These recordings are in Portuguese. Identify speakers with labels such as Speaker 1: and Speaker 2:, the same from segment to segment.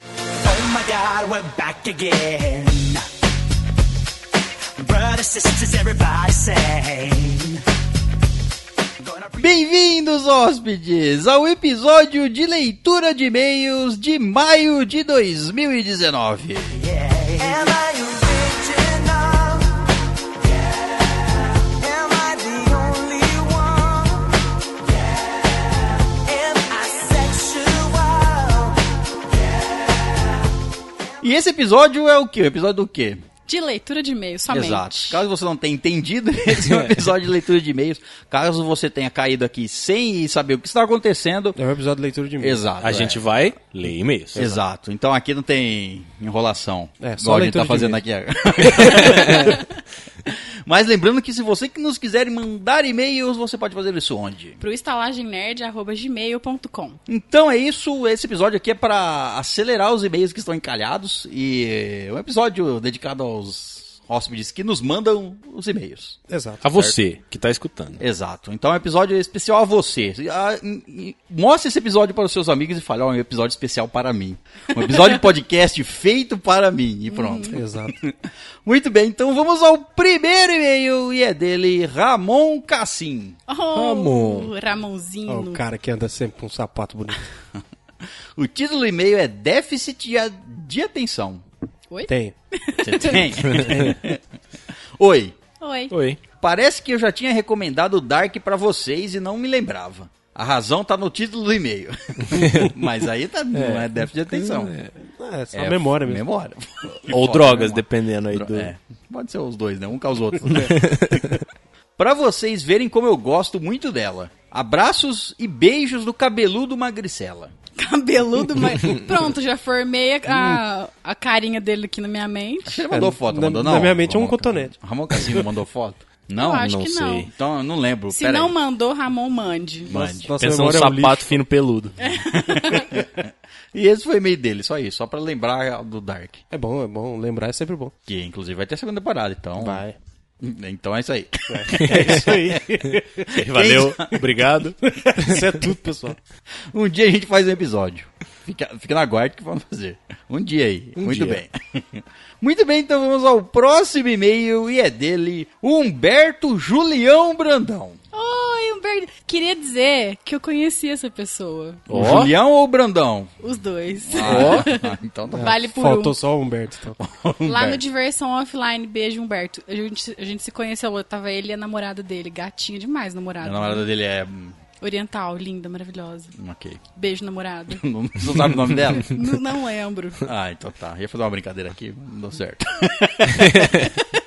Speaker 1: Oh God, we're back again. Brothers, sisters, everybody sing. Gonna preach
Speaker 2: Bem-vindos, hóspedes, ao episódio de leitura de e-mails de maio de 2019.
Speaker 1: Am I original? Am I the only one? Am I sexual?
Speaker 2: E esse episódio é o quê? O episódio do quê?
Speaker 3: De leitura de e-mail, somente.
Speaker 2: Exato. Caso você não tenha entendido, esse é um episódio de leitura de e-mails. Caso você tenha caído aqui sem saber o que está acontecendo.
Speaker 4: É um episódio de leitura de mim.
Speaker 2: Exato.
Speaker 5: A
Speaker 2: é.
Speaker 5: gente vai ler e-mails.
Speaker 2: Exato. Então aqui não tem enrolação.
Speaker 4: É,
Speaker 2: igual
Speaker 4: só
Speaker 2: a gente tá
Speaker 4: leitura de
Speaker 2: fazendo aqui agora. Mas lembrando que se você que nos quiser mandar e-mails, você pode fazer isso onde?
Speaker 3: Pro estalagemnerd.gmail.com.
Speaker 2: Então é isso, esse episódio aqui é para acelerar os e-mails que estão encalhados e é um episódio dedicado aos hóspedes que nos mandam os e-mails.
Speaker 4: Exato.
Speaker 5: A você que tá escutando.
Speaker 2: Exato. Então é um episódio especial a você. Ah, e- e- Mostre esse episódio para os seus amigos e fale, ó, é um episódio especial para mim. Um episódio de podcast feito para mim e pronto.
Speaker 4: Exato.
Speaker 2: Muito bem, então vamos ao primeiro e-mail e é dele Ramon Cassim.
Speaker 3: Oh,
Speaker 4: Ramon.
Speaker 3: Ramonzinho.
Speaker 4: Ó, o cara que anda sempre com um sapato bonito.
Speaker 2: O título do e-mail é Déficit de a- de Atenção.
Speaker 3: Oi?
Speaker 4: Tem.
Speaker 2: Você tem? Oi,
Speaker 3: Oi.
Speaker 5: Oi.
Speaker 2: parece que eu já tinha recomendado o Dark pra vocês e não me lembrava. A razão tá no título do e-mail. Mas aí tá, não é déficit de atenção.
Speaker 4: É, só memória mesmo.
Speaker 2: Memória.
Speaker 5: Ou
Speaker 2: Foda,
Speaker 5: drogas,
Speaker 2: memória.
Speaker 5: dependendo aí
Speaker 2: Dro-
Speaker 5: do.
Speaker 2: é, pode ser os dois, né? Um causa o outro. Pra vocês verem como eu gosto muito dela. Abraços e beijos do cabeludo Magricela.
Speaker 3: Cabeludo, mas. Pronto, já formei a, a, a carinha dele aqui na minha mente.
Speaker 2: Você mandou
Speaker 4: É,
Speaker 2: foto,
Speaker 4: na-
Speaker 2: mandou não?
Speaker 4: na minha mente é um
Speaker 2: Ramon-
Speaker 4: cotonete.
Speaker 2: Ramon Cassino mandou foto? Não,
Speaker 3: eu acho
Speaker 5: não
Speaker 3: que
Speaker 5: sei.
Speaker 3: não.
Speaker 2: Então eu não lembro.
Speaker 3: Se
Speaker 2: Pera
Speaker 3: não
Speaker 2: aí.
Speaker 3: mandou, Ramon mande.
Speaker 2: Mande.
Speaker 4: Nossa
Speaker 5: Pensa num
Speaker 4: memória é um
Speaker 5: sapato
Speaker 4: lixo.
Speaker 5: fino peludo.
Speaker 2: E esse foi o e-mail dele, só isso, só pra lembrar do Dark.
Speaker 4: É bom, é bom. Lembrar é sempre bom.
Speaker 2: Que inclusive vai ter a segunda temporada, então.
Speaker 4: Vai.
Speaker 2: Então é isso aí.
Speaker 4: É isso aí. É
Speaker 5: Valeu, obrigado.
Speaker 4: isso é tudo, pessoal.
Speaker 2: Um dia a gente faz um episódio. Fica, fica na guarda que vamos fazer. Um dia aí.
Speaker 5: Um
Speaker 2: Muito
Speaker 5: dia.
Speaker 2: bem. Muito bem, então vamos ao próximo e-mail e é dele, Humberto Julião Brandão.
Speaker 3: Oi, Humberto. Queria dizer que eu conheci essa pessoa.
Speaker 2: O
Speaker 5: Ó.
Speaker 2: Julião ou Brandão?
Speaker 3: Os dois.
Speaker 2: Ó. então tá.
Speaker 3: Vale por
Speaker 4: Faltou
Speaker 3: um.
Speaker 4: só o Humberto. Então.
Speaker 3: Lá no
Speaker 2: Humberto.
Speaker 3: Diversão Offline, beijo, Humberto. A gente, a gente se conheceu, eu tava ele e a namorada dele. Gatinha demais,
Speaker 2: A
Speaker 3: namorada.
Speaker 2: namorada dele é. hum,
Speaker 3: Oriental, linda, maravilhosa.
Speaker 2: Ok.
Speaker 3: Beijo, namorada.
Speaker 2: Não, não sabe o nome dela?
Speaker 3: N- não lembro.
Speaker 2: Ah, então tá. Ia fazer uma brincadeira aqui, mas não deu certo.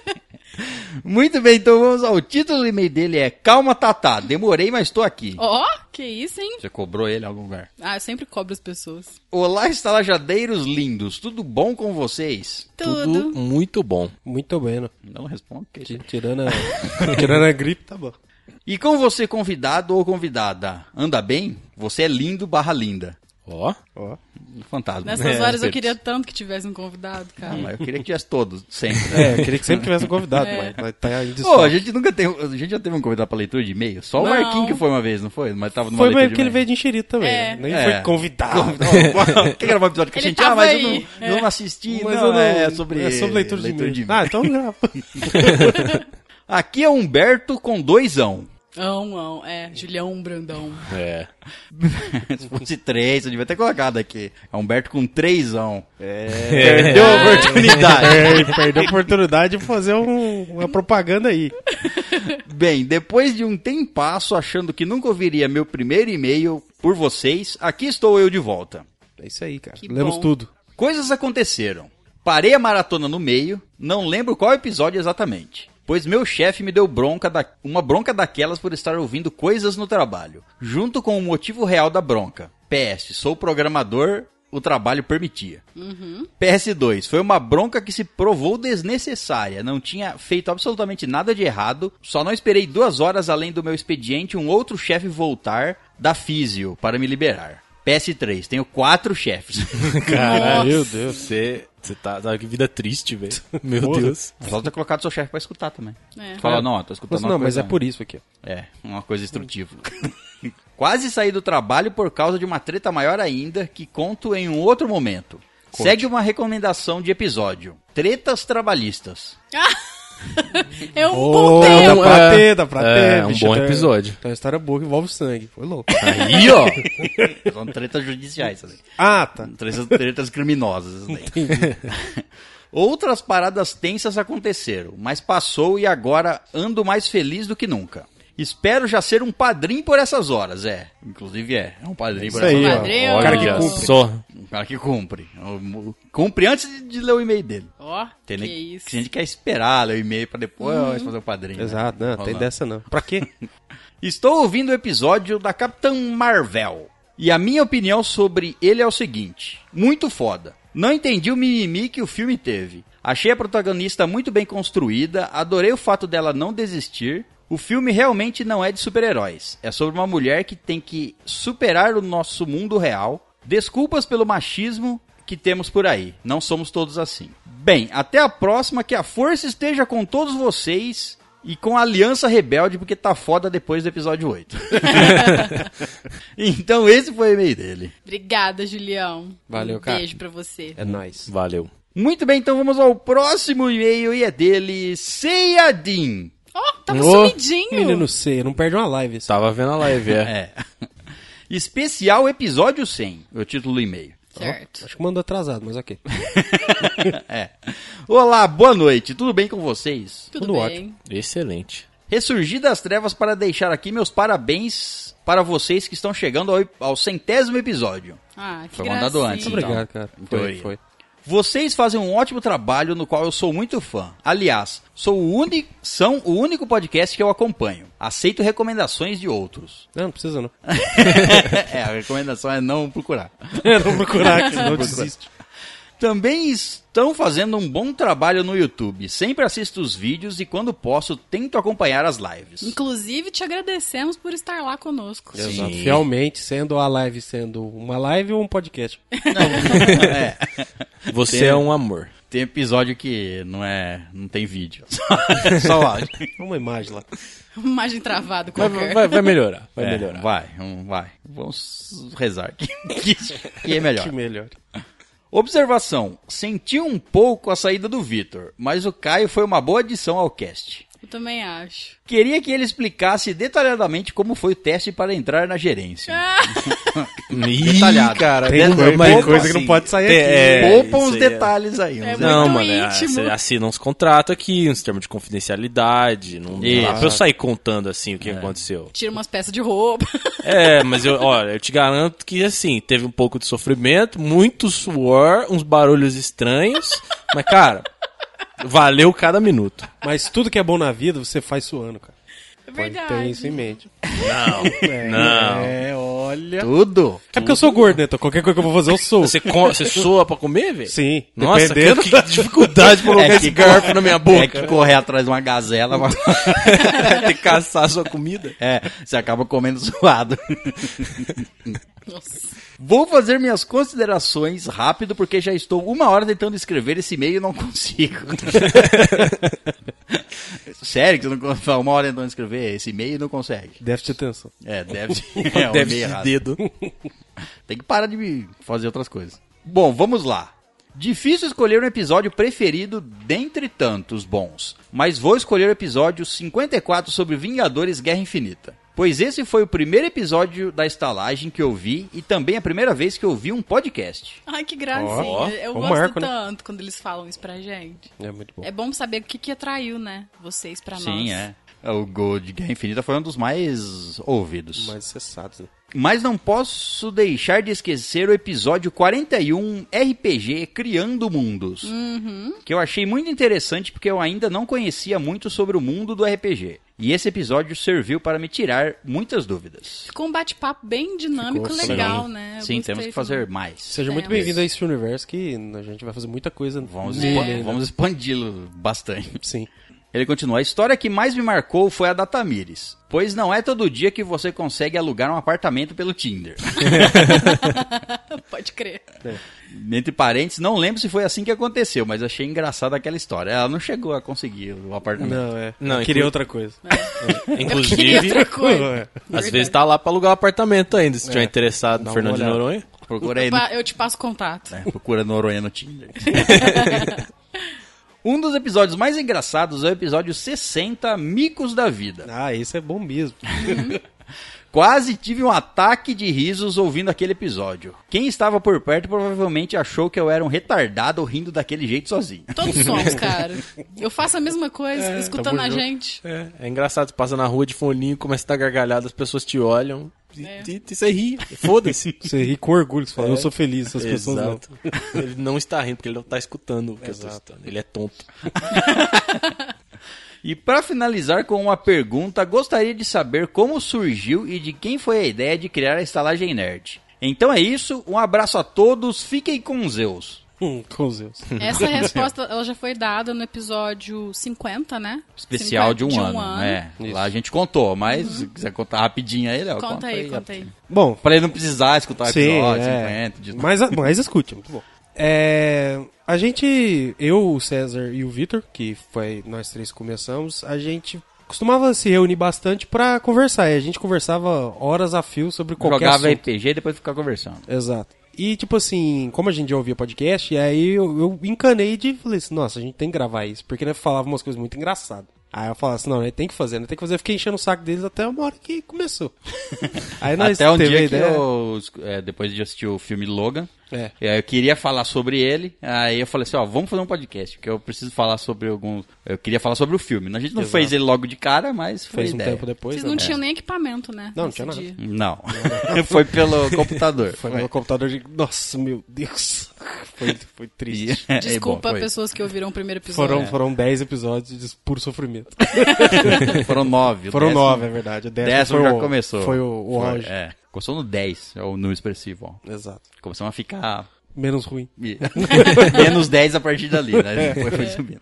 Speaker 2: Muito bem, então vamos ao título do e-mail dele é Calma Tatá, demorei, mas tô aqui.
Speaker 3: Ó, que isso, hein?
Speaker 2: Você cobrou ele em algum lugar.
Speaker 3: Ah, eu sempre cobro as pessoas.
Speaker 2: Olá, estalajadeiros lindos, tudo bom com vocês?
Speaker 3: É Tudo.
Speaker 5: muito bom.
Speaker 4: Muito bem, né?
Speaker 2: Não respondo. porque-
Speaker 4: Ti- Tirando a, tirando a gripe, tá bom.
Speaker 2: E com você, convidado ou convidada, anda bem? Você é lindo barra linda.
Speaker 5: Ó.
Speaker 4: Ó.
Speaker 2: Fantasma.
Speaker 3: Nessas
Speaker 2: É,
Speaker 3: horas eu
Speaker 2: Pedro.
Speaker 3: queria tanto que tivesse um convidado,
Speaker 2: Ah,
Speaker 3: cara.
Speaker 2: mas eu queria que tivesse todos, sempre. né?
Speaker 4: É, eu queria que sempre tivesse um convidado,
Speaker 3: É.
Speaker 4: mas vai tá em
Speaker 2: Pô, a
Speaker 4: desfalque.
Speaker 2: gente nunca tem. A gente já teve um convidado pra leitura de e-mail? Só o
Speaker 3: Não.
Speaker 2: Marquinhos que foi uma vez, não foi? Mas tava numa
Speaker 4: Foi
Speaker 2: leitura
Speaker 4: mesmo que ele
Speaker 2: de e-mail.
Speaker 4: veio de enxerido também.
Speaker 3: É.
Speaker 4: né? Nem
Speaker 2: É.
Speaker 4: foi convidado.
Speaker 2: O que gravar um episódio que a
Speaker 3: Ele
Speaker 2: gente. Ah,
Speaker 3: tava
Speaker 2: mas eu
Speaker 3: aí.
Speaker 2: não, eu não assisti.
Speaker 4: Mas
Speaker 2: não,
Speaker 4: eu não-
Speaker 2: é sobre.
Speaker 4: é sobre leitura, de e-mail. Ah, então grava.
Speaker 2: Aqui é Humberto com doisão.
Speaker 3: Não, não, é. Julião Brandão.
Speaker 5: É.
Speaker 2: Se fosse três, eu devia ter colocado aqui. É Humberto com trêsão.
Speaker 5: É.
Speaker 2: Deu a oportunidade.
Speaker 4: É, e perdeu a oportunidade de fazer um- uma propaganda aí.
Speaker 2: Bem, depois de um tempasso achando que nunca ouviria meu primeiro e-mail por vocês, aqui estou eu de volta.
Speaker 4: É isso aí, cara.
Speaker 3: Que
Speaker 4: Lemos
Speaker 3: bom.
Speaker 4: tudo.
Speaker 2: Coisas aconteceram. Parei a maratona no meio, não lembro qual episódio exatamente, pois meu chefe me deu bronca da... uma bronca daquelas por estar ouvindo coisas no trabalho, junto com o motivo real da bronca. PS, sou programador, o trabalho permitia. PS2, foi uma bronca que se provou desnecessária, não tinha feito absolutamente nada de errado, só não esperei duas horas além do meu expediente um outro chefe voltar da físio para me liberar. PS3, tenho quatro chefes.
Speaker 3: Caralho.
Speaker 4: Meu Deus.
Speaker 5: Você, você tá, tá. Que vida triste, velho. Meu
Speaker 4: Porra.
Speaker 5: Deus.
Speaker 2: Falta ter colocado seu chefe pra escutar também.
Speaker 3: É.
Speaker 2: Fala, não, ó, tô escutando
Speaker 4: Mas,
Speaker 2: uma
Speaker 4: não, mas
Speaker 2: coisa-
Speaker 4: é por isso aqui. ó.
Speaker 2: É, uma coisa instrutiva. Quase saí do trabalho por causa de uma treta maior ainda, que conto em um outro momento. Segue uma recomendação de episódio. Tretas trabalhistas.
Speaker 3: É um
Speaker 4: Pô,
Speaker 3: bom
Speaker 4: dá
Speaker 3: tema.
Speaker 4: pra
Speaker 5: é-
Speaker 4: ter, dá pra
Speaker 5: é,
Speaker 4: ter.
Speaker 5: é um
Speaker 4: bicho,
Speaker 5: bom
Speaker 4: tá-
Speaker 5: episódio.
Speaker 4: Tá uma história boa que envolve sangue. Foi louco.
Speaker 5: Aí, ó.
Speaker 2: São tretas judiciais. Assim.
Speaker 4: Ah, tá.
Speaker 2: Tretas, tretas criminosas. isso daí. Outras paradas tensas aconteceram, mas passou e agora ando mais feliz do que nunca. Espero já ser um padrinho por essas horas, é. Inclusive é, é um padrinho por
Speaker 4: Isso
Speaker 2: essas
Speaker 4: aí, ó.
Speaker 2: horas.
Speaker 3: Padrinho.
Speaker 4: O cara que
Speaker 5: Olha
Speaker 4: cumpre.
Speaker 5: só.
Speaker 2: Um cara que cumpre. Um- Cumpre antes de ler o e-mail dele.
Speaker 3: Ó,
Speaker 2: Tem
Speaker 3: que
Speaker 2: nem-
Speaker 3: isso. Uhum.
Speaker 2: que a gente quer esperar ler o e-mail pra depois fazer o padrinho. né?
Speaker 4: Exato, não, tem
Speaker 2: Rolando.
Speaker 4: dessa não. Pra quê?
Speaker 2: Estou ouvindo o episódio da Capitã Marvel. E a minha opinião sobre ele é o seguinte: muito foda. Não entendi o mimimi que o filme teve. Achei a protagonista muito bem construída, adorei o fato dela não desistir. O filme realmente não é de super-heróis. É sobre uma mulher que tem que superar o nosso mundo real. Desculpas pelo machismo que temos por aí. Não somos todos assim. Bem, até a próxima. Que a força esteja com todos vocês. E com a Aliança Rebelde, porque tá foda depois do episódio 8. então esse foi o e-mail dele.
Speaker 3: Obrigada, Julião.
Speaker 4: Valeu,
Speaker 3: um
Speaker 4: cara.
Speaker 3: Beijo pra você.
Speaker 4: É nóis.
Speaker 5: Valeu.
Speaker 2: Muito bem, então vamos ao próximo e-mail e é dele, Seiadin.
Speaker 3: Ó, tava
Speaker 5: Ô,
Speaker 3: Tá sumidinho.
Speaker 4: Menino C, não perde uma live. esse.
Speaker 5: Tava vendo a live, é.
Speaker 2: É. Especial episódio 100, é o título do e-mail.
Speaker 3: Certo.
Speaker 4: Acho que mandou atrasado, mas ok.
Speaker 2: É. Olá, boa noite, tudo bem com vocês?
Speaker 3: Tudo,
Speaker 4: Tudo
Speaker 3: bem.
Speaker 5: Excelente.
Speaker 2: Ressurgi das trevas para deixar aqui meus parabéns para vocês que estão chegando ao, ao centésimo episódio.
Speaker 3: Ah, que
Speaker 2: Foi mandado
Speaker 3: gracinha.
Speaker 2: antes, então.
Speaker 4: Obrigado, cara. Foi,
Speaker 2: Teoria.
Speaker 4: foi.
Speaker 2: Vocês fazem um ótimo trabalho no qual eu sou muito fã. Aliás, sou o único, são o único podcast que eu acompanho. Aceito recomendações de outros.
Speaker 4: Não, não precisa não.
Speaker 2: é, a recomendação é não procurar.
Speaker 4: não procurar, que senão desiste.
Speaker 2: Também estão fazendo um bom trabalho no YouTube. Sempre assisto os vídeos e quando posso tento acompanhar as lives.
Speaker 3: Inclusive, te agradecemos por estar lá conosco.
Speaker 4: Exato. Fielmente, sendo a live sendo uma live ou um podcast.
Speaker 2: É,
Speaker 5: Você é um amor.
Speaker 2: tem episódio que não é, não tem vídeo, só, só áudio.
Speaker 4: Uma imagem lá.
Speaker 3: Uma imagem travada
Speaker 5: Vai,
Speaker 3: qualquer.
Speaker 5: vai- vai melhorar. Vai
Speaker 2: É,
Speaker 5: melhorar.
Speaker 2: Vai, um, vai. Vamos rezar que, que- que é melhor.
Speaker 4: Que melhor.
Speaker 2: Observação: senti um pouco a saída do Vitor, mas o Caio foi uma boa adição ao cast.
Speaker 3: Eu também acho.
Speaker 2: Queria que ele explicasse detalhadamente como foi o teste para entrar na gerência.
Speaker 5: Ih, né?
Speaker 2: Detalhado. né?
Speaker 5: cara.
Speaker 4: Tem
Speaker 5: deve-
Speaker 4: uma
Speaker 5: mas-
Speaker 4: coisa que não pode sair
Speaker 5: tem-
Speaker 4: aqui.
Speaker 5: é,
Speaker 2: Poupa
Speaker 5: isso
Speaker 2: uns
Speaker 5: aí é-
Speaker 2: detalhes aí. né?
Speaker 3: É
Speaker 2: uns
Speaker 3: muito
Speaker 5: Não, mano, é,
Speaker 3: íntimo.
Speaker 5: você assina uns contratos aqui, uns termos de confidencialidade. Não não dá
Speaker 2: Isso. É.
Speaker 5: pra eu sair contando assim o que aconteceu.
Speaker 3: Tira umas peças de roupa.
Speaker 5: É, mas eu, olha, eu te garanto que assim, teve um pouco de sofrimento, muito suor, uns barulhos estranhos, mas cara, valeu cada minuto.
Speaker 4: Mas tudo que é bom na vida, você faz suando, cara.
Speaker 3: É
Speaker 4: Pode
Speaker 3: verdade.
Speaker 4: ter isso em mente.
Speaker 5: Não.
Speaker 4: É,
Speaker 5: Não.
Speaker 4: é, olha.
Speaker 2: Tudo.
Speaker 4: É porque eu sou gordo, né? Então qualquer coisa que eu vou fazer, eu sou.
Speaker 5: Você, co- você soa pra comer, velho?
Speaker 4: Sim,
Speaker 5: Nossa, que,
Speaker 4: dependendo.
Speaker 5: que dificuldade pra colocar esse garfo na minha
Speaker 2: É que
Speaker 5: boca.
Speaker 2: correr atrás de uma gazela, mas-
Speaker 5: Tem que caçar a sua comida.
Speaker 2: é, você acaba comendo zoado.
Speaker 3: Nossa.
Speaker 2: Vou fazer minhas considerações rápido, porque já estou uma hora tentando escrever esse e-mail e não consigo. Sério que você não consegue? Uma hora tentando escrever esse e-mail e não consegue.
Speaker 4: Déficit de atenção.
Speaker 2: É, deve. É, o e-mail
Speaker 5: Deve de
Speaker 2: errado.
Speaker 5: dedo.
Speaker 2: Tem que parar de me fazer outras coisas. Bom, vamos lá. Difícil escolher um episódio preferido dentre tantos bons, mas vou escolher o episódio 54 sobre Vingadores Guerra Infinita. Pois esse foi o primeiro episódio da estalagem que eu vi e também a primeira vez que eu vi um podcast.
Speaker 3: Ai, que gracinha.
Speaker 5: Ó, ó.
Speaker 3: eu
Speaker 4: Ó o
Speaker 3: gosto
Speaker 4: marco, né?
Speaker 3: tanto quando eles falam isso pra gente.
Speaker 4: É muito bom.
Speaker 3: É bom saber o que, que atraiu, né? Vocês pra nós.
Speaker 2: é. O Gold de Guerra Infinita foi um dos mais ouvidos.
Speaker 4: Mais cessados, né?
Speaker 2: Mas não posso deixar de esquecer o episódio 41 RPG Criando Mundos.
Speaker 3: Uhum.
Speaker 2: Que eu achei muito interessante porque eu ainda não conhecia muito sobre o mundo do RPG. E esse episódio serviu para me tirar muitas dúvidas.
Speaker 3: Ficou um bate-papo bem dinâmico e
Speaker 4: Ficou, sim.
Speaker 3: legal, né? Eu
Speaker 2: Sim,
Speaker 3: gostei
Speaker 2: temos que
Speaker 3: também.
Speaker 2: fazer mais.
Speaker 4: Seja muito
Speaker 3: É,
Speaker 4: bem-vindo a esse universo que a gente vai fazer muita coisa.
Speaker 2: Vamos,
Speaker 4: nele
Speaker 2: expa-
Speaker 4: ainda.
Speaker 2: vamos expandi-lo bastante.
Speaker 4: Sim.
Speaker 2: Ele continua: A história que mais me marcou foi a da Tamires. Pois não é todo dia que você consegue alugar um apartamento pelo Tinder.
Speaker 3: Pode crer.
Speaker 2: Entre parênteses, não lembro se foi assim que aconteceu, mas achei engraçada aquela história. Ela não chegou a conseguir o apartamento.
Speaker 4: Não, é.
Speaker 5: Hum. Não,
Speaker 4: Eu queria
Speaker 5: inclu-
Speaker 4: outra coisa.
Speaker 3: É. Queria
Speaker 5: Inclusive,
Speaker 3: outra coisa.
Speaker 5: às vezes tá lá pra alugar um apartamento ainda, se tiver interessado no
Speaker 4: uma
Speaker 5: Fernando de
Speaker 4: olhada.
Speaker 5: Noronha.
Speaker 2: Procura aí no
Speaker 3: Pa- Eu te passo contato.
Speaker 2: É, procura Noronha no Tinder. um dos episódios mais engraçados é o episódio 60, Micos da Vida.
Speaker 4: Ah, isso é bom mesmo.
Speaker 2: Quase tive um ataque de risos ouvindo aquele episódio. Quem estava por perto provavelmente achou que eu era um retardado rindo daquele jeito sozinho.
Speaker 3: Todos somos, cara. Eu faço a mesma coisa, escutando
Speaker 4: É. tamo
Speaker 3: a
Speaker 4: junto.
Speaker 3: gente.
Speaker 5: É, é engraçado, você passa na rua de foninho, começa a dar gargalhada, as pessoas te olham e, e- e você ri. Foda-se.
Speaker 4: Você ri com orgulho, você fala, eu sou feliz, essas pessoas não.
Speaker 5: É. Exato. Ele não está rindo, porque ele não está escutando o que eu estou escutando. Ele é tonto.
Speaker 2: E para finalizar com uma pergunta, gostaria de saber como surgiu e de quem foi a ideia de criar a estalagem nerd. Então é isso, um abraço a todos, fiquem com Zeus.
Speaker 4: Hum, com Zeus.
Speaker 3: Essa resposta ela já foi dada no episódio 50, né?
Speaker 2: Especial
Speaker 3: 50
Speaker 2: de um, ano, né? Lá a gente contou, mas se quiser contar rapidinho aí, Léo,
Speaker 3: Uhum. Conta aí, conta aí.
Speaker 4: Bom,
Speaker 2: Pra ele não precisar escutar o episódio, 50, de...
Speaker 4: é. Mas, mas escute, muito bom. É, a gente, eu, o César e o Vitor, que foi nós três que começamos, a gente costumava se reunir bastante pra conversar. E a gente conversava horas a fio sobre qualquer
Speaker 2: jogava
Speaker 4: assunto.
Speaker 2: RPG e depois ficava conversando.
Speaker 4: Exato. E, tipo assim, como a gente já ouvia podcast, e aí eu, eu encanei de falei assim, nossa, a gente tem que gravar isso, porque né, falava umas coisas muito engraçadas. Aí eu falava assim, não, né, tem que fazer, né, tem que fazer. Eu fiquei enchendo o saco deles até uma hora que começou. Aí nós
Speaker 2: Até um
Speaker 4: teve a
Speaker 2: dia que
Speaker 4: ideia.
Speaker 2: eu, é, depois de assistir o filme Logan,
Speaker 4: É.
Speaker 2: e aí eu queria falar sobre ele, aí eu falei assim, ó, vamos fazer um podcast, porque eu preciso falar sobre alguns... Eu queria falar sobre o filme. A gente não fez ele logo de cara, mas foi
Speaker 4: Fez um
Speaker 2: ideia.
Speaker 4: tempo depois.
Speaker 3: Vocês
Speaker 4: né?
Speaker 3: não tinham nem equipamento, né?
Speaker 4: Não, não
Speaker 3: nesse
Speaker 4: tinha nada.
Speaker 3: dia.
Speaker 2: Não, foi pelo computador.
Speaker 4: Foi no computador de. Nossa, meu Deus. Foi, foi triste.
Speaker 2: É, é bom,
Speaker 3: Desculpa
Speaker 2: foi.
Speaker 3: pessoas que ouviram o primeiro episódio.
Speaker 2: é.
Speaker 4: Foram, foram 10 episódios de puro sofrimento.
Speaker 2: Foram nove. o
Speaker 4: Foram
Speaker 2: décimo-
Speaker 4: 9, é verdade. O décimo,
Speaker 2: Décimo
Speaker 4: foi
Speaker 2: já
Speaker 4: o-
Speaker 2: começou.
Speaker 4: Foi o, o
Speaker 2: Foi,
Speaker 4: auge.
Speaker 2: É, começou no 10, é o número expressivo, ó.
Speaker 4: Exato.
Speaker 2: Começamos a ficar
Speaker 4: Menos ruim.
Speaker 2: E- Menos 10 a partir dali,
Speaker 4: É.
Speaker 2: né? Depois foi subindo.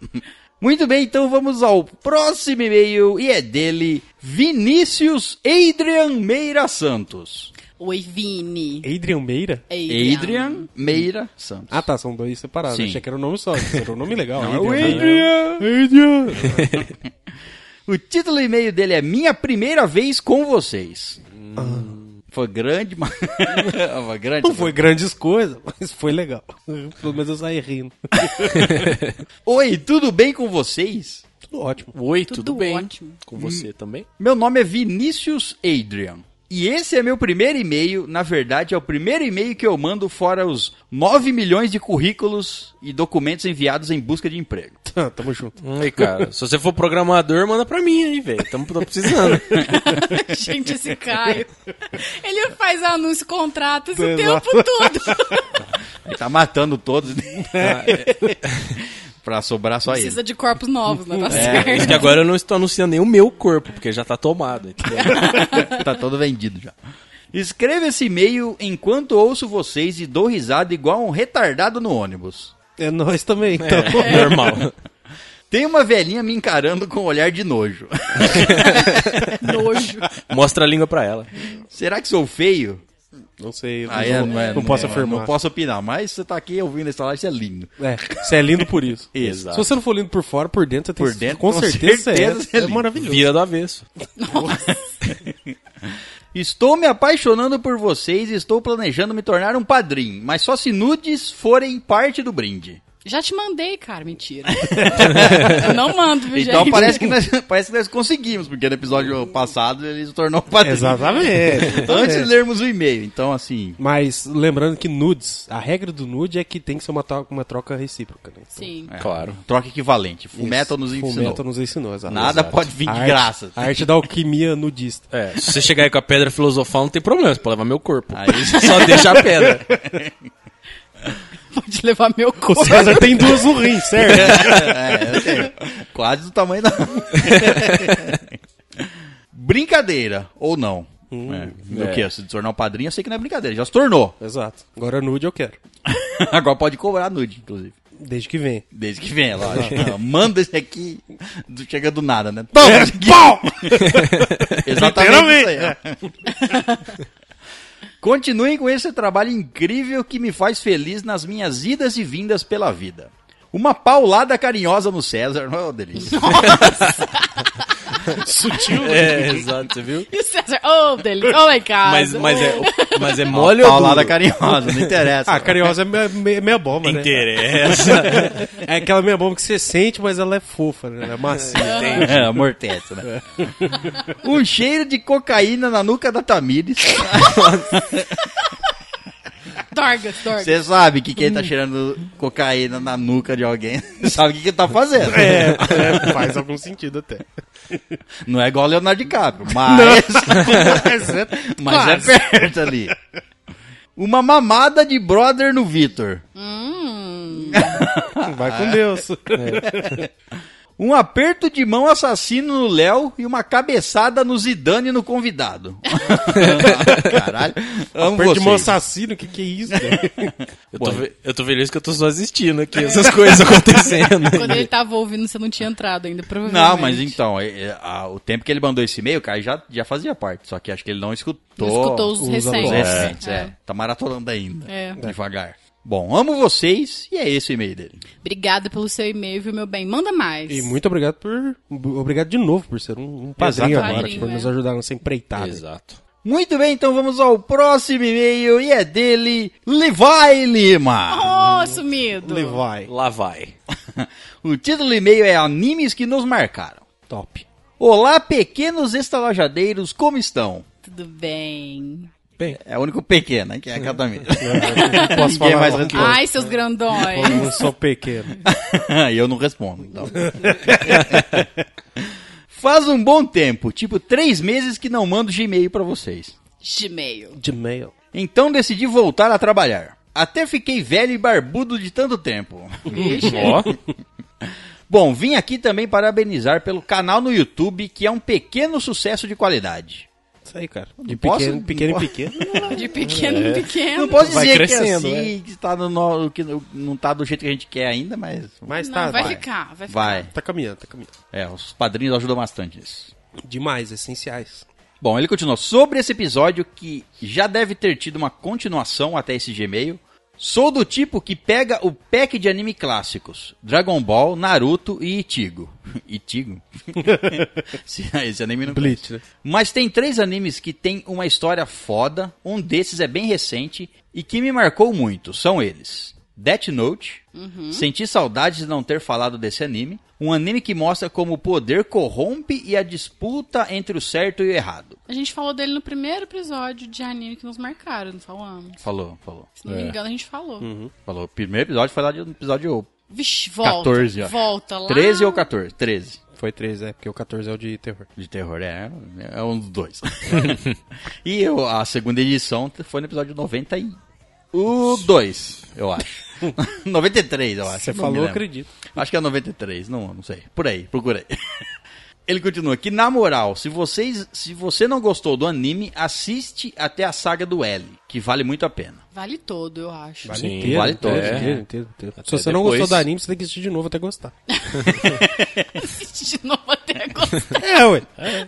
Speaker 2: Muito bem, então vamos ao próximo e-mail e é dele Vinícius Adrian Meira Santos.
Speaker 3: Oi, Vini.
Speaker 4: Adrian Meira?
Speaker 3: Adrian.
Speaker 2: Adrian Meira Santos.
Speaker 4: Ah tá, são dois separados.
Speaker 2: Sim.
Speaker 4: Achei que era um nome só. Era um nome legal.
Speaker 2: Não, é o
Speaker 4: Adrian! Adrian!
Speaker 2: O título do e-mail dele é Minha Primeira Vez com Vocês.
Speaker 4: Ah.
Speaker 2: Foi grande, mas. Foi grande.
Speaker 4: Não foi grandes coisas, mas foi legal. Pelo menos eu saí rindo.
Speaker 2: Oi, tudo bem com vocês?
Speaker 4: Tudo ótimo.
Speaker 5: Oi,
Speaker 3: Tudo
Speaker 5: tudo, bem?
Speaker 3: ótimo.
Speaker 5: Com você também?
Speaker 2: Meu nome é Vinícius Adrian. E esse é meu primeiro e-mail, na verdade é o primeiro e-mail que eu mando fora os 9 milhões de currículos e documentos enviados em busca de emprego.
Speaker 4: Tá, Tamo junto.
Speaker 5: Ei, cara, se você for programador, manda pra mim aí, velho. Tamo tô precisando.
Speaker 3: Gente, esse Caio. Ele faz anúncio, contratos o
Speaker 4: Exato.
Speaker 3: tempo todo.
Speaker 2: Ele tá matando todos pra sobrar só ele.
Speaker 3: Precisa de corpos novos, não tá certo.
Speaker 5: Acho que agora eu não estou anunciando nem o meu corpo, porque já tá tomado. entendeu?
Speaker 2: tá todo vendido já. Escreva esse e-mail enquanto ouço vocês e dou risada igual um retardado no ônibus.
Speaker 4: É nós também, então.
Speaker 5: É, normal.
Speaker 2: Tem uma velhinha me encarando com um olhar de nojo.
Speaker 3: Nojo.
Speaker 5: Mostra a língua pra ela.
Speaker 2: Será que sou feio?
Speaker 4: Não sei,
Speaker 2: Ah,
Speaker 4: não,
Speaker 2: é, não, é,
Speaker 4: não posso
Speaker 2: é,
Speaker 4: afirmar.
Speaker 2: Não posso opinar, mas você tá aqui ouvindo essa live, você é lindo.
Speaker 4: É, você é lindo por isso.
Speaker 2: Exato.
Speaker 4: Se você não for lindo por fora, por dentro, você tem
Speaker 2: Por dentro,
Speaker 4: com,
Speaker 2: com
Speaker 4: certeza, você
Speaker 2: certeza você é
Speaker 4: é, é
Speaker 2: lindo.
Speaker 4: maravilhoso.
Speaker 5: Vira do avesso.
Speaker 2: Estou me apaixonando por vocês e estou planejando me tornar um padrinho, mas só se nudes forem parte do brinde.
Speaker 3: Já te mandei, cara. Mentira. Eu não mando, viu, gente?
Speaker 2: Então parece que, nós, parece que nós conseguimos, porque no episódio passado ele se tornou um padrinho.
Speaker 4: É Exatamente.
Speaker 2: Antes de lermos o e-mail, então assim...
Speaker 4: Mas lembrando que nudes, a regra do nude é que tem que ser uma, tro- uma troca recíproca. Né? Então,
Speaker 3: Sim.
Speaker 2: é,
Speaker 5: Claro.
Speaker 2: Troca equivalente. Full Metal nos
Speaker 4: Full
Speaker 2: ensinou.
Speaker 4: Metal nos ensinou, exato.
Speaker 2: Nada
Speaker 4: Exato.
Speaker 2: pode vir de
Speaker 4: A arte-
Speaker 2: graça.
Speaker 4: A arte da alquimia nudista.
Speaker 5: É, se você chegar aí com a pedra filosofal, não tem problema, você pode levar meu corpo.
Speaker 2: Aí-
Speaker 5: Só deixa a pedra.
Speaker 3: Pode levar meu
Speaker 4: O
Speaker 3: corpo.
Speaker 4: César tem duas no rim, certo?
Speaker 2: é, eu sei. quase do tamanho da. brincadeira, ou não.
Speaker 4: Hum,
Speaker 2: é. O que? Se tornar um padrinho, eu sei que não é brincadeira, já se tornou.
Speaker 4: exato. Agora nude eu quero.
Speaker 2: Agora pode cobrar nude, inclusive.
Speaker 4: Desde que vem.
Speaker 2: Desde que vem, é lógico. Não, manda esse aqui, do- chega do nada, né?
Speaker 4: Pau!
Speaker 2: Toma esse aqui. Exatamente. isso aí, ó. Continuem com esse trabalho incrível que me faz feliz nas minhas idas e vindas pela vida. Uma paulada carinhosa no César, não é uma delícia?
Speaker 4: Sutil.
Speaker 5: É, exato, você viu?
Speaker 3: E o César, oh, delícia, oh my god.
Speaker 5: Mas, mas, é, mas é
Speaker 2: Uma
Speaker 5: mole ou
Speaker 2: paulada
Speaker 5: duro?
Speaker 2: carinhosa, não interessa.
Speaker 4: Ah, carinhosa é meia, meia- meia bomba, né?
Speaker 5: Interessa.
Speaker 4: É aquela meia bomba que você sente, mas ela é fofa, né? Ela é macia.
Speaker 2: É, amortece, né? um cheiro de cocaína na nuca da Tamires.
Speaker 3: Dorgas, Dorgas.
Speaker 2: Você sabe que quem tá cheirando cocaína na nuca de alguém sabe o que, que tá fazendo.
Speaker 4: É, é, faz algum sentido até.
Speaker 2: Não é igual Leonardo DiCaprio, mas,
Speaker 4: Mas é,
Speaker 2: mas é perto ali. Uma mamada de brother no Vitor.
Speaker 3: Hum,
Speaker 4: Vai com Deus.
Speaker 2: É. Um aperto de mão assassino no Léo e uma cabeçada no Zidane no convidado. Caralho. Amo
Speaker 4: Perto de mão
Speaker 2: vocês.
Speaker 4: assassino, o que, que é isso? Né?
Speaker 5: Eu tô, ve- eu tô feliz que eu tô só assistindo aqui, essas coisas acontecendo.
Speaker 3: Quando ele tava ouvindo, você não tinha entrado ainda, provavelmente.
Speaker 2: Não, mas então, é- é, ah, o tempo que ele mandou esse e-mail, cara, já, já fazia parte. Só que acho que ele não escutou.
Speaker 3: Não escutou os recentes.
Speaker 2: então, recentes,
Speaker 3: É.
Speaker 2: é. Tá maratonando ainda.
Speaker 3: É.
Speaker 2: Devagar. Bom, amo vocês e é esse o e-mail dele.
Speaker 3: Obrigada pelo seu e-mail, viu, meu bem? Manda mais.
Speaker 4: E muito obrigado por. Obrigado de novo por ser um, um padrinho
Speaker 2: Exatamente.
Speaker 4: agora,
Speaker 3: Padrinho,
Speaker 4: por nos
Speaker 3: é.
Speaker 4: ajudar nessa empreitada.
Speaker 5: Exato.
Speaker 2: Muito bem, então vamos ao próximo e-mail e é dele, Levi Lima.
Speaker 3: Ô, sumido.
Speaker 4: Levi.
Speaker 5: Lá vai.
Speaker 2: O título do e-mail é Animes que nos marcaram.
Speaker 4: Top.
Speaker 2: Olá, pequenos estalajadeiros, como estão?
Speaker 3: Tudo bem.
Speaker 2: É o único pequeno, né, que é a Catamina.
Speaker 4: Não posso
Speaker 2: Ninguém
Speaker 4: falar
Speaker 2: mais
Speaker 4: não,
Speaker 2: responde.
Speaker 3: Ai, seus grandões.
Speaker 4: porque eu sou pequeno.
Speaker 2: E eu não respondo, então. Faz um bom tempo, tipo três meses que não mando Gmail pra vocês.
Speaker 3: Gmail.
Speaker 4: De mail.
Speaker 2: Então decidi voltar a trabalhar. Até fiquei velho e barbudo de tanto tempo.
Speaker 5: Ó,
Speaker 2: Bom, vim aqui também parabenizar pelo canal no YouTube, que é um pequeno sucesso de qualidade.
Speaker 4: Isso aí, cara. De
Speaker 2: posso-
Speaker 4: pequeno,
Speaker 2: não
Speaker 4: pequeno em
Speaker 2: posso-
Speaker 4: pequeno.
Speaker 3: De pequeno em
Speaker 4: É.
Speaker 3: pequeno.
Speaker 2: Não posso
Speaker 5: Vai
Speaker 2: dizer que é
Speaker 5: crescendo,
Speaker 2: assim, que, tá no, no- que não tá do jeito que a gente quer ainda, mas
Speaker 4: Mas
Speaker 3: Não,
Speaker 4: tá,
Speaker 3: vai,
Speaker 4: tá,
Speaker 3: ficar, vai ficar.
Speaker 2: vai.
Speaker 4: tá caminhando, tá caminhando.
Speaker 2: É, os padrinhos ajudam bastante nisso.
Speaker 4: Demais, essenciais.
Speaker 2: Bom, ele continua. Sobre esse episódio, que já deve ter tido uma continuação até esse Gmail, sou do tipo que pega o pack de anime clássicos: Dragon Ball, Naruto e Itigo. Itigo? Esse- esse anime não
Speaker 4: Bleach, né?
Speaker 2: Mas tem três animes que tem uma história foda, um desses é bem recente e que me marcou muito. São eles: Death Note,
Speaker 3: Uhum.
Speaker 2: senti saudades de não ter falado desse anime, um anime que mostra como o poder corrompe e a disputa entre o certo e o errado.
Speaker 3: A gente falou dele no primeiro episódio de anime que nos marcaram, não falamos.
Speaker 2: Falou, falou. É,
Speaker 3: Se não me
Speaker 4: É.
Speaker 3: engano, a gente falou.
Speaker 4: Uhum.
Speaker 2: Falou. O primeiro episódio foi lá de um episódio
Speaker 3: Vixe, volta.
Speaker 2: 14, ó.
Speaker 3: Volta lá.
Speaker 2: 13 ou 14? 13.
Speaker 4: Foi três, é, porque o 14 é o de terror.
Speaker 2: De terror, é. É um dos dois. e eu- a segunda edição foi no episódio 90 e... O 2, eu acho. 93, eu acho.
Speaker 4: Você
Speaker 2: não me
Speaker 4: é falou, eu
Speaker 2: lembro.
Speaker 4: acredito.
Speaker 2: Acho que é 93, não, não sei. Por aí, procura aí. Ele continua que, na moral, se, vocês, se você não gostou do anime, assiste até a saga do L, que vale muito a pena.
Speaker 3: Vale todo, eu acho.
Speaker 5: Vale Sim,
Speaker 4: inteiro,
Speaker 2: vale
Speaker 4: inteiro,
Speaker 2: todo.
Speaker 4: inteiro, inteiro, inteiro. Se
Speaker 5: Até
Speaker 4: você não
Speaker 5: depois.
Speaker 4: gostou do anime, você tem que assistir de novo até gostar.
Speaker 3: Assiste de novo até agora.
Speaker 4: É, ué.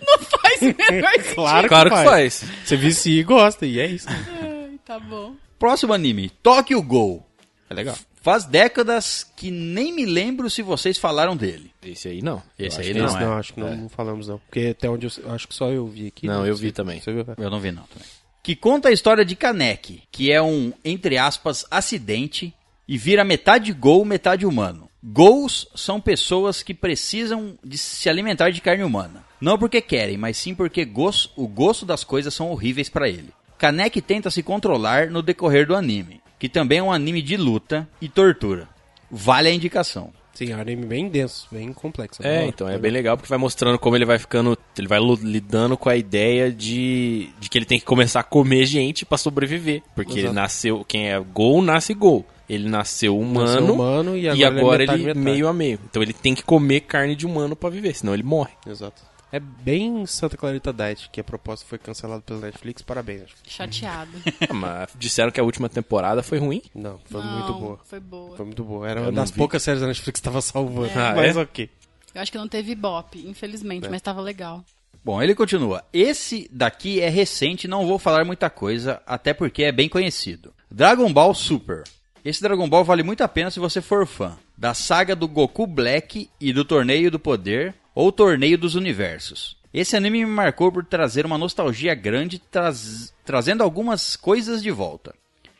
Speaker 3: Não faz o menor sentido.
Speaker 4: Claro,
Speaker 5: claro que
Speaker 4: que
Speaker 5: faz.
Speaker 4: Você vicia e gosta, e é isso.
Speaker 3: Ai, tá bom.
Speaker 2: Próximo anime, Tokyo Ghoul.
Speaker 4: É legal.
Speaker 2: Faz décadas que nem me lembro se vocês falaram dele.
Speaker 5: Esse aí não.
Speaker 2: Esse
Speaker 5: Eu
Speaker 2: aí
Speaker 5: acho
Speaker 2: não
Speaker 5: que
Speaker 4: Esse
Speaker 2: é.
Speaker 4: não, acho que não, não falamos não. Porque até onde eu, sei- acho que só eu vi aqui.
Speaker 5: Não,
Speaker 4: né?
Speaker 5: eu vi
Speaker 4: Você-
Speaker 5: também.
Speaker 4: Você viu?
Speaker 2: Eu não vi não também. Que conta a história de Kaneki, que é um, entre aspas, acidente e vira metade gol, metade humano. Gols são pessoas que precisam de se alimentar de carne humana. Não porque querem, mas sim porque gos- o gosto das coisas são horríveis pra ele. Kaneki tenta se controlar no decorrer do anime, que também é um anime de luta e tortura. Vale a indicação.
Speaker 4: Sim, é um anime bem denso, bem complexo.
Speaker 5: É, então é bem legal porque vai mostrando como ele vai ficando, ele vai lu- lidando com a ideia de, de que ele tem que começar a comer gente pra sobreviver, porque ele
Speaker 4: Exato.
Speaker 5: nasceu, quem é gol nasce gol. Ele nasceu humano,
Speaker 4: humano e agora ele é
Speaker 5: agora ele,
Speaker 4: metade, metade.
Speaker 5: meio a meio. Então ele tem que comer carne de humano pra viver, senão ele morre.
Speaker 4: Exato. É bem Santa Clarita Diet, que a proposta foi cancelada pela Netflix. Parabéns. acho que-
Speaker 3: Chateado.
Speaker 5: Ah, mas disseram que a última temporada foi ruim.
Speaker 4: Não, foi
Speaker 3: Não,
Speaker 4: muito boa.
Speaker 3: Foi boa.
Speaker 4: Foi muito boa. Era
Speaker 5: Eu
Speaker 4: uma
Speaker 5: não
Speaker 4: das
Speaker 5: vi.
Speaker 4: poucas séries da Netflix que tava salvando.
Speaker 5: Ah,
Speaker 4: Mas
Speaker 5: é?
Speaker 4: ok.
Speaker 3: Eu acho que não teve bop,
Speaker 4: É.
Speaker 3: infelizmente, mas tava legal.
Speaker 2: Bom, ele continua. Esse daqui é recente, não vou falar muita coisa, até porque é bem conhecido. Dragon Ball Super. Esse Dragon Ball vale muito a pena se você for fã da saga do Goku Black e do Torneio do Poder ou Torneio dos Universos. Esse anime me marcou por trazer uma nostalgia grande, traz- trazendo algumas coisas de volta.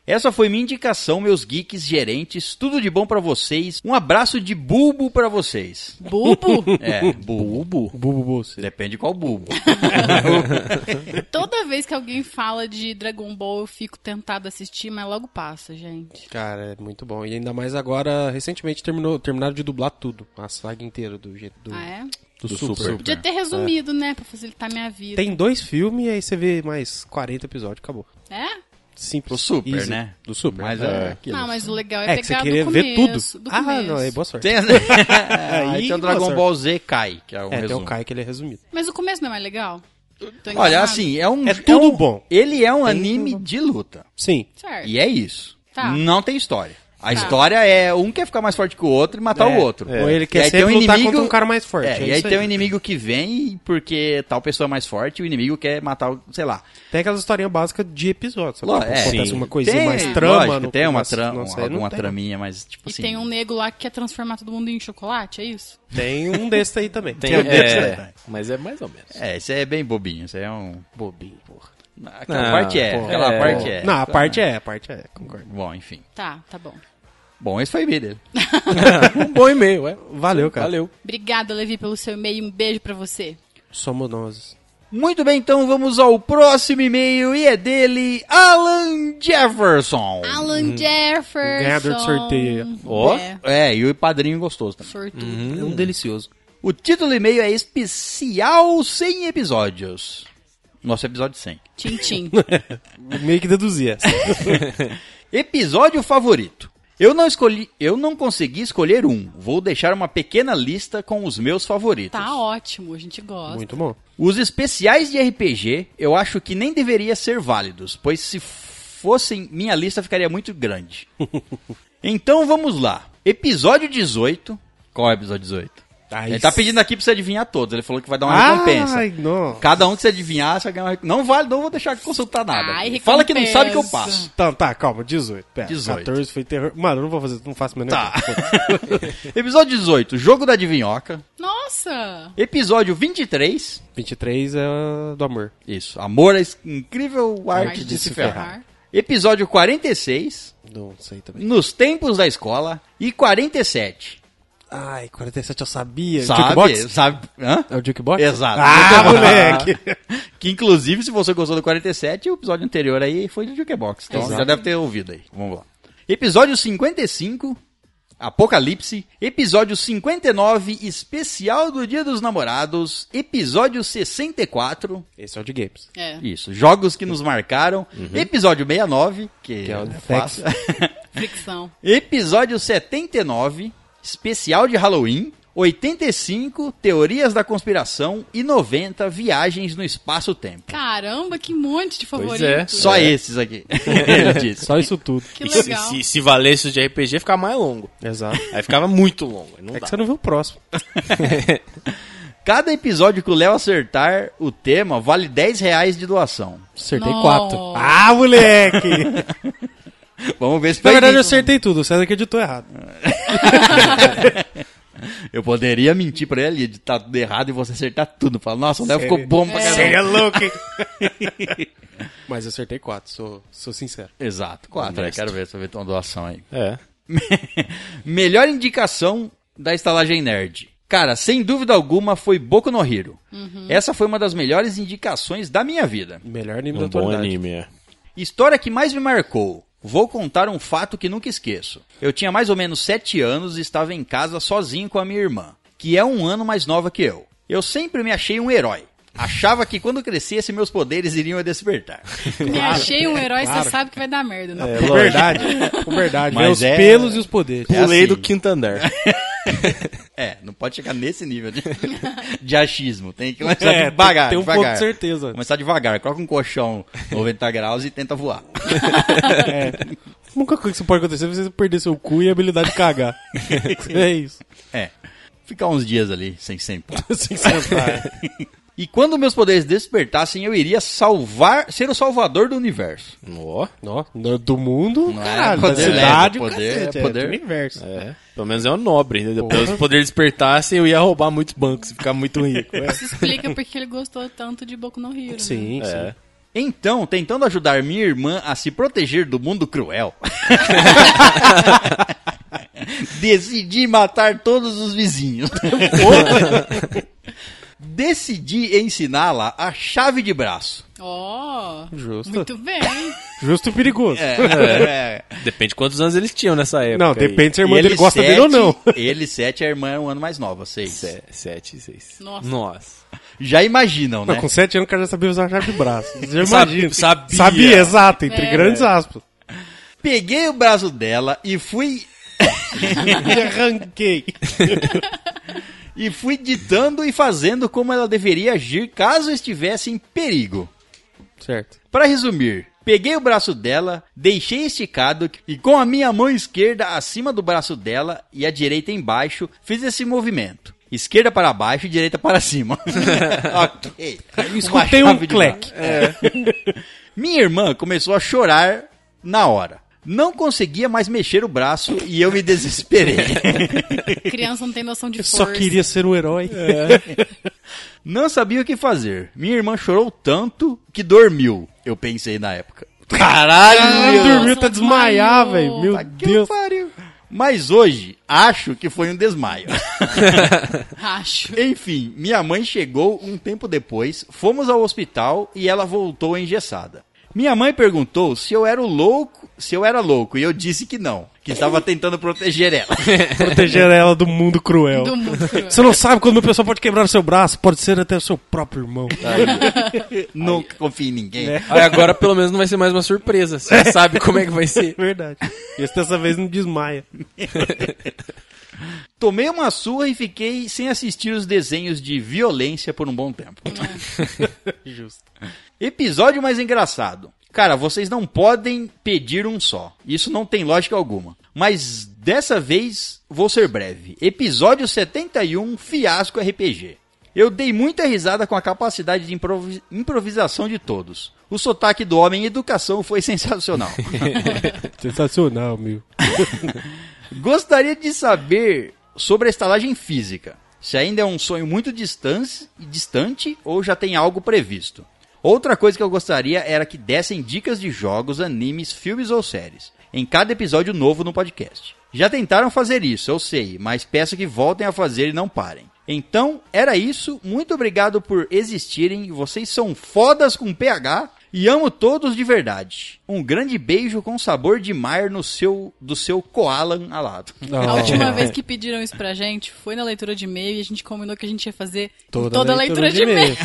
Speaker 2: Essa foi minha indicação, meus geeks gerentes. Tudo de bom pra vocês. Um abraço de bulbo pra vocês.
Speaker 3: Bulbo?
Speaker 2: É, bulbo.
Speaker 5: Bubu.
Speaker 4: Bubu Bolsa.
Speaker 2: Depende qual bulbo.
Speaker 3: Toda vez que alguém fala de Dragon Ball, eu fico tentado assistir, mas logo passa, gente.
Speaker 4: Cara, é muito bom. E ainda mais agora, recentemente terminou, terminaram de dublar tudo. A saga inteira do jeito do,
Speaker 3: Ah, é?
Speaker 4: do,
Speaker 5: Do
Speaker 4: Super.
Speaker 5: Super.
Speaker 3: Podia ter resumido, né? Pra facilitar minha vida.
Speaker 4: É, Tem dois filmes e aí você vê mais 40 episódios, acabou.
Speaker 3: É?
Speaker 2: Do
Speaker 4: Simples.
Speaker 2: Super, né?
Speaker 4: Do Super.
Speaker 2: Mas
Speaker 4: é.
Speaker 2: é aquilo.
Speaker 3: Não, mas o legal é,
Speaker 4: É que você
Speaker 3: pegar
Speaker 4: queria
Speaker 3: do
Speaker 4: ver tudo.
Speaker 3: começo. do
Speaker 4: ah,
Speaker 3: começo.
Speaker 4: não, aí boa sorte.
Speaker 2: Tem, aí
Speaker 4: Aí
Speaker 2: tem o
Speaker 4: que
Speaker 2: Dragon
Speaker 4: você-
Speaker 2: Ball Z Kai, que é um
Speaker 4: é, tem
Speaker 2: resumo.
Speaker 4: o Kai que ele é resumido.
Speaker 3: Mas o começo não é mais legal? Tô
Speaker 2: Olha,
Speaker 3: enganada?
Speaker 2: assim, é um...
Speaker 4: É tudo
Speaker 2: um-
Speaker 4: bom.
Speaker 2: Ele é um anime de luta.
Speaker 4: Sim.
Speaker 3: Certo.
Speaker 2: E é isso.
Speaker 3: Tá.
Speaker 2: Não tem história. A
Speaker 3: Tá.
Speaker 2: história é um quer ficar mais forte que o outro e matar
Speaker 4: É,
Speaker 2: o outro.
Speaker 4: é. Ou ele
Speaker 2: E
Speaker 4: quer
Speaker 2: aí tem
Speaker 4: sempre lutar contra um cara mais forte,
Speaker 2: É,
Speaker 4: é
Speaker 2: e aí
Speaker 4: isso
Speaker 2: tem
Speaker 4: aí.
Speaker 2: um inimigo que vem porque tal pessoa é mais forte e o inimigo quer matar, o- sei lá.
Speaker 4: Tem aquelas historinhas básicas de episódio, sabe?
Speaker 2: Ló-
Speaker 4: Tipo,
Speaker 2: é,
Speaker 4: acontece
Speaker 5: sim.
Speaker 4: uma coisinha
Speaker 2: Tem,
Speaker 4: mais trama.
Speaker 2: lógico,
Speaker 4: no-
Speaker 2: tem uma
Speaker 4: nossa,
Speaker 2: trama,
Speaker 4: nossa, aí não
Speaker 2: alguma
Speaker 4: tem. né?
Speaker 2: traminha, mas tipo
Speaker 3: E
Speaker 2: assim...
Speaker 3: tem um nego lá que quer transformar todo mundo em chocolate, é isso?
Speaker 4: Tem um desse aí também.
Speaker 5: Tem,
Speaker 4: Que é desse
Speaker 5: é,
Speaker 4: aí.
Speaker 5: mas é mais ou menos.
Speaker 2: É, isso é bem bobinho, isso é um...
Speaker 4: Bobinho, porra.
Speaker 2: Aquela
Speaker 5: Ah,
Speaker 2: parte é,
Speaker 5: pô,
Speaker 2: aquela
Speaker 5: é,
Speaker 2: parte
Speaker 5: pô.
Speaker 2: é.
Speaker 4: Não, a parte é, a parte é, concordo.
Speaker 2: Bom, enfim.
Speaker 3: Tá, tá bom.
Speaker 2: Bom, esse foi o e-mail dele.
Speaker 5: um bom e-mail, é.
Speaker 4: Valeu, cara.
Speaker 5: Valeu.
Speaker 3: Obrigada, Levi, pelo seu e-mail. Um beijo pra você.
Speaker 4: Somos nós.
Speaker 2: Muito bem, então vamos ao próximo e-mail e é dele, Alan Jefferson.
Speaker 3: Alan Jefferson.
Speaker 4: Ganhador Hum. de sorteio.
Speaker 5: Ó.
Speaker 3: É,
Speaker 2: É, e o padrinho gostoso também.
Speaker 3: sortudo.
Speaker 2: Hum.
Speaker 4: É um delicioso.
Speaker 2: O título do e-mail é Especial 100 Episódios. Nosso episódio 100.
Speaker 3: Tchim, tchim.
Speaker 4: Meio que deduzia.
Speaker 2: Episódio favorito. Eu não escolhi, eu não consegui escolher um. Vou deixar uma pequena lista com os meus favoritos.
Speaker 3: Tá ótimo, a gente gosta.
Speaker 4: Muito bom.
Speaker 2: Os especiais de RPG eu acho que nem deveria ser válidos, pois se fossem, minha lista ficaria muito grande. então vamos lá. Episódio 18. Qual é o episódio 18?
Speaker 4: Ai,
Speaker 2: Ele tá pedindo aqui pra você adivinhar todos. Ele falou que vai dar uma
Speaker 4: Ai,
Speaker 2: recompensa.
Speaker 4: não.
Speaker 2: Cada um que você adivinhar, você vai ganhar uma recompensa. Não vale, não vou deixar consultar nada.
Speaker 3: Ai,
Speaker 2: Fala que não
Speaker 3: recompensa.
Speaker 2: sabe que eu passo.
Speaker 4: Então, tá, calma, 18. Pera,
Speaker 2: 18.
Speaker 4: 14 foi terror. Mano, eu não vou fazer, não faço menor.
Speaker 2: Tá. episódio 18, Jogo da Adivinhoca.
Speaker 3: Nossa!
Speaker 2: Episódio 23.
Speaker 4: 23 é a do amor.
Speaker 2: Isso, Amor é Incrível Arte, de, Se ferrar. Episódio 46.
Speaker 4: Não sei também.
Speaker 2: Nos tempos da escola e 47.
Speaker 4: Ai, 47 eu sabia.
Speaker 2: sabe?
Speaker 4: Jukebox?
Speaker 2: Sabe? Hã?
Speaker 4: É o jukebox?
Speaker 2: Exato.
Speaker 4: Ah,
Speaker 2: Jukebox.
Speaker 4: moleque.
Speaker 2: Que inclusive, se você gostou do 47, o episódio anterior aí foi de Jukebox. Então
Speaker 4: Exato.
Speaker 2: já deve ter ouvido aí. Vamos lá. Episódio 55, Apocalipse. Episódio 59, Especial do Dia dos Namorados. Episódio 64,
Speaker 4: Esse é o de games.
Speaker 3: É.
Speaker 2: isso, Jogos que nos marcaram. Episódio 69, que,
Speaker 4: Uhum. Que
Speaker 2: é
Speaker 4: é o
Speaker 2: o
Speaker 4: do
Speaker 2: fácil.
Speaker 3: É, Fricção.
Speaker 2: Episódio 79, especial de Halloween. 85, Teorias da Conspiração. E 90, Viagens no Espaço-Tempo.
Speaker 3: Caramba, que monte de favorito.
Speaker 5: é.
Speaker 2: Só esses aqui. Ele disse.
Speaker 4: Só isso tudo.
Speaker 3: Que
Speaker 5: E se-
Speaker 3: legal.
Speaker 5: Se, se valesse o de RPG, ficava mais longo.
Speaker 4: Exato.
Speaker 5: Aí ficava muito longo. aí Não
Speaker 4: É
Speaker 5: dá.
Speaker 4: que você não viu o próximo.
Speaker 2: Cada episódio que o Léo acertar o tema vale 10 reais de doação.
Speaker 4: Acertei
Speaker 3: Nossa.
Speaker 4: quatro. Ah, moleque!
Speaker 2: Vamos ver se
Speaker 4: Na
Speaker 2: vai
Speaker 4: verdade, eu
Speaker 2: vir.
Speaker 4: acertei tudo. O César que editou errado.
Speaker 2: Eu poderia mentir pra ele, editar tudo errado e você acertar tudo. Falar, nossa, o Léo ficou bom pra caramba.
Speaker 4: Seria louco, hein? Mas eu acertei quatro, sou, sou sincero.
Speaker 2: Exato, quatro.
Speaker 5: Honesto.
Speaker 2: Quero ver se vai ter uma doação aí.
Speaker 5: É.
Speaker 2: Melhor indicação da estalagem nerd. Cara, sem dúvida alguma foi Boku no Hero. Essa foi uma das melhores indicações da minha vida.
Speaker 4: Melhor anime da
Speaker 5: Um bom
Speaker 4: atualidade.
Speaker 5: anime, é.
Speaker 2: História que mais me marcou. Vou contar um fato que nunca esqueço. Eu tinha mais ou menos 7 anos e estava em casa sozinho com a minha irmã, que é um ano mais nova que eu. Eu sempre me achei um herói. Achava que quando crescesse meus poderes iriam eu despertar.
Speaker 3: Me achei um herói, você sabe que vai dar merda,
Speaker 5: É.
Speaker 3: né?
Speaker 2: É
Speaker 4: Verdade, verdade.
Speaker 2: Mas
Speaker 4: Os
Speaker 2: é-
Speaker 4: pelos e os poderes.
Speaker 2: É
Speaker 5: Pulei
Speaker 2: assim.
Speaker 5: do quinto andar.
Speaker 2: É, não pode chegar nesse nível de, de achismo. Tem que começar
Speaker 4: É, tem-
Speaker 2: devagar.
Speaker 4: tem um
Speaker 2: devagar.
Speaker 4: pouco de certeza.
Speaker 2: Começar devagar. Coloca um colchão 90 graus e tenta voar.
Speaker 4: É. A única coisa que isso pode acontecer é você perder seu cu e a habilidade de cagar. é isso. Assim
Speaker 2: É. Ficar uns dias ali sem sentar.
Speaker 4: Sem sentar.
Speaker 2: E quando meus poderes despertassem, eu iria salvar, ser o salvador do universo.
Speaker 5: Ó,
Speaker 4: Ó, no- do mundo,
Speaker 2: Não é
Speaker 4: caralho,
Speaker 2: poder
Speaker 4: da
Speaker 2: leve,
Speaker 4: cidade, o
Speaker 2: poder-
Speaker 4: Ah, cacete,
Speaker 2: é poder-
Speaker 4: do universo.
Speaker 5: é. Pelo menos é um nobre, entendeu? Se o poder despertasse, assim, eu ia roubar muitos bancos e ficar muito rico. é.
Speaker 3: Isso explica porque ele gostou tanto de Boku no Hero. né?
Speaker 4: Sim, sim.
Speaker 5: É.
Speaker 2: Então, tentando ajudar minha irmã a se proteger do mundo cruel, decidi matar todos os vizinhos. decidi ensiná-la a chave de braço.
Speaker 3: Ó,
Speaker 4: Justo.
Speaker 3: muito bem.
Speaker 4: Justo e perigoso.
Speaker 2: É.
Speaker 5: Depende de quantos anos eles tinham nessa época.
Speaker 4: Não,
Speaker 5: aí.
Speaker 4: depende se a irmã dele gosta
Speaker 2: sete-
Speaker 4: dele ou não.
Speaker 2: Ele sete, a irmã é um ano mais nova, seis.
Speaker 5: Se- Sete, seis.
Speaker 3: Nossa.
Speaker 5: Nossa.
Speaker 2: Já imaginam, né?
Speaker 4: Não, com 7 anos o cara já sabia usar a chave de braço. Você já
Speaker 5: Sabe-
Speaker 4: imagina.
Speaker 5: sabia.
Speaker 4: Sabia, exato, entre
Speaker 3: É.
Speaker 4: grandes aspas.
Speaker 2: Peguei o braço dela e fui
Speaker 4: E arranquei.
Speaker 2: e fui ditando e fazendo como ela deveria agir caso estivesse em perigo.
Speaker 4: Certo.
Speaker 2: Pra resumir, peguei o braço dela, deixei esticado e com a minha mão esquerda acima do braço dela e a direita embaixo, fiz esse movimento. Esquerda para baixo e direita para cima. ok.
Speaker 4: Escutei
Speaker 2: Uma
Speaker 4: um
Speaker 2: chave de É.
Speaker 4: cleque.
Speaker 2: Minha irmã começou a chorar na hora. Não conseguia mais mexer o braço e eu me desesperei.
Speaker 3: Criança não tem noção de
Speaker 4: Eu
Speaker 3: força.
Speaker 4: só queria ser um herói.
Speaker 2: Não sabia o que fazer. Minha irmã chorou tanto que dormiu. Eu pensei na época.
Speaker 4: Ela
Speaker 2: Caralho!
Speaker 4: dormiu até desmaiar, velho. Meu
Speaker 2: Tá que
Speaker 4: Deus.
Speaker 2: pariu. Mas hoje, acho que foi um desmaio.
Speaker 3: Acho.
Speaker 2: Enfim, minha mãe chegou um tempo depois, fomos ao hospital e ela voltou engessada. Minha mãe perguntou se eu era o louco, se eu era louco, e eu disse que não, que estava tentando proteger ela.
Speaker 4: Proteger ela do mundo cruel.
Speaker 3: Do mundo.
Speaker 4: Você não sabe quando uma pessoa pode quebrar o seu braço, pode ser até o seu próprio irmão.
Speaker 2: Nunca confie em ninguém.
Speaker 5: Aí agora pelo menos não vai ser mais uma surpresa. Você já sabe como é que vai ser.
Speaker 4: Verdade. E esse dessa vez não desmaia.
Speaker 2: Tomei uma surra e fiquei sem assistir os desenhos de violência por um bom tempo.
Speaker 4: Justo.
Speaker 2: Episódio mais engraçado. Cara, vocês não podem pedir um só. Isso não tem lógica alguma. Mas dessa vez vou ser breve. Episódio 71 Fiasco RPG. Eu dei muita risada com a capacidade de improvi- improvisação de todos. O sotaque do homem em educação foi sensacional.
Speaker 4: Sensacional, meu.
Speaker 2: Gostaria de saber sobre a estalagem física. Se ainda é um sonho muito distante, distante ou já tem algo previsto. Outra coisa que eu gostaria era que dessem dicas de jogos, animes, filmes ou séries, em cada episódio novo no podcast. Já tentaram fazer isso, eu sei, mas peço que voltem a fazer e não parem. Então, era isso. Muito obrigado por existirem. Vocês são fodas com PH e amo todos de verdade. Um grande beijo com sabor de mar no seu do seu koalan alado.
Speaker 3: A última
Speaker 4: é.
Speaker 3: vez que pediram isso pra gente foi na leitura de e-mail e a gente combinou que a gente ia fazer em toda, a leitura, de e-mail.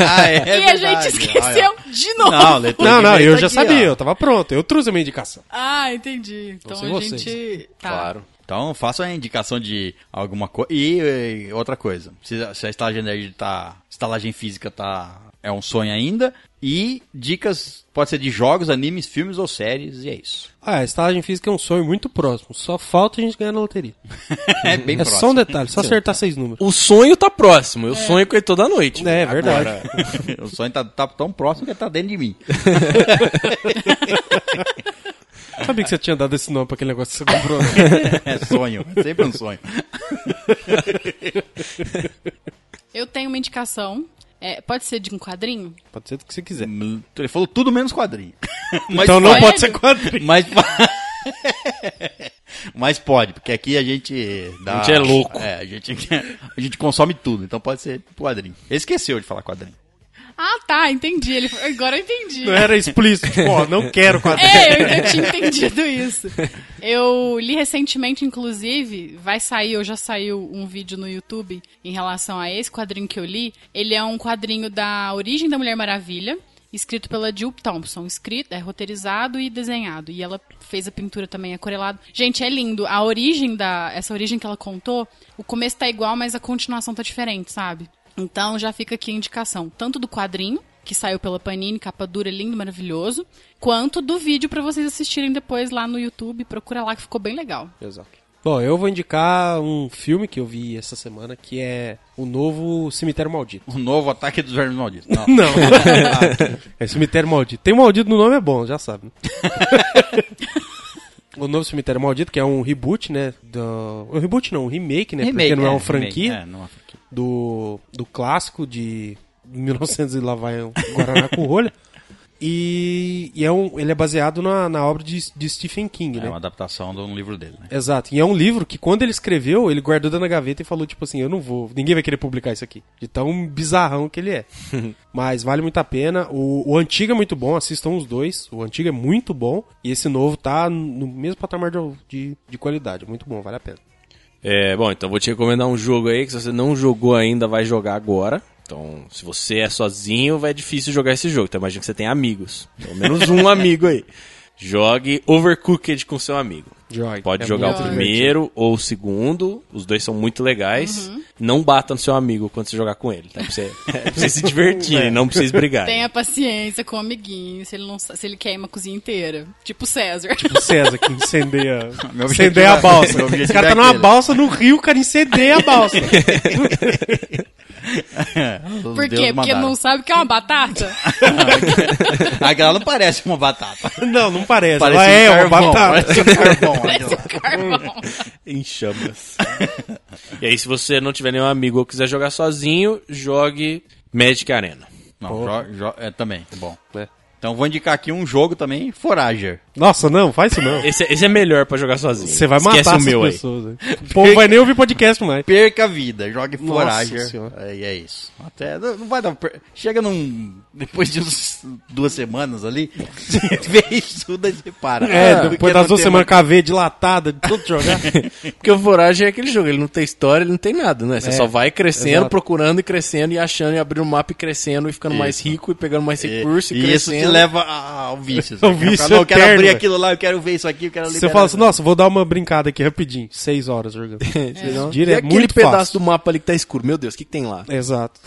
Speaker 2: Ah, é
Speaker 3: e a gente
Speaker 2: verdade.
Speaker 3: esqueceu
Speaker 2: Ah,
Speaker 3: de
Speaker 2: é.
Speaker 3: novo.
Speaker 2: Não, leitura
Speaker 4: Não,
Speaker 2: de
Speaker 4: não,
Speaker 2: e-mail
Speaker 4: eu
Speaker 2: tá
Speaker 4: já
Speaker 2: aqui,
Speaker 4: sabia,
Speaker 2: ó.
Speaker 4: eu tava pronto. Eu trouxe a minha indicação.
Speaker 3: Ah, entendi. Então
Speaker 4: sei
Speaker 3: a
Speaker 4: vocês.
Speaker 3: gente. Tá.
Speaker 5: Claro.
Speaker 2: Então, faça a indicação de alguma coisa. E, e, outra coisa, se, a- se a estalagem nerd tá. Estalagem física tá. É um sonho ainda. E dicas, pode ser de jogos, animes, filmes ou séries, e é isso.
Speaker 4: Ah, a estalagem física é um sonho muito próximo. Só falta a gente ganhar na loteria.
Speaker 2: É bem
Speaker 4: é
Speaker 2: próximo.
Speaker 4: só um detalhe, só acertar seis números.
Speaker 5: O sonho tá próximo. Eu sonho com ele toda noite.
Speaker 4: É, é verdade.
Speaker 2: o sonho tá, tá tão próximo que tá dentro de mim.
Speaker 4: Sabia que você tinha dado esse nome pra aquele negócio que você comprou. né?
Speaker 2: É sonho, é sempre um sonho.
Speaker 3: Eu tenho uma indicação. É, pode ser de um quadrinho?
Speaker 4: Pode ser do que você quiser.
Speaker 2: Hum, Ele falou tudo menos quadrinho. Mas
Speaker 4: então não
Speaker 3: sério?
Speaker 4: pode ser quadrinho.
Speaker 2: Mas, mas pode, porque aqui a gente. dá-
Speaker 5: A gente é louco.
Speaker 2: É, a gente, a gente consome tudo, então pode ser quadrinho. Ele esqueceu de falar quadrinho.
Speaker 3: Ah, tá, entendi. Ele... Agora eu entendi.
Speaker 4: Não era explícito. Tipo, ó, não quero quadrinho.
Speaker 3: É, eu, eu tinha entendido isso. Eu li recentemente, inclusive, vai sair, ou já saiu um vídeo no YouTube em relação a esse quadrinho que eu li. Ele é um quadrinho da origem da Mulher Maravilha. escrito pela Jill Thompson. Escrito, é roteirizado e desenhado. E ela fez a pintura também aquarelado. Gente, é lindo. A origem da. Essa origem que ela contou, o começo tá igual, mas a continuação tá diferente, sabe? Então já fica aqui a indicação, tanto do quadrinho, que saiu pela Panini, capa dura, lindo, maravilhoso, quanto do vídeo pra vocês assistirem depois lá no YouTube, procura lá que ficou bem legal.
Speaker 4: Exato. Bom, eu vou indicar um filme que eu vi essa semana, que é o novo Cemitério Maldito.
Speaker 2: O novo ataque dos vermes malditos. Não.
Speaker 4: Não. é Cemitério Maldito. Tem maldito no nome, é bom, já sabe. né? o novo Cemitério Maldito, que é um reboot, né? Do... Um reboot não, um remake, né?
Speaker 2: Remake,
Speaker 4: Porque não é, uma
Speaker 2: remake,
Speaker 4: franquia
Speaker 2: é, não é uma franquia.
Speaker 4: do, do clássico de 1900 e lá vai o Guaraná com rolha. E, e é um, ele é baseado na, na obra de, de Stephen King,
Speaker 2: É
Speaker 4: né?
Speaker 2: uma adaptação de um livro dele, né?
Speaker 4: Exato. E é um livro que quando ele escreveu, ele guardou na gaveta e falou, tipo assim, eu não vou, ninguém vai querer publicar isso aqui. De tão bizarrão que ele é. Mas vale muito a pena. O, o antigo é muito bom, assistam os dois. O antigo é muito bom. E esse novo tá no mesmo patamar de, de, de qualidade. Muito bom, vale a pena.
Speaker 5: É, bom, então vou te recomendar um jogo aí que se você não jogou ainda, vai jogar agora. Então, se você é sozinho, vai é difícil jogar esse jogo. Então, imagina que você tem amigos. Pelo menos um amigo aí. Jogue Overcooked com seu amigo.
Speaker 4: Joy.
Speaker 5: Pode jogar o primeiro ou o segundo. Os dois são muito legais. Não bata no seu amigo quando você jogar com ele. Tá? Pra você, é pra vocês se
Speaker 4: É.
Speaker 5: divertirem, não pra vocês brigarem.
Speaker 3: Tenha paciência com o amiguinho, se ele, não, sa- se ele queima a cozinha inteira. Tipo César.
Speaker 4: César que incendeia,
Speaker 2: Meu objetivo
Speaker 4: incendeia a
Speaker 2: é-
Speaker 4: balsa.
Speaker 2: meu objetivo
Speaker 4: Esse cara
Speaker 2: é
Speaker 4: tá numa
Speaker 2: aquele.
Speaker 4: balsa no rio, o cara incendeia a balsa.
Speaker 2: Os
Speaker 3: Por
Speaker 2: deuses
Speaker 3: quê? Porque
Speaker 2: mandaram.
Speaker 3: não sabe o que é uma batata?
Speaker 2: Aquela não parece uma batata.
Speaker 4: não, não parece.
Speaker 2: Parece
Speaker 4: Ela
Speaker 2: um
Speaker 4: é uma
Speaker 2: carvão,
Speaker 4: batata.
Speaker 2: Parece um carvão.
Speaker 3: Parece um carvão.
Speaker 5: Em chamas. e aí, se você não tiver nenhum amigo ou quiser jogar sozinho, jogue Magic Arena.
Speaker 2: Não, jo, jo, é também, é bom.
Speaker 4: É.
Speaker 2: Então vou indicar aqui um jogo também, Forager.
Speaker 4: Nossa, não, faz isso não.
Speaker 5: Esse, é- esse é melhor pra jogar sozinho.
Speaker 4: Você vai matar
Speaker 5: Esquece
Speaker 4: essas
Speaker 5: o meu aí.
Speaker 4: pessoas. Aí. O povo vai nem ouvir podcast mais.
Speaker 2: Perca a vida, jogue Forager.
Speaker 4: Senhora.
Speaker 2: Aí é isso. Até não não vai dar. per- Chega num. Depois de uns, duas semanas ali, você vê isso tudo e você para. Ah,
Speaker 4: É,
Speaker 2: Porque
Speaker 4: depois das
Speaker 2: não
Speaker 4: duas
Speaker 2: tem
Speaker 4: semanas com a veia dilatada, de tudo jogar.
Speaker 5: Porque o Foragem é aquele jogo, ele não tem história, ele não tem nada, né? Você
Speaker 4: É,
Speaker 5: só vai crescendo,
Speaker 4: exato.
Speaker 5: procurando e crescendo e achando e abrindo o mapa e crescendo e ficando mais rico e pegando mais
Speaker 2: mais-
Speaker 5: recurso É, e,
Speaker 2: e isso
Speaker 5: crescendo.
Speaker 2: te leva a- ao vício.
Speaker 4: Ao
Speaker 2: sabe?
Speaker 4: É vício
Speaker 2: não, eu quero
Speaker 4: eterno,
Speaker 2: abrir
Speaker 4: velho.
Speaker 2: aquilo lá, eu quero ver isso aqui, eu quero
Speaker 4: Você
Speaker 2: liberar
Speaker 4: fala
Speaker 2: isso
Speaker 4: assim, nossa, vou dar uma brincada aqui rapidinho. Seis horas jogando.
Speaker 5: Entendeu?
Speaker 4: Direto,
Speaker 5: e aquele
Speaker 4: muito
Speaker 5: pedaço
Speaker 4: fácil.
Speaker 5: do mapa ali que tá escuro. Meu Deus, o que, que tem lá?
Speaker 4: Exato.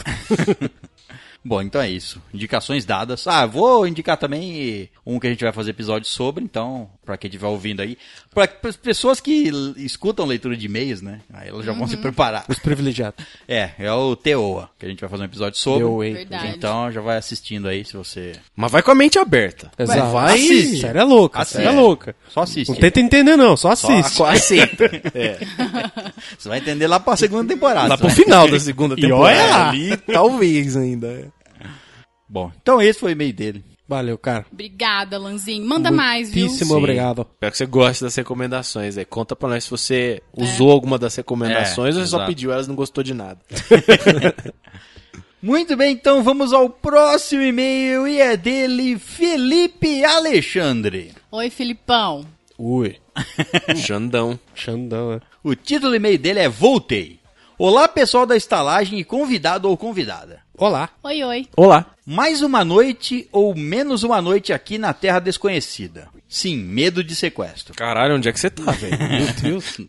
Speaker 2: Bom, então é isso. Indicações dadas. Ah, vou indicar também um que a gente vai fazer episódio sobre, então, pra quem estiver ouvindo aí. Pra pra as pessoas que l- escutam leitura de e-mails, né? Aí elas já vão
Speaker 5: Uhum.
Speaker 2: se preparar.
Speaker 4: Os privilegiados.
Speaker 2: É, é o Teoa, que a gente vai fazer um episódio sobre.
Speaker 4: Eu, hein?
Speaker 3: Verdade.
Speaker 2: Então já vai assistindo aí se você.
Speaker 5: Mas vai com a mente aberta.
Speaker 4: Exato.
Speaker 5: Vai.
Speaker 4: Assiste. Sério, é louca.
Speaker 5: Tá
Speaker 2: Assiste.
Speaker 4: Sério, é louca.
Speaker 2: Só assiste.
Speaker 4: Não tenta entender, não. Só assiste.
Speaker 5: Só aceita.
Speaker 2: Você vai entender lá pra segunda temporada.
Speaker 5: Lá
Speaker 2: né?
Speaker 5: pro final da segunda
Speaker 4: E
Speaker 5: temporada.
Speaker 4: olha!
Speaker 5: ali, talvez ainda.
Speaker 2: Bom, então esse foi o e-mail dele.
Speaker 4: Valeu, cara.
Speaker 3: Obrigada, Lanzinho. Manda mais, viu?
Speaker 4: Muitíssimo
Speaker 5: Sim.
Speaker 4: obrigado.
Speaker 5: Espero que você goste das recomendações. Aí. Conta pra nós se você usou alguma das recomendações
Speaker 2: É,
Speaker 5: ou você só
Speaker 2: exato.
Speaker 5: pediu, elas não gostou de nada.
Speaker 2: Muito bem, então vamos ao próximo e-mail e é dele Felipe Alexandre.
Speaker 3: Oi, Filipão.
Speaker 4: Ui.
Speaker 5: Xandão.
Speaker 4: Xandão, né?
Speaker 2: O título do e-mail dele é Voltei. Olá, pessoal da estalagem e convidado ou convidada.
Speaker 4: Olá.
Speaker 3: Oi, oi.
Speaker 5: Olá.
Speaker 2: Mais uma noite ou menos uma noite aqui na Terra Desconhecida. Sim, medo de sequestro.
Speaker 5: Caralho, onde é que você tá, velho?
Speaker 4: Meu Deus.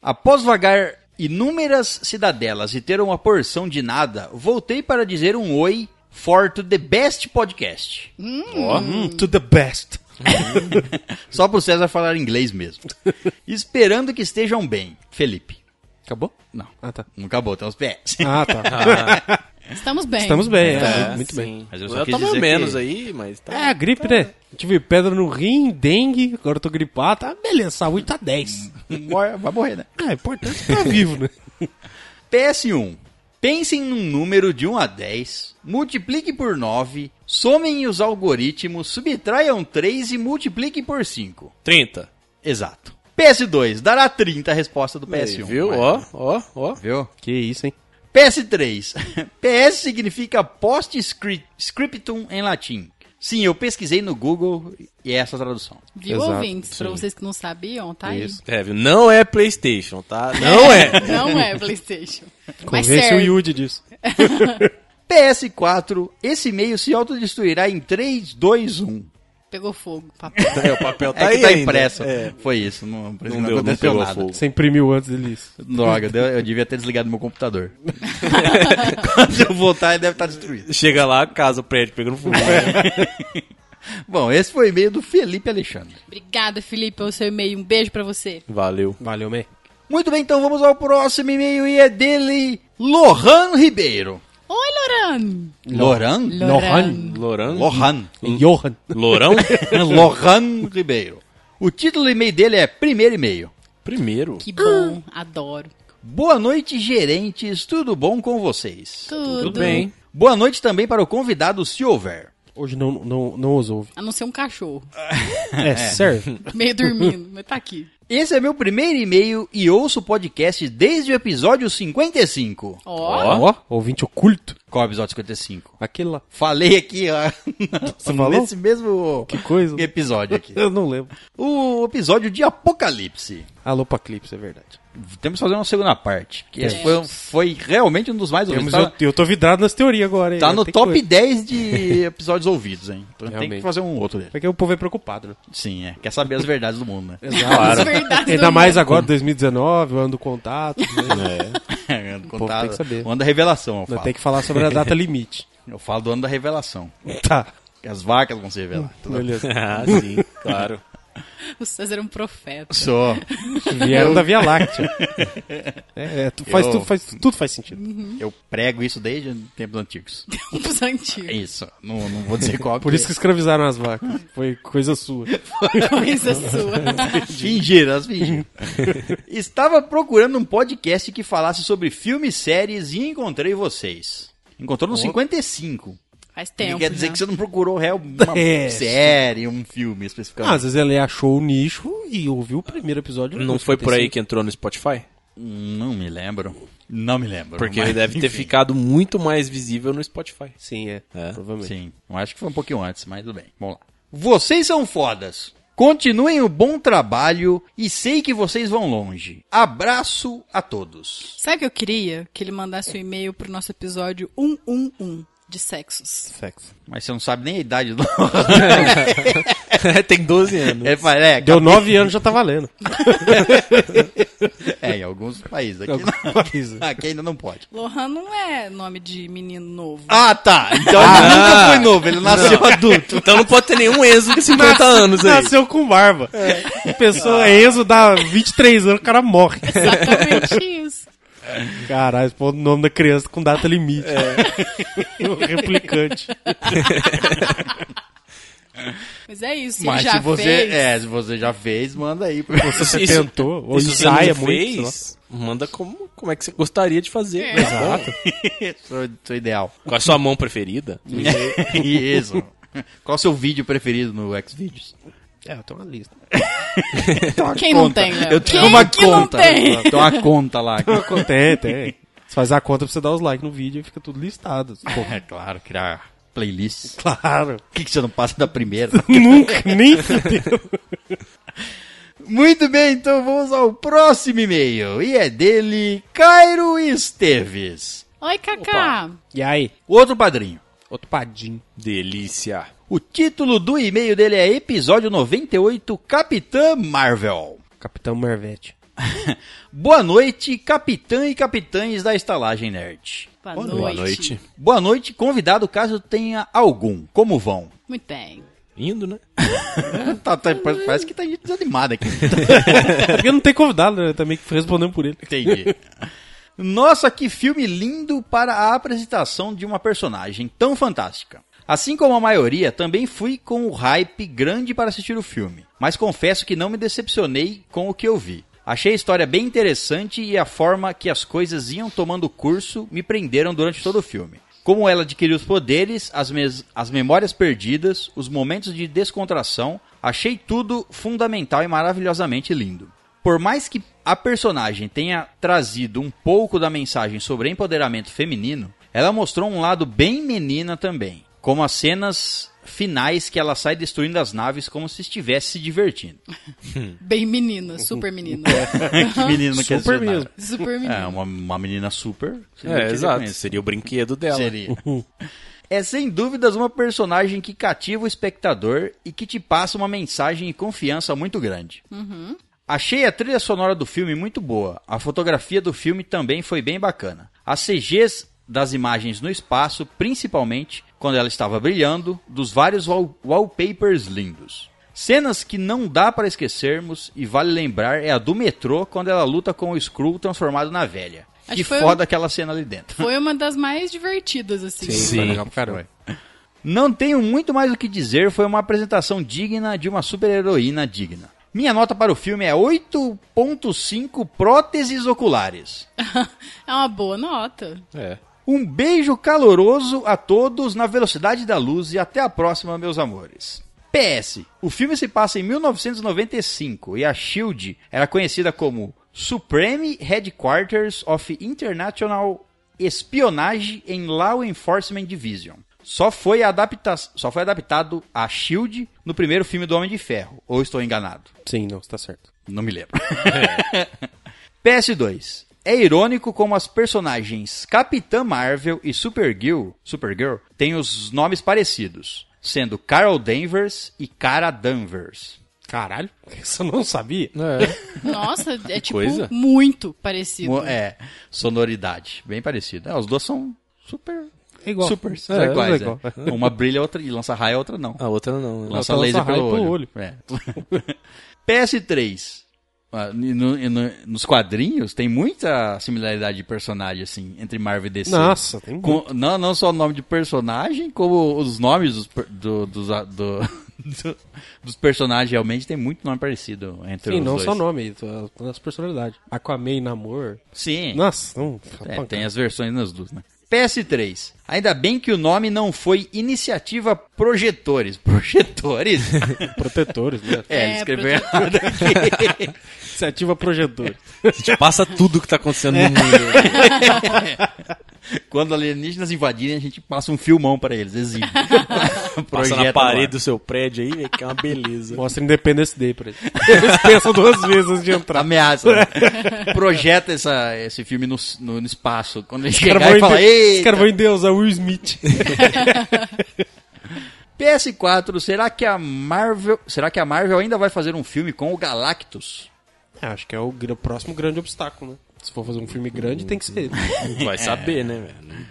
Speaker 2: Após vagar inúmeras cidadelas e ter uma porção de nada, voltei para dizer um oi for to the best podcast.
Speaker 5: Ó.
Speaker 4: Hum, to the best.
Speaker 2: Só pro César falar inglês mesmo. Esperando que estejam bem. Felipe.
Speaker 4: Acabou?
Speaker 2: Não,
Speaker 4: Ah, tá.
Speaker 2: não acabou, tem uns PS.
Speaker 4: Ah, tá.
Speaker 3: Estamos bem.
Speaker 4: Estamos bem, é,
Speaker 5: É,
Speaker 4: muito- muito bem.
Speaker 5: sim.
Speaker 2: Mas eu
Speaker 5: eu
Speaker 2: só
Speaker 5: tava
Speaker 2: quis dizer
Speaker 5: menos
Speaker 2: que-
Speaker 5: aí, mas tá.
Speaker 4: É, a gripe, né? Tive pedra no rim, dengue, agora eu tô gripado. Ah, beleza, saúde tá 10.
Speaker 2: Mor- Vai morrer, né?
Speaker 4: Ah, é importante que tá vivo, né?
Speaker 2: PS1. Pensem num número de 1 a 10, multiplique por 9, somem os algoritmos, subtraiam 3 e multipliquem por 5.
Speaker 5: 30.
Speaker 2: Exato. PS2, dará 30 a resposta do PS1.
Speaker 5: viu?
Speaker 2: Vai.
Speaker 5: Ó, ó, ó.
Speaker 2: Viu?
Speaker 4: Que isso, hein?
Speaker 2: PS3. PS significa post script- scriptum em latim. Sim, eu pesquisei no Google e é essa a tradução.
Speaker 3: Viu,
Speaker 4: Exato,
Speaker 3: ouvintes? Pra vocês que não sabiam, tá aí.
Speaker 5: É, viu? Não é PlayStation, tá? Não é.
Speaker 3: Não é PlayStation. Mas
Speaker 4: Convence o
Speaker 3: serve.
Speaker 4: Yude disso.
Speaker 2: PS4, esse e-mail se autodestruirá em 3, 2, 1.
Speaker 3: Pegou fogo, papel.
Speaker 5: É, o papel
Speaker 2: É
Speaker 5: tá
Speaker 2: que
Speaker 5: aí
Speaker 2: tá
Speaker 5: ainda.
Speaker 2: impresso.
Speaker 5: É.
Speaker 2: Foi isso, não, não,
Speaker 5: deu, não
Speaker 2: aconteceu
Speaker 5: pegou
Speaker 2: nada.
Speaker 5: fogo.
Speaker 4: Você imprimiu antes deles.
Speaker 2: Droga, eu, eu devia ter desligado meu computador. Quando eu voltar, ele deve estar destruído.
Speaker 5: Chega lá, casa, o prédio pegando fogo.
Speaker 2: Bom, esse foi o e-mail do Felipe Alexandre.
Speaker 3: Obrigada, Felipe, pelo seu e-mail. Um beijo pra você.
Speaker 5: Valeu.
Speaker 4: Valeu, man.
Speaker 2: Muito bem, então vamos ao próximo e-mail e é dele, Lohan Ribeiro.
Speaker 3: Oi, Loran!
Speaker 2: Loran?
Speaker 4: Lohan.
Speaker 5: Loran?
Speaker 2: Lohan.
Speaker 4: Johan.
Speaker 5: Lorão?
Speaker 2: Lohan Ribeiro. O título do e-mail dele é Primeiro e-mail.
Speaker 5: Primeiro.
Speaker 2: Ah.
Speaker 3: Que bom, adoro.
Speaker 2: Boa noite, gerentes. Tudo bom com vocês?
Speaker 3: Tudo.
Speaker 5: Tudo bem.
Speaker 2: Boa noite também para o convidado, se houver.
Speaker 4: Hoje não, não, não os ouve.
Speaker 3: A não ser um cachorro.
Speaker 4: É, serve.
Speaker 3: Meio dormindo, mas tá aqui.
Speaker 2: Esse é meu primeiro e-mail e ouço o podcast desde o episódio 55.
Speaker 3: Ó,
Speaker 5: Ó.
Speaker 4: Ó, ouvinte oculto.
Speaker 2: Qual é o episódio 55?
Speaker 4: Aquele lá.
Speaker 2: Falei aqui, ó.
Speaker 4: Você falou?
Speaker 2: Nesse mesmo
Speaker 4: Que coisa.
Speaker 2: episódio aqui.
Speaker 4: Eu não lembro.
Speaker 2: O episódio de Apocalipse.
Speaker 4: Alô pra Clips, é verdade.
Speaker 2: Temos que fazer uma segunda parte. Porque esse foi, um, foi realmente um dos mais ouvidos.
Speaker 4: Temos-
Speaker 2: Tá-
Speaker 4: eu, eu tô vidrado nas teorias agora. hein?
Speaker 2: Tá no
Speaker 4: Tem
Speaker 2: top
Speaker 4: coisa.
Speaker 2: 10 de episódios ouvidos, hein? Então tem que
Speaker 4: Realmente.
Speaker 2: fazer um outro dele.
Speaker 4: Porque o povo é preocupado, né?
Speaker 2: Sim, é. Quer saber as verdades do mundo, né?
Speaker 3: as verdades
Speaker 4: Ainda
Speaker 3: do
Speaker 4: mais
Speaker 3: mundo.
Speaker 4: agora, 2019, o ano do contato. Né? povo
Speaker 2: Contar
Speaker 4: tem que saber.
Speaker 2: O ano da revelação, eu
Speaker 4: Nós
Speaker 2: falo.
Speaker 4: Tem que falar sobre a data limite.
Speaker 2: Eu falo do ano da revelação.
Speaker 4: Tá.
Speaker 2: Que as vacas vão se
Speaker 4: Hum,
Speaker 2: revelar.
Speaker 4: Beleza.
Speaker 5: Ah, sim, claro.
Speaker 3: o César é um profeta.
Speaker 2: Só.
Speaker 4: Vieram da Via Láctea. É, é, tu- faz,
Speaker 2: Eu-
Speaker 4: tudo, faz, tudo faz sentido.
Speaker 2: Eu prego isso desde tempos antigos. É
Speaker 3: Tempos um antigos.
Speaker 2: Isso. Não, não vou dizer qual.
Speaker 4: Por isso que escravizaram as vacas. Foi coisa sua.
Speaker 3: Coisa sua.
Speaker 2: Fingiram, elas fingiram. Estava procurando um podcast que falasse sobre filmes, séries e encontrei vocês. Encontrou
Speaker 5: Oh.
Speaker 2: no 55.
Speaker 3: Faz
Speaker 2: Não
Speaker 3: tempo. né?
Speaker 2: quer dizer
Speaker 3: já.
Speaker 2: que você não procurou real- uma
Speaker 4: É.
Speaker 2: série, um filme
Speaker 4: Ah,
Speaker 2: especificamente.
Speaker 4: às vezes ele achou o nicho e ouviu o primeiro episódio.
Speaker 5: Não
Speaker 4: dos
Speaker 5: foi por aí
Speaker 4: 55.
Speaker 5: que entrou no Spotify?
Speaker 2: Não me lembro. Não me lembro.
Speaker 5: Porque
Speaker 2: mas,
Speaker 5: ele deve ter
Speaker 2: enfim.
Speaker 5: ficado muito mais visível no Spotify.
Speaker 4: Sim, é.
Speaker 5: É,
Speaker 4: Provavelmente.
Speaker 2: Sim, eu acho que foi um pouquinho antes, mas tudo bem. Vamos lá. Vocês são fodas. Continuem o bom trabalho e sei que vocês vão longe. Abraço a todos.
Speaker 3: Sabe o que eu queria? Que ele mandasse o e-mail pro nosso episódio 111 de sexos.
Speaker 4: Sexo.
Speaker 2: Mas você não sabe nem a idade do.
Speaker 5: Tem 12 anos.
Speaker 2: é, mas é,
Speaker 4: Deu nove anos, já tá valendo.
Speaker 2: é, em alguns países. Aqui,
Speaker 4: Algum
Speaker 2: não-
Speaker 4: país.
Speaker 2: aqui ainda não pode.
Speaker 3: Lohan não é nome de menino novo.
Speaker 2: Ah, tá. Então ele nunca foi novo, ele nasceu adulto.
Speaker 5: Então não pode ter nenhum Enzo com 50 anos aí.
Speaker 4: Nasceu com barba. É. Pessoa Enzo dá 23 anos, o cara morre.
Speaker 3: Exatamente isso.
Speaker 4: Caralho, esse o nome da criança com data limite. É. o replicante.
Speaker 3: Mas é isso.
Speaker 2: Mas
Speaker 3: ele já
Speaker 2: se você,
Speaker 3: fez.
Speaker 2: é, se você já fez, manda aí.
Speaker 4: Você
Speaker 5: Isso-
Speaker 4: tentou, ou
Speaker 5: isso você
Speaker 4: ensaia
Speaker 5: não
Speaker 4: muito,
Speaker 5: fez, manda como, como é que você gostaria de fazer.
Speaker 3: É.
Speaker 5: tá bom?
Speaker 2: Sou, sou ideal.
Speaker 5: Qual é a sua mão preferida?
Speaker 2: Isso. Qual o seu vídeo preferido no Xvideos?
Speaker 4: É, eu tenho uma lista.
Speaker 3: Quem não
Speaker 2: conta.
Speaker 3: tem, Léo?
Speaker 2: Eu tenho
Speaker 3: Quem é
Speaker 2: uma
Speaker 3: que não
Speaker 2: conta.
Speaker 3: tem?
Speaker 2: Eu tenho uma conta lá.
Speaker 4: Tem, tem. Você faz a conta pra você dar os likes no vídeo e fica tudo listado. assim.
Speaker 2: É claro, criar playlists.
Speaker 4: Claro.
Speaker 2: Por que, que você não passa da primeira?
Speaker 4: Nunca, nem fudeu.
Speaker 2: Muito bem, então vamos ao próximo e-mail. E é dele, Cairo Esteves.
Speaker 3: Oi, Kaká.
Speaker 4: E aí?
Speaker 2: Outro padrinho.
Speaker 4: Outro padim.
Speaker 5: Delícia.
Speaker 2: O título do e-mail dele é Episódio 98, Capitã Marvel.
Speaker 4: Capitão Marvete.
Speaker 2: Boa noite, capitã e capitães da Estalagem Nerd.
Speaker 3: Boa,
Speaker 5: Boa noite.
Speaker 2: Boa noite, convidado caso tenha algum. Como vão?
Speaker 3: Muito bem.
Speaker 5: Indo, né?
Speaker 2: Tá- tá- parece que tá gente desanimada aqui.
Speaker 4: É porque não tem convidado, né? Também que foi respondendo por ele.
Speaker 2: Entendi. Nossa, que filme lindo para a apresentação de uma personagem tão fantástica. Assim como a maioria, também fui com o hype grande para assistir o filme, mas confesso que não me decepcionei com o que eu vi. Achei a história bem interessante e a forma que as coisas iam tomando curso me prenderam durante todo o filme. Como ela adquiriu os poderes, as, mes- as memórias perdidas, os momentos de descontração, achei tudo fundamental e maravilhosamente lindo. Por mais que a personagem tenha trazido um pouco da mensagem sobre empoderamento feminino, ela mostrou um lado bem menina também, como as cenas finais que ela sai destruindo as naves como se estivesse se divertindo.
Speaker 3: Bem menina, super menina.
Speaker 2: que menino não quer
Speaker 4: Super
Speaker 2: dizer nada.
Speaker 4: mesmo.
Speaker 3: super menina.
Speaker 2: É, uma, uma menina super. se
Speaker 5: É,
Speaker 2: divertiria com
Speaker 5: exato.
Speaker 2: isso.
Speaker 5: Seria o brinquedo dela.
Speaker 2: Seria. É sem dúvidas uma personagem que cativa o espectador e que te passa uma mensagem e confiança muito grande.
Speaker 3: Uhum.
Speaker 2: Achei a trilha sonora do filme muito boa. A fotografia do filme também foi bem bacana. As CGs das imagens no espaço, principalmente quando ela estava brilhando, dos vários wall- wallpapers lindos. Cenas que não dá para esquecermos e vale lembrar é a do metrô quando ela luta com o Skrull transformado na velha.
Speaker 3: Acho
Speaker 2: que
Speaker 3: que foi um-
Speaker 2: foda aquela cena ali dentro.
Speaker 3: Foi uma das mais divertidas, assim.
Speaker 5: Sim.
Speaker 4: Foi legal pra caramba.
Speaker 2: Não tenho muito mais o que dizer, foi uma apresentação digna de uma super-heroína digna. Minha nota para o filme é 8.5 próteses oculares.
Speaker 3: é uma boa nota.
Speaker 5: É.
Speaker 2: Um beijo caloroso a todos na velocidade da luz e até a próxima, meus amores. PS. O filme se passa em 1995 e a SHIELD era conhecida como Supreme Headquarters of International Espionage and Law Enforcement Division. Só foi, adapta só foi adaptado a SHIELD no primeiro filme do Homem de Ferro, ou estou enganado?
Speaker 4: Sim, não, você tá certo.
Speaker 2: Não me lembro. PS2. É irônico como as personagens Capitã Marvel e Supergirl, Supergirl têm os nomes parecidos, sendo Carol Danvers e Cara Danvers.
Speaker 4: Caralho, isso eu não sabia.
Speaker 3: Nossa, é tipo
Speaker 5: coisa.
Speaker 3: muito parecido.
Speaker 2: Mo- É, sonoridade, bem parecido. É, as duas são super
Speaker 4: É igual.
Speaker 2: super
Speaker 4: É, é
Speaker 2: iguais.
Speaker 4: igual.
Speaker 2: é. Uma brilha a outra e lança raio, a outra não.
Speaker 5: A outra não. né?
Speaker 2: Lança
Speaker 4: Ela tá
Speaker 2: laser
Speaker 4: lança
Speaker 2: pelo
Speaker 4: raio
Speaker 2: olho.
Speaker 4: pro
Speaker 2: É. PS3. Ah, e no- e no- nos quadrinhos tem muita similaridade de personagem, assim, entre Marvel e DC.
Speaker 4: Nossa, tem
Speaker 2: Com- não, não só o nome de personagem, como os nomes dos, per- do- dos, a- do- do- dos personagens realmente tem muito nome parecido entre
Speaker 4: Sim,
Speaker 2: os
Speaker 4: não
Speaker 2: dois.
Speaker 4: só nome, a- as personalidades. Aquaman, Namor.
Speaker 2: Sim.
Speaker 4: Nossa, não.
Speaker 2: É, tem as versões nas duas, né? PS3. Ainda bem que o nome não foi Iniciativa Projetores. Projetores?
Speaker 4: Protetores, né?
Speaker 2: é, ele
Speaker 3: É,
Speaker 2: escreveu errado aqui.
Speaker 4: Você ativa projetor.
Speaker 5: A gente passa tudo que tá acontecendo no mundo. né?
Speaker 2: Quando alienígenas invadirem, a gente passa um filmão pra eles, exibe.
Speaker 5: Passa
Speaker 2: Projeta
Speaker 5: na
Speaker 2: lá.
Speaker 5: parede do seu prédio aí, velho, que é uma beleza.
Speaker 4: Mostra Independence Day pra eles. Eles pensam duas vezes antes de entrar.
Speaker 2: Ameaça. né? Projeta essa, esse filme no, no- no espaço. Quando ele
Speaker 4: Os caras
Speaker 2: chegar
Speaker 4: vão
Speaker 2: e fala,
Speaker 4: ende- os
Speaker 2: ei,
Speaker 4: caras vão endeusar Will Smith.
Speaker 2: PS4, será que a Marvel. Será que a Marvel ainda vai fazer um filme com o Galactus?
Speaker 4: É, acho que é o, gr- próximo grande obstáculo, né? Se for fazer um filme grande, tem que ser ele.
Speaker 5: Vai saber, né, velho?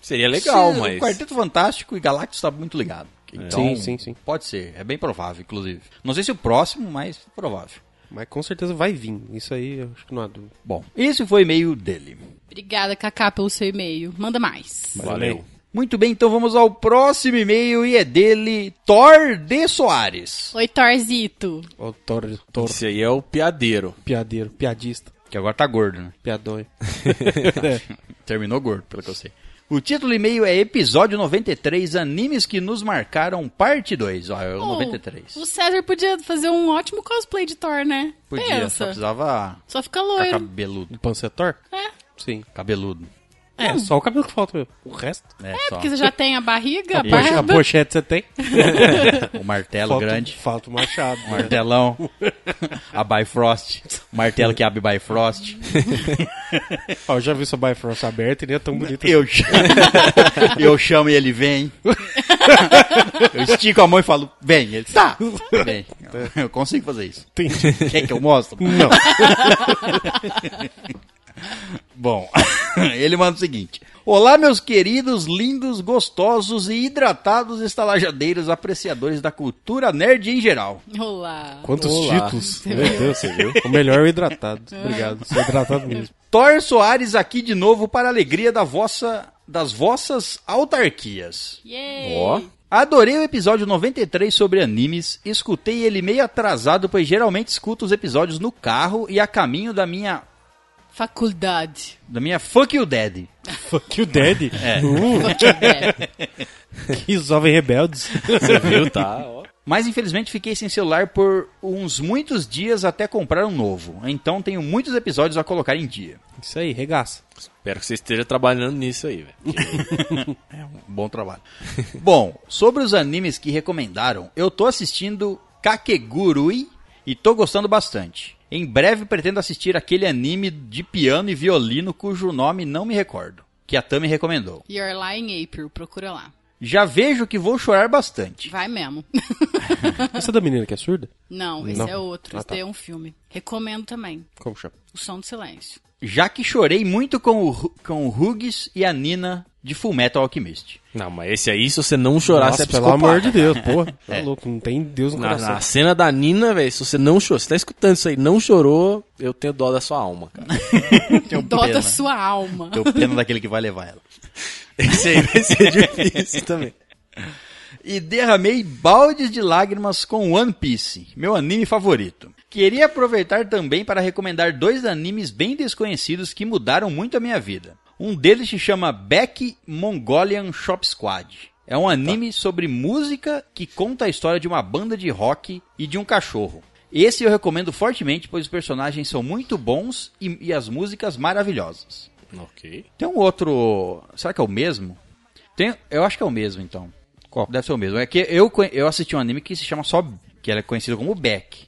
Speaker 5: Seria legal,
Speaker 2: Se-
Speaker 5: mas.
Speaker 2: O Quarteto Fantástico e Galactus tá muito ligado. Então,
Speaker 4: É. Sim, sim, sim.
Speaker 2: Pode ser. É bem provável, inclusive. Não sei se o próximo, mas provável.
Speaker 4: Mas com certeza vai vir. Isso aí, eu acho que não há dúvida.
Speaker 2: Bom, esse foi o e-mail dele.
Speaker 3: Obrigada, Kaká, pelo seu e-mail. Manda mais.
Speaker 5: Valeu.
Speaker 2: Muito bem, então vamos ao próximo e-mail e é dele, Thor de Soares.
Speaker 3: Oi, Torzito.
Speaker 4: Ó, O Toro, Toro
Speaker 5: Esse aí é o piadeiro.
Speaker 4: piadeiro, piadista, É.
Speaker 2: Que agora tá gordo, né?
Speaker 4: piadonho.
Speaker 2: Terminou gordo, pelo que eu sei. O título do e-mail é Episódio 93, Animes que nos marcaram, parte 2. Ó, é o
Speaker 3: Oh,
Speaker 2: 93.
Speaker 3: O César podia fazer um ótimo cosplay de Thor, né?
Speaker 2: Podia, só
Speaker 3: Pensa. Só,
Speaker 2: precisava
Speaker 3: fica
Speaker 2: ficar
Speaker 3: loiro.
Speaker 2: cabeludo.
Speaker 4: O Pancetor?
Speaker 3: É.
Speaker 4: Sim.
Speaker 2: Cabeludo.
Speaker 4: É, só o cabelo que falta mesmo. O resto?
Speaker 2: É,
Speaker 3: É,
Speaker 2: só
Speaker 3: porque você já tem a barriga, a
Speaker 4: Poxa, a
Speaker 3: barba.
Speaker 4: pochete você tem?
Speaker 2: o martelo
Speaker 4: Falta-
Speaker 2: grande,
Speaker 4: Falta o machado. né?
Speaker 2: o martelão, a Bifrost, o martelo que abre Bifrost.
Speaker 4: Ó, eu já vi sua Bifrost aberta e nem é tão bonita.
Speaker 2: Eu, ch- eu chamo e ele vem. Eu estico a mão e falo, vem. Ele, tá, vem. Eu consigo fazer isso.
Speaker 4: Entendi.
Speaker 2: Quer que eu mostre?
Speaker 4: Não.
Speaker 2: Bom, ele manda o seguinte. Olá, meus queridos, lindos, gostosos e hidratados estalajadeiros apreciadores da cultura nerd em geral.
Speaker 3: Olá.
Speaker 4: Quantos
Speaker 5: Olá.
Speaker 4: títulos? Meu Deus, você viu? O melhor é o hidratado. Obrigado. Sou hidratado mesmo.
Speaker 2: Thor Soares aqui de novo para a alegria da vossa, das vossas autarquias.
Speaker 3: Yay.
Speaker 5: Ó.
Speaker 2: Adorei o episódio 93 sobre animes, escutei ele meio atrasado, pois geralmente escuto os episódios no carro e a caminho da minha,
Speaker 3: Faculdade.
Speaker 2: da minha Fuck You Daddy.
Speaker 4: Fuck you, Daddy. Uh,
Speaker 3: Faculdade.
Speaker 4: que jovem rebeldes.
Speaker 5: Você viu, tá? Ó.
Speaker 2: Mas infelizmente fiquei sem celular por uns muitos dias até comprar um novo. Então tenho muitos episódios a colocar em dia.
Speaker 4: Isso aí, regaça.
Speaker 5: Espero que você esteja trabalhando nisso aí, velho.
Speaker 2: Bom trabalho. Bom, sobre os animes que recomendaram, eu tô assistindo Kakegurui e tô gostando bastante. Em breve pretendo assistir aquele anime de piano e violino cujo nome não me recordo, que a Tami recomendou.
Speaker 3: You're Lying April, procura lá.
Speaker 2: Já vejo que vou chorar bastante.
Speaker 3: Vai mesmo.
Speaker 4: Essa da menina que é surda?
Speaker 3: Não, esse
Speaker 4: Não.
Speaker 3: é outro.
Speaker 4: Ah,
Speaker 3: esse
Speaker 4: tá.
Speaker 3: daí é um filme. Recomendo também.
Speaker 4: Como chama?
Speaker 3: O Som do Silêncio.
Speaker 2: Já que chorei muito com o, Ru- com o Hughes e a Nina de Fullmetal Alchemist.
Speaker 5: Não, mas esse aí, se você não chorar, você é
Speaker 4: pelo
Speaker 5: psicopata.
Speaker 4: amor de Deus, porra. Tá
Speaker 2: É.
Speaker 4: louco, não tem Deus no
Speaker 5: Na,
Speaker 4: coração.
Speaker 5: na cena da Nina, velho, se você não chorou, você tá escutando isso aí, não chorou, eu tenho dó da sua alma, cara.
Speaker 2: Tenho
Speaker 3: Dó
Speaker 2: pena.
Speaker 3: da sua alma.
Speaker 2: Tenho pena daquele que vai levar ela.
Speaker 5: Esse aí vai ser difícil também.
Speaker 2: e derramei baldes de lágrimas com One Piece, meu anime favorito. Queria aproveitar também para recomendar dois animes bem desconhecidos que mudaram muito a minha vida. Um deles se chama Beck Mongolian Shop Squad. É um anime sobre música que conta a história de uma banda de rock e de um cachorro. Esse eu recomendo fortemente, pois os personagens são muito bons e- e as músicas maravilhosas.
Speaker 5: Ok.
Speaker 2: Tem um outro. Será que é o mesmo? Tem... Eu acho que é o mesmo, então.
Speaker 4: Qual?
Speaker 2: Deve ser o mesmo. É que eu, conhe- eu assisti um anime que se chama só. que ele é conhecido como Beck.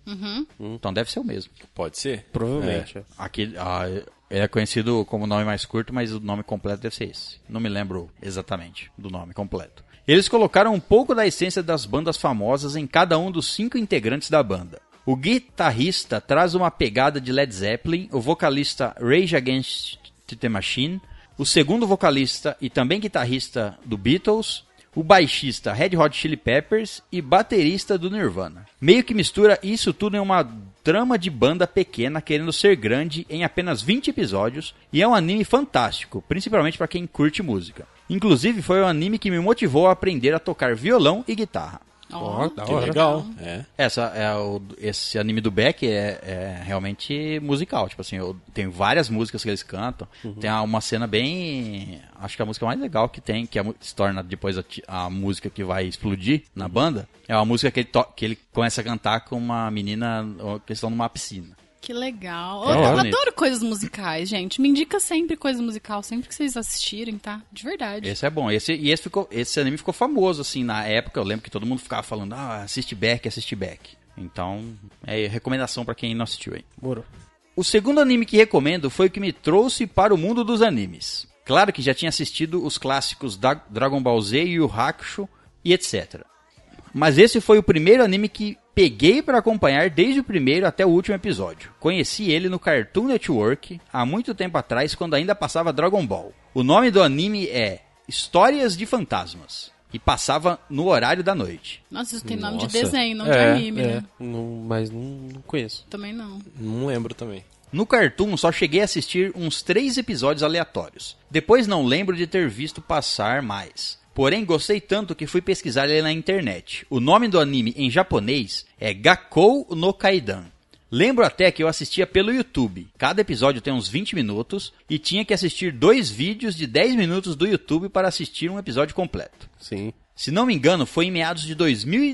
Speaker 2: Então deve ser o mesmo.
Speaker 5: Pode ser?
Speaker 4: Provavelmente. Hum. é.
Speaker 2: Aquele. ah, ele é conhecido como nome mais curto, mas o nome completo deve ser esse. Não me lembro exatamente do nome completo. Eles colocaram um pouco da essência das bandas famosas em cada um dos cinco integrantes da banda. O guitarrista traz uma pegada de Led Zeppelin, o vocalista Rage Against the Machine, o segundo vocalista e também guitarrista do Beatles, o baixista Red Hot Chili Peppers e baterista do Nirvana. Meio que mistura isso tudo em uma trama de banda pequena querendo ser grande em apenas 20 episódios e é um anime fantástico, principalmente para quem curte música. Inclusive foi o anime que me motivou a aprender a tocar violão e guitarra.
Speaker 3: Ó,
Speaker 4: da
Speaker 5: É. Que
Speaker 4: hora.
Speaker 5: legal. É.
Speaker 2: Essa é o- esse anime do Beck é, é realmente musical, tipo assim, eu- tem várias músicas que eles cantam. Tem a- uma cena bem, acho que a música mais legal que tem, que é a mu- se torna depois a, ti- a música que vai explodir na banda, é uma música que ele, to- que ele começa a cantar com uma menina ó, que estão numa piscina.
Speaker 3: que legal.
Speaker 4: Da
Speaker 3: eu,
Speaker 4: hora.
Speaker 3: eu adoro coisas musicais, gente. Me indica sempre coisa musical, sempre que vocês assistirem, tá? De verdade.
Speaker 2: Esse é bom. Esse, e esse, ficou, esse anime ficou famoso, assim, na época. Eu lembro que todo mundo ficava falando, ah, assiste Beck, assiste Beck. Então, é recomendação pra quem não assistiu aí.
Speaker 4: Moro.
Speaker 2: O segundo anime que recomendo foi o que me trouxe para o mundo dos animes. Claro que já tinha assistido os clássicos da Dragon Ball Z e o Hakusho e etc. Mas esse foi o primeiro anime que peguei para acompanhar desde o primeiro até o último episódio. Conheci ele no Cartoon Network há muito tempo atrás, quando ainda passava Dragon Ball. O nome do anime é Histórias de Fantasmas e passava no horário da noite.
Speaker 3: Nossa, isso tem nome de
Speaker 5: Nossa.
Speaker 3: desenho, não
Speaker 5: É,
Speaker 3: de anime,
Speaker 4: É,
Speaker 3: né?
Speaker 4: não- mas não, não conheço.
Speaker 3: Também não.
Speaker 5: Não lembro também.
Speaker 2: No Cartoon só cheguei a assistir uns três episódios aleatórios. Depois não lembro de ter visto passar mais. Porém, gostei tanto que fui pesquisar ele na internet. O nome do anime em japonês é Gakkou no Kaidan. Lembro até que eu assistia pelo YouTube. Cada episódio tem uns 20 minutos e tinha que assistir dois vídeos de 10 minutos do YouTube para assistir um episódio completo.
Speaker 4: Sim.
Speaker 2: Se não me engano, foi em meados de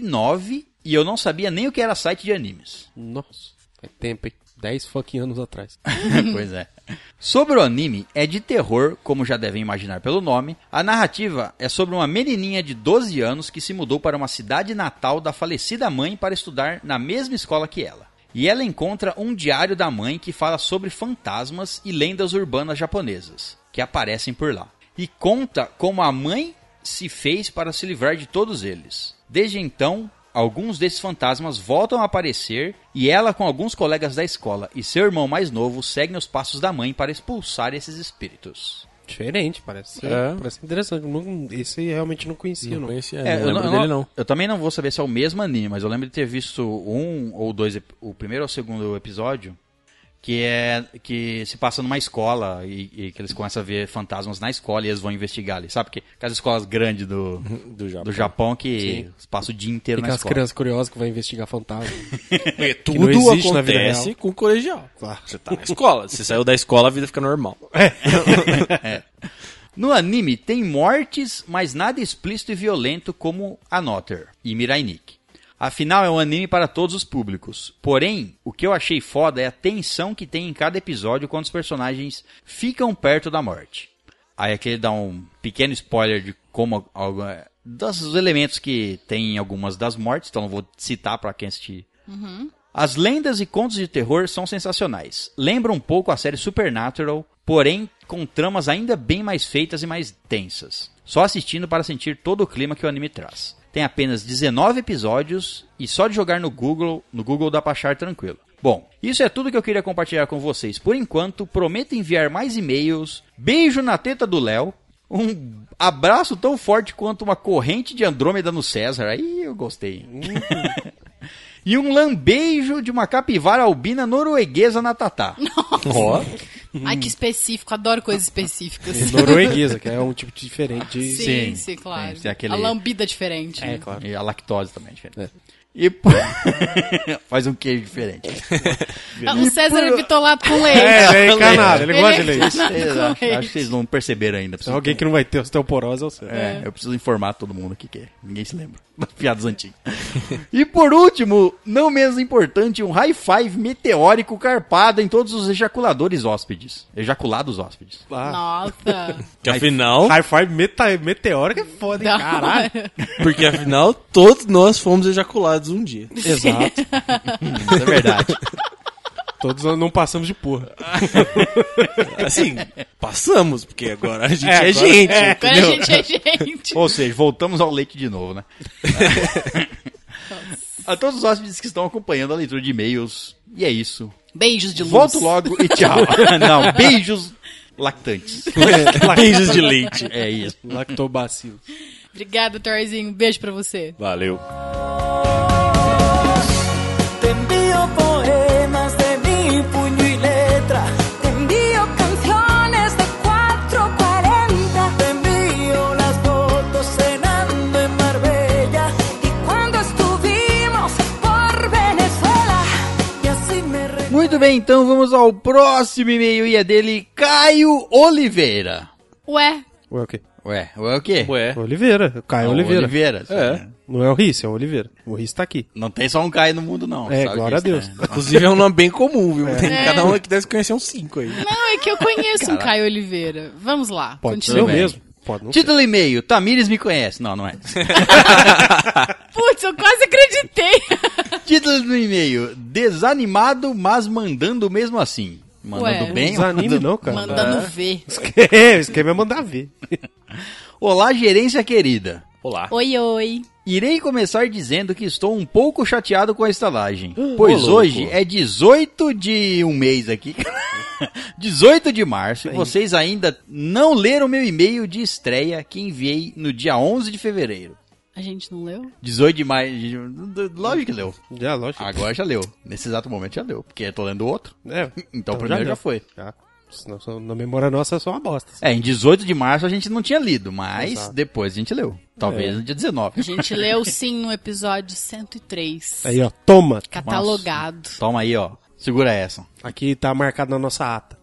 Speaker 2: 2009 e eu não sabia nem o que era site de animes.
Speaker 4: Nossa. Faz É tempo, hein? 10 fucking anos atrás.
Speaker 2: pois é. Sobre o anime, é de terror, como já devem imaginar pelo nome. A narrativa é sobre uma menininha de 12 anos que se mudou para uma cidade natal da falecida mãe para estudar na mesma escola que ela. E ela encontra um diário da mãe que fala sobre fantasmas e lendas urbanas japonesas que aparecem por lá. E conta como a mãe se fez para se livrar de todos eles. Desde então, alguns desses fantasmas voltam a aparecer e ela, com alguns colegas da escola e seu irmão mais novo, seguem os passos da mãe para expulsar esses espíritos.
Speaker 4: Diferente, parece. ser-
Speaker 5: É.
Speaker 4: Parece interessante. Não- esse eu realmente não conhecia,
Speaker 5: Não
Speaker 4: não.
Speaker 5: conhecia,
Speaker 2: É,
Speaker 5: não lembro dele não.
Speaker 2: eu também não vou saber se é o mesmo anime, mas eu lembro de ter visto um ou dois, ep- o primeiro ou o segundo episódio, que é que se passa numa escola e, e que eles começam a ver fantasmas na escola e eles vão investigar ali, sabe? Porque aquelas escolas grandes do,
Speaker 5: Do Japão.
Speaker 2: do Japão que passa o dia inteiro
Speaker 4: Fica
Speaker 2: na
Speaker 4: as
Speaker 2: escola.
Speaker 4: crianças curiosas que vai investigar fantasma.
Speaker 5: Porque tudo
Speaker 4: não existe na vida
Speaker 5: acontece
Speaker 4: real.
Speaker 5: com o colegial. Você tá na escola. Você saiu da escola, a vida fica normal.
Speaker 2: No anime tem mortes, mas nada explícito e violento como a Notter e Mirai Nikki. Afinal, é um anime para todos os públicos. Porém, o que eu achei foda é a tensão que tem em cada episódio quando os personagens ficam perto da morte. Aí aqui ele dá um pequeno spoiler de como algo, dos elementos que tem em algumas das mortes, então não vou citar para quem assistir as lendas e contos de terror são sensacionais. Lembra um pouco a série Supernatural, porém com tramas ainda bem mais feitas e mais tensas. Só assistindo para sentir todo o clima que o anime traz. Tem apenas 19 episódios e só de jogar no Google, no Google dá pra achar tranquilo. Bom, isso é tudo que eu queria compartilhar com vocês. Por enquanto, prometo enviar mais e-mails. Beijo na teta do Léo. Um abraço tão forte quanto uma corrente de Andrômeda no César. Aí eu gostei. E um lambejo de uma capivara albina norueguesa na Tatá.
Speaker 5: Ó,
Speaker 3: Ai, que específico, adoro coisas específicas.
Speaker 4: Norueguesa, que é um tipo diferente de...
Speaker 3: Sim,
Speaker 2: Sim,
Speaker 3: sim, claro.
Speaker 2: sim, tem aquele-
Speaker 3: A lambida é diferente. né?
Speaker 4: claro.
Speaker 2: E a lactose também é diferente. E por... Faz um queijo diferente.
Speaker 3: Ah, O César é bitolado com leite.
Speaker 4: É, ele é encanado, ele
Speaker 3: Ele
Speaker 4: gosta de
Speaker 3: é
Speaker 4: leite.
Speaker 3: encanado
Speaker 2: Vocês
Speaker 3: com
Speaker 2: acham- acho,
Speaker 3: leite.
Speaker 2: que vocês não perceberam ainda.
Speaker 4: Se
Speaker 2: Preciso-
Speaker 4: alguém que não vai ter osteoporose é o seu.
Speaker 2: É, eu preciso informar todo mundo aqui que é. ninguém se lembra. Das piadas antigas. e por último, não menos importante, um high five meteórico carpado em todos os ejaculadores hóspedes. Ejaculados hóspedes.
Speaker 4: Ah,
Speaker 3: Nossa. então,
Speaker 5: que afinal,
Speaker 4: High five meta, meteórico é foda, hein?
Speaker 3: Da
Speaker 4: Caralho.
Speaker 3: hora.
Speaker 5: porque afinal todos nós fomos ejaculados um dia.
Speaker 4: Exato.
Speaker 2: Isso é verdade.
Speaker 4: Todos nós não passamos de porra.
Speaker 5: Assim, passamos, porque agora a gente
Speaker 4: É,
Speaker 5: é,
Speaker 4: agora-
Speaker 5: gente.
Speaker 4: é.
Speaker 3: Agora a gente é gente.
Speaker 2: Ou seja, voltamos ao leite de novo, né? a todos os hóspedes que estão acompanhando a leitura de e-mails. E é isso.
Speaker 3: Beijos de luz.
Speaker 2: Volto logo e tchau. Não, beijos lactantes.
Speaker 5: Beijos de leite.
Speaker 2: É isso.
Speaker 4: Lactobacilo.
Speaker 3: Obrigado, Thorzinho. Beijo pra você.
Speaker 5: Valeu.
Speaker 1: Te envío poemas de mi puño y letra. Te envío canciones de 440. Te envío las fotos cenando en Marbella. Y cuando estuvimos por Venezuela. Y así me re-
Speaker 2: Muito bem, então vamos ao próximo e-mail e é dele Caio Oliveira.
Speaker 3: Ué,
Speaker 4: Ué, o quê?
Speaker 2: Ué, ué o quê?
Speaker 5: Ué,
Speaker 4: Oliveira.
Speaker 2: É.
Speaker 4: Caio
Speaker 2: Não,
Speaker 4: Oliveira.
Speaker 2: É.
Speaker 4: Não é o Riz, é o Oliveira. O Riz tá aqui.
Speaker 2: Não tem só um Caio no mundo, não.
Speaker 4: É,
Speaker 2: Sabe o
Speaker 4: glória
Speaker 2: que
Speaker 4: a
Speaker 2: isso,
Speaker 4: Deus.
Speaker 2: né?
Speaker 5: inclusive é um nome bem comum, viu? Tem
Speaker 3: É.
Speaker 5: cada um aqui deve conhecer uns cinco aí.
Speaker 3: não, é que eu conheço um Caio Oliveira. Vamos lá.
Speaker 4: Pode
Speaker 3: continua.
Speaker 4: ser o
Speaker 2: bem.
Speaker 4: mesmo. Pode não ser.
Speaker 2: Título e-mail, Tamires me conhece. Não, não é.
Speaker 3: Putz, eu quase acreditei.
Speaker 2: Título do e-mail, desanimado, mas mandando mesmo assim. Mandando
Speaker 3: Ué.
Speaker 2: bem,
Speaker 4: Desanime não, cara.
Speaker 3: Mandando ver.
Speaker 4: É, o esquema é mandar ver.
Speaker 2: Olá, gerência querida.
Speaker 5: Olá.
Speaker 3: Oi, oi.
Speaker 2: Irei começar dizendo que estou um pouco chateado com a estalagem, pois
Speaker 4: ô, louco.
Speaker 2: hoje é 18 de um mês aqui. 18 de março, e vocês ainda não leram meu e-mail de estreia que enviei no dia 11 de fevereiro.
Speaker 3: A gente não leu?
Speaker 2: 18 de maio. Lógico que leu.
Speaker 4: Já, lógico.
Speaker 2: Agora já leu. Nesse exato momento já leu, porque eu tô lendo outro.
Speaker 4: É,
Speaker 2: Então o primeiro já,
Speaker 4: deu.
Speaker 2: foi.
Speaker 4: Já. Senão, só- na memória nossa é só uma bosta.
Speaker 2: É, em 18 de março a gente não tinha lido, mas
Speaker 4: Exato.
Speaker 2: depois a gente leu. Talvez no dia
Speaker 3: A
Speaker 2: 19.
Speaker 3: gente leu sim no episódio 103.
Speaker 4: Aí, ó, toma.
Speaker 3: Catalogado.
Speaker 2: Toma aí, ó. Segura essa.
Speaker 4: Aqui tá marcado na nossa ata.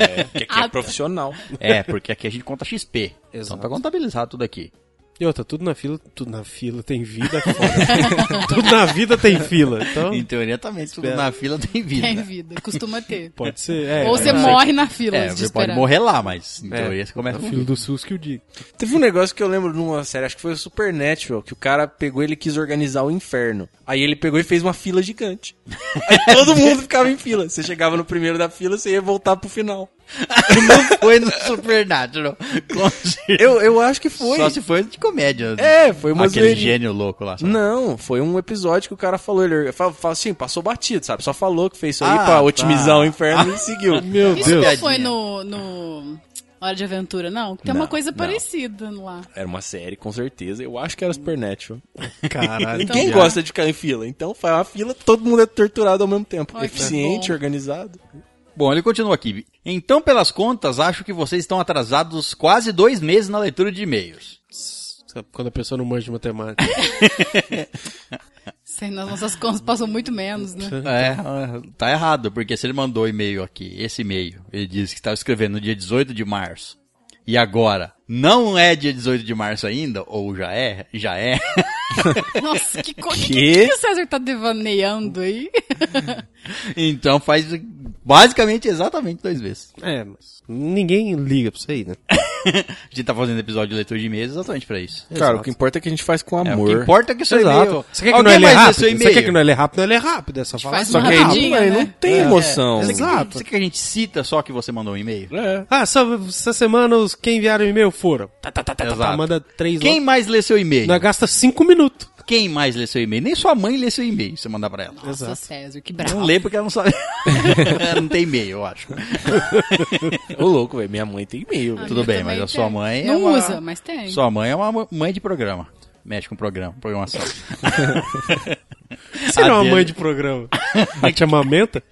Speaker 5: É, porque aqui é
Speaker 3: Ah.
Speaker 5: profissional.
Speaker 2: É, porque aqui a gente conta XP. Então
Speaker 4: Exato.
Speaker 2: pra contabilizar tudo aqui.
Speaker 4: E outra, tudo na fila, tudo na fila tem vida, é foda. tudo na vida tem fila. Então,
Speaker 2: Em teoria também, tudo
Speaker 4: espera.
Speaker 2: na fila tem vida.
Speaker 3: Tem é vida, costuma ter.
Speaker 4: pode ser. é,
Speaker 3: Ou você
Speaker 4: pode ser.
Speaker 3: morre na fila
Speaker 2: É,
Speaker 3: de
Speaker 2: você
Speaker 3: esperar.
Speaker 2: pode morrer lá, mas em
Speaker 4: É,
Speaker 2: teoria você começa
Speaker 4: é
Speaker 2: com
Speaker 4: o filho
Speaker 2: vida.
Speaker 4: do SUS que o diga.
Speaker 5: Teve um negócio que eu lembro numa série, acho que foi o Supernatural, que o cara pegou ele e quis organizar o inferno. Aí ele pegou e fez uma fila gigante. Aí todo mundo ficava em fila. Você chegava no primeiro da fila, você ia voltar pro final.
Speaker 2: Não foi no Supernatural. Com certeza.
Speaker 5: Eu, eu acho que foi.
Speaker 2: Só se foi de comédia.
Speaker 5: É, foi uma
Speaker 2: Aquele
Speaker 5: zoeirinha.
Speaker 2: gênio louco lá. sabe?
Speaker 5: Não, foi um episódio que o cara falou, ele fala, fala assim, passou batido, sabe? Só falou que fez isso aí
Speaker 2: Ah,
Speaker 5: pra otimizar
Speaker 2: tá.
Speaker 5: o inferno e seguiu.
Speaker 4: Meu
Speaker 3: Isso
Speaker 4: Deus.
Speaker 3: não foi
Speaker 2: Piadinha.
Speaker 3: no, no Hora de Aventura, não? Tem
Speaker 5: Não,
Speaker 3: uma coisa
Speaker 5: não.
Speaker 3: parecida lá.
Speaker 5: Era uma série, com certeza. Eu acho que era Supernatural.
Speaker 4: Caralho.
Speaker 5: Ninguém
Speaker 4: já.
Speaker 5: gosta de ficar em fila. Então faz uma fila, todo mundo é torturado ao mesmo tempo.
Speaker 3: Ai, que
Speaker 5: Eficiente,
Speaker 3: bom.
Speaker 5: organizado.
Speaker 2: Bom, ele continua aqui. Então, pelas contas, acho que vocês estão atrasados quase dois meses na leitura de e-mails.
Speaker 4: Quando a pessoa não manja de matemática.
Speaker 3: Sei, nas nossas contas passou muito menos, né?
Speaker 4: Uhum.
Speaker 2: É, tá errado, porque se ele mandou o e-mail aqui, esse e-mail, ele disse que estava escrevendo no dia 18 de março. E agora, não é dia 18 de março ainda, ou já é, já é.
Speaker 3: Nossa, que coisa.
Speaker 5: Que?
Speaker 3: Que? Que, que o César tá devaneando aí?
Speaker 2: Então faz basicamente exatamente duas vezes.
Speaker 4: É, mas ninguém liga pra isso aí, né?
Speaker 2: A gente tá fazendo episódio de leitor de e-mails exatamente pra isso.
Speaker 5: Cara,
Speaker 4: Exato.
Speaker 5: o que importa é que a gente faz com
Speaker 2: É, o
Speaker 5: amor.
Speaker 2: que importa é que o seu e-mail...
Speaker 4: Você quer que
Speaker 2: Alguém
Speaker 4: não é ler
Speaker 2: mais lê
Speaker 4: rápido?
Speaker 2: seu
Speaker 4: Você quer
Speaker 2: e-mail?
Speaker 4: que não é ler rápido? Não é ler rápido, é só falar.
Speaker 3: faz
Speaker 5: Só que aí
Speaker 3: Rapidinho,
Speaker 5: não, aí
Speaker 3: né?
Speaker 5: não tem emoção.
Speaker 2: Você,
Speaker 4: Exato.
Speaker 2: Você quer que a gente cita só que você mandou um e-mail?
Speaker 5: É.
Speaker 4: Ah, só essa semana os que enviaram e-mail foram. Tá, tá, tá, tá, tá,
Speaker 2: Exato.
Speaker 4: manda três
Speaker 2: Quem
Speaker 4: lá.
Speaker 2: mais lê seu e-mail?
Speaker 4: Nós gasta cinco minutos.
Speaker 2: Quem mais lê seu e-mail? Nem sua mãe lê seu e-mail, se você mandar pra ela.
Speaker 3: Nossa, César, que bravo.
Speaker 2: Não lê porque ela não sabe. ela É, não tem e-mail, eu acho.
Speaker 5: É. Ô, louco, velho. Minha mãe tem e-mail.
Speaker 3: Ah,
Speaker 5: velho.
Speaker 2: Tudo bem,
Speaker 3: também
Speaker 2: mas a
Speaker 3: tem.
Speaker 2: sua mãe. é
Speaker 3: Não
Speaker 2: uma-
Speaker 3: usa, mas tem.
Speaker 2: Sua mãe é uma mãe de programa. Mexe com programa, programação.
Speaker 4: Então. Você não é uma
Speaker 2: Adeus.
Speaker 4: mãe de programa. Ela te amamenta?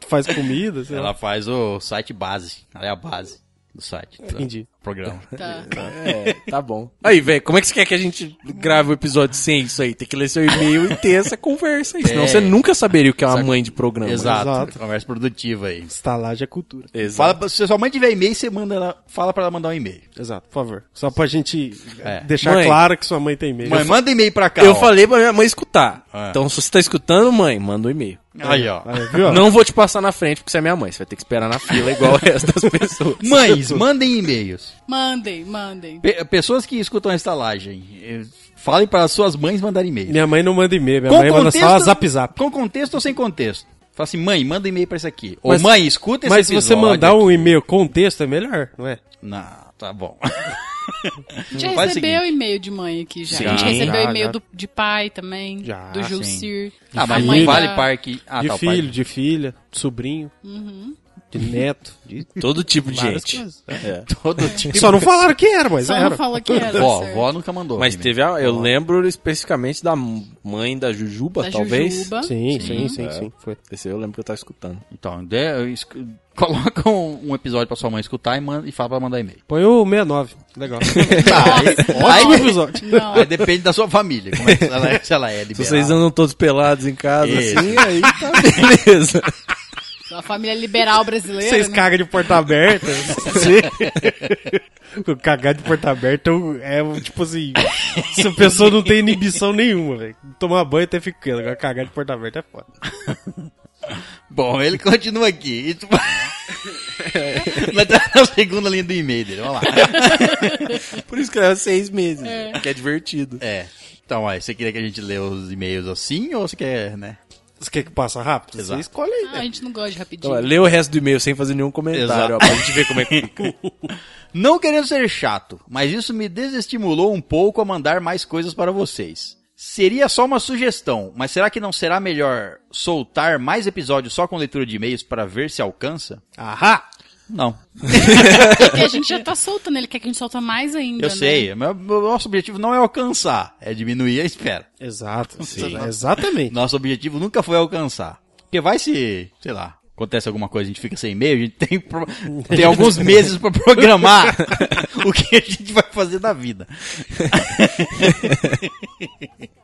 Speaker 4: Tu faz comida, sei lá.
Speaker 2: ela faz o site base. Ela é a base do site. do
Speaker 4: Entendi.
Speaker 2: Programa.
Speaker 3: Tá.
Speaker 5: É, tá bom. Aí, velho, como é que você quer que a gente grave o episódio sem isso aí? Tem que ler seu e-mail e ter essa conversa aí. Senão
Speaker 2: É.
Speaker 5: você nunca saberia o que é uma mãe de programa.
Speaker 2: Exato.
Speaker 4: Exato.
Speaker 2: Conversa produtiva aí.
Speaker 4: Estalagem é cultura.
Speaker 5: Exato.
Speaker 2: Fala, pra- se sua mãe tiver e-mail, você manda ela. Fala pra ela mandar um e-mail.
Speaker 4: Exato, por favor. Só pra gente
Speaker 2: É.
Speaker 4: deixar
Speaker 5: Mãe.
Speaker 4: claro que sua mãe tem e-mail.
Speaker 2: Mãe, manda e-mail pra cá.
Speaker 5: Eu
Speaker 2: ó.
Speaker 5: falei pra minha mãe escutar.
Speaker 2: É.
Speaker 5: Então, se você tá escutando, mãe, manda um e-mail.
Speaker 2: Aí, ó.
Speaker 4: Aí, viu? ó?
Speaker 5: Não vou te passar na frente porque você é minha mãe. Você vai ter que esperar na fila igual o resto das pessoas.
Speaker 2: Mães, mandem e-mails.
Speaker 3: Mandem, mandem.
Speaker 2: Pe- pessoas que escutam a estalagem, eh, falem para suas mães mandarem e-mail.
Speaker 4: Minha mãe não manda e-mail, minha mãe manda só zap zap.
Speaker 2: Com contexto ou sem contexto? Fala assim, mãe, manda e-mail pra isso aqui. Ou
Speaker 4: Mas-
Speaker 2: mãe, escuta esse
Speaker 4: Mas se
Speaker 2: episódio.
Speaker 4: você mandar um
Speaker 2: aqui.
Speaker 4: e-mail com texto é melhor, não é?
Speaker 2: Não, tá bom.
Speaker 3: A gente
Speaker 2: Hum, Faz o
Speaker 3: recebeu
Speaker 2: seguinte.
Speaker 3: e-mail de mãe aqui já.
Speaker 5: Sim,
Speaker 3: a gente recebeu
Speaker 4: já,
Speaker 3: e-mail
Speaker 4: já.
Speaker 3: do- de pai também.
Speaker 4: Já,
Speaker 3: do
Speaker 4: sim.
Speaker 3: Jussir.
Speaker 2: Ah,
Speaker 3: A
Speaker 2: mas
Speaker 3: mãe
Speaker 2: não vale
Speaker 3: da-
Speaker 2: parque. Ah,
Speaker 4: de
Speaker 2: tá, o pai-
Speaker 4: filho, de filha, de sobrinho,
Speaker 3: Uhum.
Speaker 4: de neto, de
Speaker 5: Todo tipo de
Speaker 4: várias
Speaker 5: gente.
Speaker 4: coisas.
Speaker 5: É.
Speaker 2: Todo tipo.
Speaker 4: Só não falaram quem era, mas
Speaker 3: Só
Speaker 4: era.
Speaker 3: não falou que era.
Speaker 2: Vó,
Speaker 3: certo.
Speaker 2: vó nunca mandou.
Speaker 5: Mas
Speaker 2: né?
Speaker 5: teve a, eu lembro especificamente da mãe da Jujuba,
Speaker 3: Da
Speaker 5: talvez.
Speaker 3: Jujuba.
Speaker 4: Sim, sim, sim,
Speaker 5: É.
Speaker 4: sim. Foi.
Speaker 5: Esse eu lembro que eu tava escutando.
Speaker 2: Então, dê- esc- coloca um, um episódio pra sua mãe escutar e, manda, e fala pra mandar e-mail.
Speaker 4: Põe o 69. Legal. Ah, é Ótimo
Speaker 2: Aí,
Speaker 4: episódio.
Speaker 3: Não.
Speaker 2: aí depende da sua família, como é que ela, é- se ela é
Speaker 5: Se
Speaker 2: liberal.
Speaker 5: vocês andam todos pelados em casa,
Speaker 2: Isso.
Speaker 5: assim, aí tá beleza.
Speaker 3: A família liberal brasileira.
Speaker 4: Vocês
Speaker 3: né?
Speaker 4: cagam de porta aberta. Sim. O Cagar de porta aberta é um, tipo assim. Se a pessoa não tem inibição nenhuma, velho. Tomar banho até ficando. Agora cagar de porta aberta é foda.
Speaker 2: Bom, ele continua aqui. E tu- Mas tá na segunda linha do e-mail dele, vamos lá.
Speaker 5: Por isso que era seis meses, que é divertido.
Speaker 2: É. Então, aí, você queria que a gente lê os e-mails assim ou você quer, né?
Speaker 4: Você quer que passa rápido? Você
Speaker 2: Exato.
Speaker 4: escolhe aí,
Speaker 3: Ah, a
Speaker 4: né?
Speaker 3: gente não gosta de rapidinho.
Speaker 5: Então, ó, lê o resto do e-mail sem fazer nenhum
Speaker 2: Exato.
Speaker 5: comentário, ó, pra gente ver como é que fica.
Speaker 2: Não querendo ser chato, mas isso me desestimulou um pouco a mandar mais coisas para vocês. Seria só uma sugestão, mas será que não será melhor soltar mais episódios só com leitura de e-mails para ver se alcança?
Speaker 4: Ahá!
Speaker 2: Não.
Speaker 3: Porque a gente já tá soltando, ele quer que a gente solta mais ainda.
Speaker 2: Eu
Speaker 3: né?
Speaker 2: sei, mas o nosso objetivo não é alcançar, é diminuir a espera.
Speaker 4: Exato.
Speaker 2: Sim.
Speaker 4: Exatamente.
Speaker 2: Nosso objetivo nunca foi alcançar. Porque vai se, sei lá, acontece alguma coisa, a gente fica sem e-mail, a gente tem, pro- tem alguns meses pra programar o que a gente vai fazer da vida.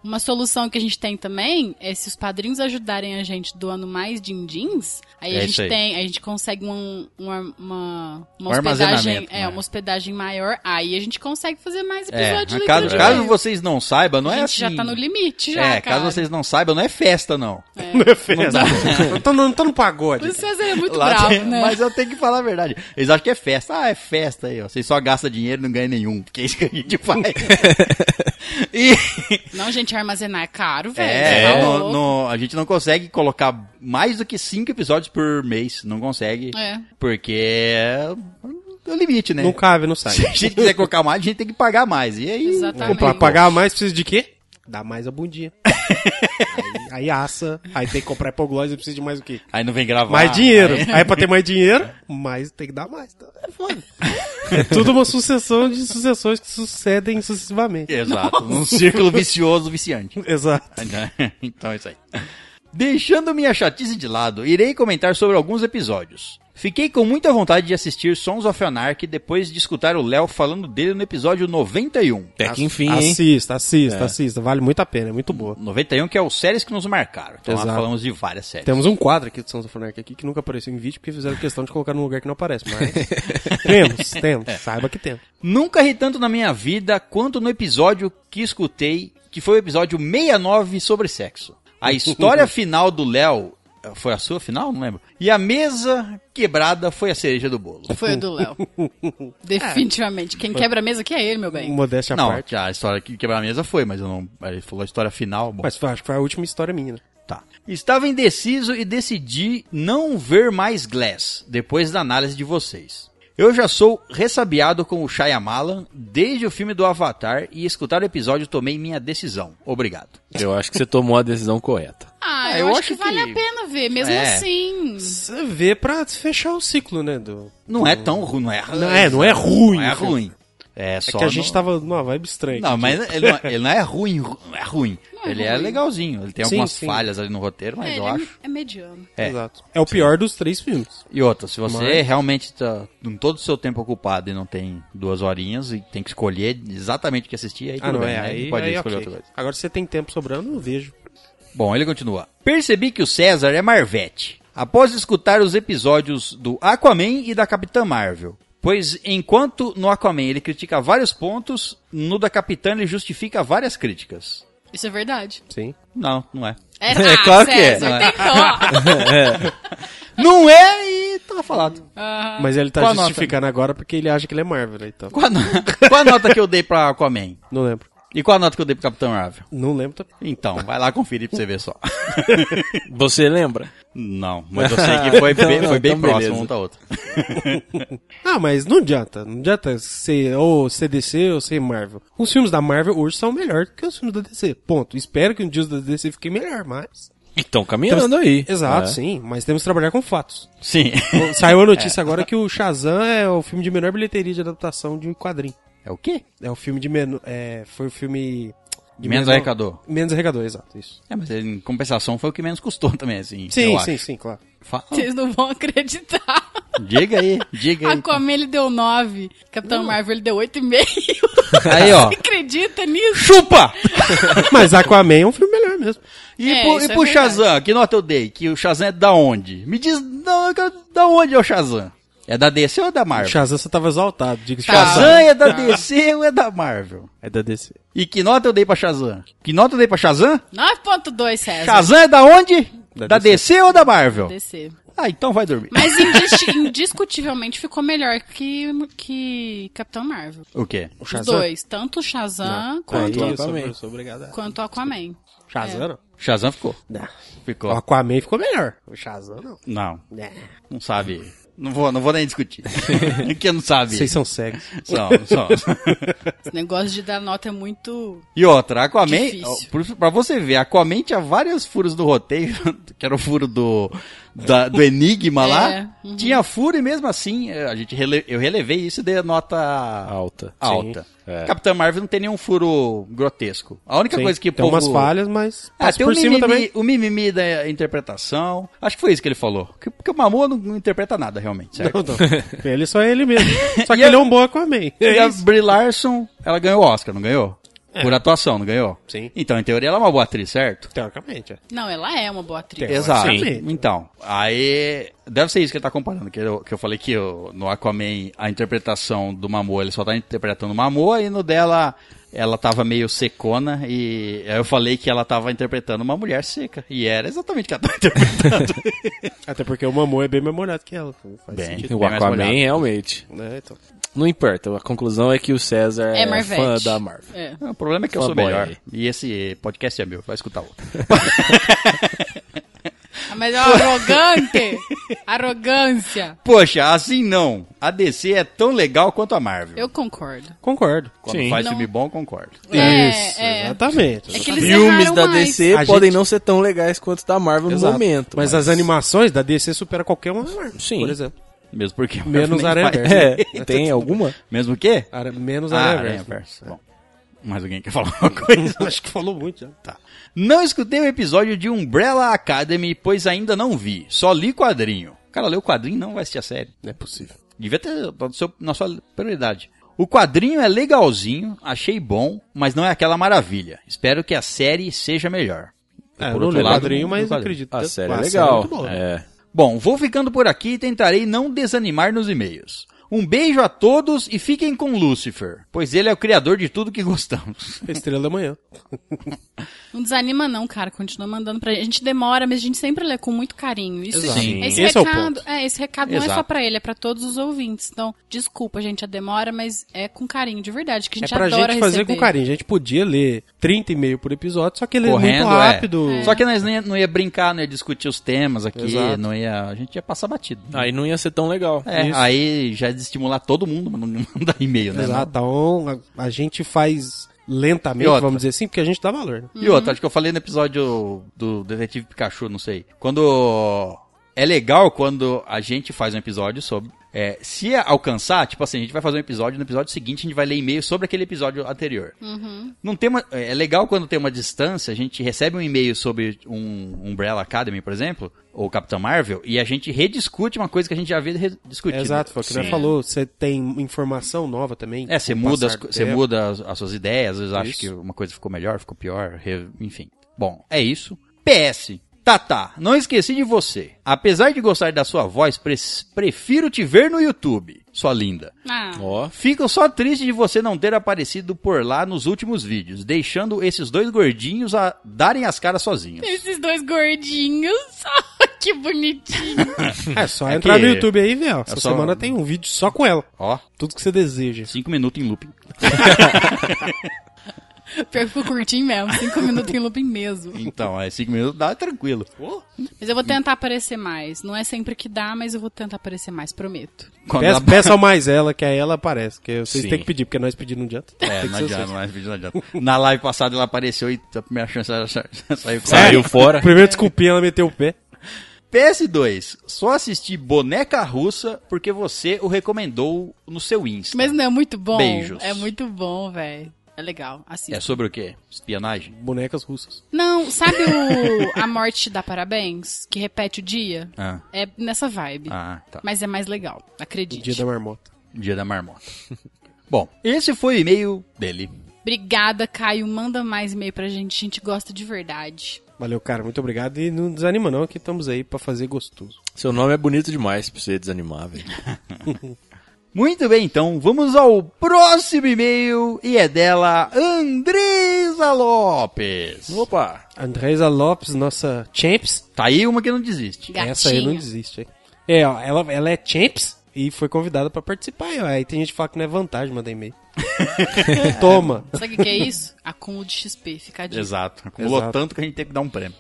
Speaker 3: Uma solução que a gente tem também é se os padrinhos ajudarem a gente doando mais din-dins, aí
Speaker 2: É
Speaker 3: a
Speaker 2: isso
Speaker 3: gente
Speaker 2: aí.
Speaker 3: tem, a gente consegue um, um ar- uma, uma
Speaker 2: Um armazenamento,
Speaker 3: hospedagem,
Speaker 2: né?
Speaker 3: é, uma hospedagem maior, aí a gente consegue fazer mais
Speaker 2: É,
Speaker 3: episódios de leitura
Speaker 2: caso,
Speaker 3: de
Speaker 2: caso
Speaker 3: e-mail.
Speaker 2: vocês não saibam, não
Speaker 3: a
Speaker 2: é
Speaker 3: gente
Speaker 2: assim.
Speaker 3: já tá no limite já,
Speaker 2: É,
Speaker 3: cara.
Speaker 2: caso vocês não saibam, não é festa, não.
Speaker 4: Não é festa. Não tá no, tá no pagode.
Speaker 3: O César é muito
Speaker 2: Lá
Speaker 3: bravo,
Speaker 2: tem-
Speaker 3: né?
Speaker 2: Mas eu tenho que falar a verdade. Eles acham que é festa. Ah, é festa aí, ó. Vocês só gastam dinheiro e não ganham nenhum, porque é isso que a gente faz. e,
Speaker 3: Não, gente, armazenar é caro, velho.
Speaker 2: É,
Speaker 3: Você tá
Speaker 2: no-
Speaker 3: louco.
Speaker 2: no- a gente não consegue colocar mais do que cinco episódios por mês. Não consegue.
Speaker 3: É.
Speaker 2: Porque é o limite, né?
Speaker 4: Não cabe, não sai.
Speaker 2: Se a gente quiser colocar mais, a gente tem que pagar mais. E aí.
Speaker 3: Exatamente.
Speaker 4: Pra pagar mais, precisa de quê? Dá mais a bundinha. aí, aí assa. Aí tem que comprar hipoglose e precisa de mais o quê?
Speaker 2: Aí não vem gravar.
Speaker 4: Mais dinheiro. Aí pra ter mais dinheiro, mais tem que dar mais. Então, É foda. É tudo uma sucessão de sucessões que sucedem sucessivamente.
Speaker 2: É. Exato. Um círculo vicioso, viciante.
Speaker 4: Exato.
Speaker 2: Então é isso aí. Deixando minha chatice de lado, irei comentar sobre alguns episódios. Fiquei com muita vontade de assistir Sons of Anarchy depois de escutar o Léo falando dele no episódio 91.
Speaker 5: Até que enfim, hein?
Speaker 4: Assista, assista, assista. Vale muito a pena, é muito boa.
Speaker 2: 91 que é o séries que nos marcaram. Então lá
Speaker 4: Exato.
Speaker 2: falamos de várias séries.
Speaker 4: Temos um quadro aqui do Sons of Anarchy aqui que nunca apareceu em vídeo porque fizeram questão de colocar num lugar que não aparece, mas temos,
Speaker 2: É.
Speaker 4: temos, saiba que temos.
Speaker 2: Nunca ri tanto na minha vida quanto no episódio que escutei, que foi o episódio 69 sobre sexo. A história final do Léo eh, foi a sua final, não lembro. E a mesa quebrada foi a cereja do bolo.
Speaker 3: Foi o do Léo.
Speaker 2: É.
Speaker 3: Definitivamente. Quem quebra a mesa aqui é ele, meu bem.
Speaker 4: Modéstia à
Speaker 2: não,
Speaker 4: parte.
Speaker 2: a história que quebrar a mesa foi, mas eu não. Ele falou a história final. Bom,
Speaker 4: Mas foi- acho que foi a última história minha, né?
Speaker 2: tá. Estava indeciso e decidi não ver mais Glass depois da análise de vocês. Eu já sou ressabiado com o Shyamalan desde o filme do Avatar e escutar o episódio tomei minha decisão. Obrigado.
Speaker 5: Eu acho que você tomou a decisão correta.
Speaker 3: Ah,
Speaker 2: Ah,
Speaker 3: eu,
Speaker 2: eu
Speaker 3: acho,
Speaker 2: acho
Speaker 3: que, vale
Speaker 2: que-
Speaker 3: a pena ver, mesmo
Speaker 2: É.
Speaker 3: assim.
Speaker 4: Você vê pra fechar o ciclo, né? Do...
Speaker 2: Não é tão ruim, não é
Speaker 4: Não é- não é ruim,
Speaker 2: Não é
Speaker 4: filho.
Speaker 2: ruim. É só
Speaker 4: é que a
Speaker 2: no-
Speaker 4: gente tá tava numa vibe estranha.
Speaker 2: Não,
Speaker 4: aqui. tipo,
Speaker 2: mas ele não, ele não é ruim, ru- não é ruim.
Speaker 3: é
Speaker 2: ele é
Speaker 3: ruim.
Speaker 2: legalzinho, ele tem
Speaker 4: Sim,
Speaker 2: algumas
Speaker 4: sim.
Speaker 2: falhas ali no roteiro, mas
Speaker 3: é,
Speaker 2: eu
Speaker 3: ele é
Speaker 2: acho.
Speaker 3: me- é mediano.
Speaker 2: é.
Speaker 4: Exato. É o pior dos três filmes.
Speaker 2: E outra, se você
Speaker 4: Mas-
Speaker 2: realmente tá com todo o seu tempo ocupado e não tem duas horinhas e tem que escolher exatamente o que assistir, aí tudo
Speaker 4: Ah, não,
Speaker 2: bem,
Speaker 4: é.
Speaker 2: né?
Speaker 4: Aí,
Speaker 2: pode
Speaker 4: aí,
Speaker 2: escolher
Speaker 4: ok.
Speaker 2: outra coisa.
Speaker 4: Agora se você tem tempo sobrando, eu vejo.
Speaker 2: Bom, ele continua. Percebi que o César é Marvete. Após escutar os episódios do Aquaman e da Capitã Marvel. Pois enquanto no Aquaman ele critica vários pontos, no da Capitã ele justifica várias críticas.
Speaker 3: Isso é verdade.
Speaker 4: Sim.
Speaker 2: Não, não é.
Speaker 3: É,
Speaker 5: É,
Speaker 3: ah,
Speaker 5: claro que é.
Speaker 3: César, tentou.
Speaker 2: Não é e tá falado.
Speaker 4: Mas ele tá
Speaker 2: Qual a nota?
Speaker 4: justificando agora porque ele acha que ele é Marvel, né? Então.
Speaker 2: Qual a, no- qual a nota que eu dei pra Aquaman?
Speaker 4: Não lembro.
Speaker 2: E qual a nota que eu dei pro Capitão Marvel?
Speaker 4: Não lembro também.
Speaker 2: Então, vai lá conferir pra você ver só.
Speaker 5: Você lembra?
Speaker 2: Não, mas eu sei que foi
Speaker 5: Então,
Speaker 2: bem,
Speaker 5: não,
Speaker 2: foi bem
Speaker 5: então
Speaker 2: próximo
Speaker 5: beleza.
Speaker 2: um da outra.
Speaker 4: Ah, mas não adianta. Não adianta ser ou CDC ou ser Marvel. Os filmes da Marvel hoje são melhores que os filmes da DC. Ponto. Espero que um dia os da DC fiquem melhor, mas.
Speaker 5: Então caminhando aí.
Speaker 4: Exato,
Speaker 5: É.
Speaker 4: sim. Mas temos que trabalhar com fatos.
Speaker 2: Sim.
Speaker 4: Saiu a
Speaker 2: É.
Speaker 4: notícia agora que o Shazam é o filme de menor bilheteria de adaptação de quadrinho.
Speaker 2: É o quê?
Speaker 4: É o filme de menor. É, foi o filme. de
Speaker 2: Menos
Speaker 4: menor-
Speaker 2: arrecador.
Speaker 4: Menos arrecador, exato, isso.
Speaker 2: É, mas ele, em compensação foi o que menos custou também, assim.
Speaker 4: Sim,
Speaker 2: eu
Speaker 4: sim,
Speaker 2: acho.
Speaker 4: sim, claro.
Speaker 2: Fala.
Speaker 3: Vocês não vão acreditar.
Speaker 2: Diga aí, diga aí.
Speaker 3: Aquaman ele deu 9, Capitão Marvel ele deu 8,5.
Speaker 2: Aí, ó.
Speaker 3: Você acredita nisso?
Speaker 2: Chupa!
Speaker 4: Mas Aquaman é um filme melhor mesmo.
Speaker 2: E
Speaker 3: É,
Speaker 2: pro, e
Speaker 3: isso é
Speaker 2: pro
Speaker 3: verdade.
Speaker 2: Shazam, que nota eu dei? Que o Shazam é da onde? Me diz da, da onde é o Shazam? É da DC ou é da
Speaker 4: O
Speaker 2: Marvel?
Speaker 4: Shazam você tava exaltado, diga que
Speaker 3: Tá.
Speaker 4: Shazam
Speaker 2: Shazam é da DC ou é da Marvel?
Speaker 4: é da DC.
Speaker 2: E que nota eu dei pra Shazam? Que nota eu dei pra Shazam?
Speaker 3: 9,2, César.
Speaker 2: Shazam é da onde? Da,
Speaker 4: Da
Speaker 2: DC. ou da Marvel?
Speaker 3: DC.
Speaker 2: Ah, então vai dormir.
Speaker 3: Mas indis- indiscutivelmente ficou melhor que, que Capitão Marvel.
Speaker 2: O quê?
Speaker 4: O
Speaker 3: Os
Speaker 4: Shazam?
Speaker 3: dois, tanto o Shazam quanto,
Speaker 4: Aí,
Speaker 5: Aquaman.
Speaker 4: eu sou, sou obrigado. a-
Speaker 3: quanto o Aquaman.
Speaker 4: Shazam não?
Speaker 2: Shazam ficou.
Speaker 4: Não.
Speaker 2: Ficou.
Speaker 4: O Aquaman ficou melhor. O Shazam não.
Speaker 2: Não,
Speaker 4: Né.
Speaker 2: não sabe. Não vou, não vou nem discutir. Porque não sabe.
Speaker 4: Vocês são cegos.
Speaker 2: São, são.
Speaker 3: Esse negócio de dar nota é muito.
Speaker 2: E outra, Aquaman,
Speaker 3: Difícil.
Speaker 2: ó, por- pra você ver, Aquaman tinha vários furos do roteiro, que era o furo do, da- do Enigma lá.
Speaker 3: É, uhum.
Speaker 2: Tinha furo e mesmo assim, eh, a gente rele- eu relevei isso e dei a nota
Speaker 5: Alta.
Speaker 2: alta.
Speaker 5: É.
Speaker 2: Capitã Marvel não tem nenhum furo grotesco. A única
Speaker 4: Sim,
Speaker 2: coisa que o
Speaker 4: Tem
Speaker 2: povo-
Speaker 4: umas falhas, mas
Speaker 2: Ah,
Speaker 4: passa
Speaker 2: tem
Speaker 4: por
Speaker 2: o,
Speaker 4: cima
Speaker 2: mimimi,
Speaker 4: também.
Speaker 2: o mimimi da interpretação. Acho que foi isso que ele falou. Que- Porque o Mamô não, não interpreta nada, realmente, certo?
Speaker 4: Não, não. Ele só é ele mesmo. Só que
Speaker 2: E
Speaker 4: ele
Speaker 2: a-
Speaker 4: é um bom Aquaman. é
Speaker 2: E a Brie Larson, ela ganhou o Oscar, não ganhou? Por atuação, não ganhou?
Speaker 4: Sim.
Speaker 2: Então, em teoria, ela é uma boa atriz, certo?
Speaker 4: Teoricamente, é.
Speaker 3: Não, ela é uma boa atriz.
Speaker 4: Tem. Eu
Speaker 2: Exato.
Speaker 4: acho que sim.
Speaker 2: Então, aí. Deve ser isso que ele tá comparando. Que eu, que eu falei que o- no Aquaman a interpretação do Mamô, ele só tá interpretando o Mamô, e no dela ela tava meio secona. E aí eu falei que ela tava interpretando uma mulher seca. E era exatamente o que ela tava interpretando.
Speaker 4: Até porque o Mamô é bem mais molhado que ela. Faz
Speaker 2: Bem.
Speaker 4: sentido.
Speaker 2: Bem
Speaker 5: O
Speaker 2: mais
Speaker 5: Aquaman
Speaker 2: molhado.
Speaker 5: realmente.
Speaker 4: Né, então.
Speaker 5: Não importa. A conclusão é que o César é,
Speaker 3: É Marvete.
Speaker 5: fã da Marvel.
Speaker 3: É.
Speaker 2: o problema é que eu sou
Speaker 5: Fanboy.
Speaker 2: melhor. E esse podcast é meu, vai escutar outro.
Speaker 3: Ah, Mas é uma arrogante. Arrogância.
Speaker 2: Poxa, assim não. A DC é tão legal quanto a Marvel.
Speaker 3: Eu concordo.
Speaker 4: Concordo.
Speaker 2: Quando
Speaker 5: Sim.
Speaker 2: faz
Speaker 3: Não.
Speaker 2: filme bom, concordo.
Speaker 3: É,
Speaker 4: Isso,
Speaker 3: é.
Speaker 4: exatamente.
Speaker 3: É que eles
Speaker 5: Filmes
Speaker 3: erraram
Speaker 5: da
Speaker 3: mais.
Speaker 5: DC
Speaker 4: A
Speaker 5: podem
Speaker 4: gente-
Speaker 5: não ser tão legais quanto da Marvel
Speaker 4: Exato.
Speaker 5: no momento.
Speaker 4: Mas, as animações da DC superam qualquer uma.
Speaker 5: Sim.
Speaker 4: Por exemplo.
Speaker 2: Mesmo porque.
Speaker 4: Menos
Speaker 2: nem
Speaker 4: Aranha
Speaker 2: faz.
Speaker 4: Verso.
Speaker 5: É, tem alguma?
Speaker 2: Mesmo o quê?
Speaker 4: Ara- Menos
Speaker 2: Ah,
Speaker 4: Aranha
Speaker 2: Aranha Verso.
Speaker 4: Verso.
Speaker 2: Bom. Mais alguém quer falar uma coisa?
Speaker 4: Acho que falou muito já. Tá.
Speaker 2: Não escutei o episódio de Umbrella Academy, pois ainda não vi. Só li quadrinho. Cara, leu quadrinho não vai assistir a série.
Speaker 4: Não é possível.
Speaker 2: Devia ter tá no seu- na sua prioridade. O quadrinho é legalzinho, achei bom, mas não é aquela maravilha. Espero que a série seja melhor.
Speaker 4: É,
Speaker 2: Por
Speaker 4: eu não
Speaker 2: outro
Speaker 4: leio
Speaker 2: lado,
Speaker 4: um quadrinho,
Speaker 2: não-
Speaker 4: mas
Speaker 2: não quadrinho.
Speaker 4: acredito.
Speaker 5: A
Speaker 4: tanto-
Speaker 5: série é
Speaker 4: Ah,
Speaker 5: legal.
Speaker 4: muito boa.
Speaker 5: é.
Speaker 2: Bom, vou ficando por aqui e tentarei não desanimar nos e-mails. Um beijo a todos e fiquem com Lucifer, pois ele é o criador de tudo que gostamos.
Speaker 4: A Estrela da Manhã.
Speaker 3: Não desanima não, cara. Continua mandando pra gente. A gente demora, mas a gente sempre lê com muito carinho. Isso,
Speaker 2: Exato. Sim.
Speaker 3: Esse,
Speaker 4: Esse é o
Speaker 3: recado, é, esse recado não é só
Speaker 2: Exato.
Speaker 3: pra ele, é pra todos os ouvintes. Então, desculpa, gente, a demora, mas é com carinho, de verdade, que a
Speaker 4: É
Speaker 3: gente
Speaker 4: pra
Speaker 3: adora
Speaker 4: gente fazer
Speaker 3: receber.
Speaker 4: com carinho. A gente podia ler 30 e meio por episódio, só que ele é muito
Speaker 2: Correndo,
Speaker 4: rápido.
Speaker 2: é. Só que nós não ia, não ia brincar, não ia discutir os temas aqui,
Speaker 4: Exato. Ah,
Speaker 2: não ia, a gente ia passar batido.
Speaker 5: Aí não ia ser tão legal.
Speaker 2: É,
Speaker 4: Isso.
Speaker 2: aí já desestimular todo mundo, mas não mandar e-mail, né?
Speaker 4: Exato. Então, a, a gente faz lentamente,
Speaker 2: E outra.
Speaker 4: vamos dizer assim, porque a gente dá valor. né?
Speaker 2: E outra, acho que eu falei no episódio do Detetive Pikachu, não sei. Quando. É legal quando a gente faz um episódio sobre. é, se alcançar, tipo assim, a gente vai fazer um episódio, no episódio seguinte a gente vai ler e-mail sobre aquele episódio anterior. Não tem uma- é legal quando tem uma distância, a gente recebe um e-mail sobre um Umbrella Academy, por exemplo, ou Capitão Marvel, e a gente rediscute uma coisa que a gente já havia re- discutido.
Speaker 4: Exato, foi o que
Speaker 5: Sim.
Speaker 4: você falou. Você tem informação nova também.
Speaker 2: É, você
Speaker 4: com o
Speaker 2: muda, as,
Speaker 4: passar do
Speaker 2: você
Speaker 4: tempo.
Speaker 2: muda as, as suas ideias, às vezes acha
Speaker 4: Isso.
Speaker 2: que uma coisa ficou melhor, ficou pior, re- enfim. Bom, é isso. PS. Tata, não esqueci de você. Apesar de gostar da sua voz, pres- prefiro te ver no YouTube, sua linda.
Speaker 3: Ah,
Speaker 5: Ó,
Speaker 2: Fico só triste de você não ter aparecido por lá nos últimos vídeos, deixando esses dois gordinhos a darem as caras sozinhos.
Speaker 3: esses dois gordinhos. que bonitinho.
Speaker 4: É só
Speaker 2: É
Speaker 4: entrar
Speaker 2: que- é
Speaker 4: no YouTube aí e ver, ó. Essa
Speaker 2: só-
Speaker 4: semana tem um vídeo só com ela.
Speaker 2: Ó,
Speaker 4: Tudo que você deseja.
Speaker 2: cinco minutos em looping.
Speaker 3: Pior que ficou curtinho mesmo. Cinco minutos em looping mesmo.
Speaker 2: Então, é cinco minutos, dá tranquilo.
Speaker 3: Mas eu vou tentar aparecer mais. Não é sempre que dá, mas eu vou tentar aparecer mais, prometo.
Speaker 2: Quando
Speaker 4: Peça,
Speaker 2: ela-
Speaker 4: peça mais ela, que aí ela aparece. Que vocês
Speaker 5: Sim.
Speaker 4: têm que pedir, porque nós pedir não adianta.
Speaker 2: É,
Speaker 4: Tem
Speaker 2: não
Speaker 4: que ser assim.
Speaker 2: adianta,
Speaker 4: vocês.
Speaker 2: não adianta, não adianta. Na live passada ela apareceu e a primeira chance ela sa- saiu fora. É.
Speaker 5: saiu fora.
Speaker 4: Primeiro desculpinha, ela meteu o pé.
Speaker 2: PS2, só assisti Boneca Russa porque você o recomendou no seu Insta.
Speaker 3: Mas não é muito bom.
Speaker 2: Beijos.
Speaker 3: É muito bom, velho. É legal. Assim.
Speaker 2: É sobre o quê? Espionagem?
Speaker 4: Bonecas russas.
Speaker 3: Não, sabe o A Morte te dá parabéns? Que repete o dia?
Speaker 2: Ah.
Speaker 3: É nessa vibe.
Speaker 2: Ah, tá.
Speaker 3: Mas é mais legal, acredite.
Speaker 4: Dia da marmota.
Speaker 2: Dia da Marmota. Bom, esse foi o e-mail dele.
Speaker 3: Obrigada, Caio. Manda mais e-mail pra gente. A gente gosta de verdade.
Speaker 4: Valeu, cara. Muito obrigado. E não desanima, não, que estamos aí pra fazer gostoso.
Speaker 5: Seu nome é bonito demais pra você desanimar, velho.
Speaker 2: Muito bem, então, vamos ao próximo e-mail e é dela Andresa Lopes.
Speaker 5: Opa!
Speaker 4: Andresa Lopes, nossa champs.
Speaker 2: Tá aí uma que não desiste.
Speaker 3: Gatinha.
Speaker 4: Essa aí não desiste, hein? É, ó, ela, ela é champs e foi convidada pra participar. Aí, ó. aí tem gente que fala que não é vantagem mandar e-mail. Toma.
Speaker 3: Sabe o que que é isso? Acúmulo de XP. Fica a dica.
Speaker 2: Exato. Acumulou
Speaker 4: Exato.
Speaker 2: tanto que a gente teve que dar um prêmio.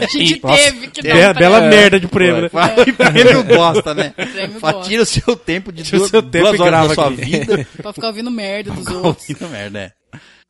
Speaker 3: A gente
Speaker 4: Nossa,
Speaker 3: teve que dar
Speaker 4: be-
Speaker 3: um
Speaker 4: bela
Speaker 3: prêmio.
Speaker 4: merda de prêmio, né?
Speaker 2: Vai, prêmio bosta, né?
Speaker 3: Prêmio
Speaker 2: Fa-
Speaker 3: bosta.
Speaker 2: Tira o seu tempo de
Speaker 4: Tira o
Speaker 2: duas,
Speaker 4: seu tempo
Speaker 2: duas
Speaker 4: e
Speaker 2: horas
Speaker 4: grava
Speaker 2: da sua
Speaker 4: aqui.
Speaker 2: vida.
Speaker 3: Pra ficar ouvindo merda dos outros.
Speaker 2: Ouvindo merda, é.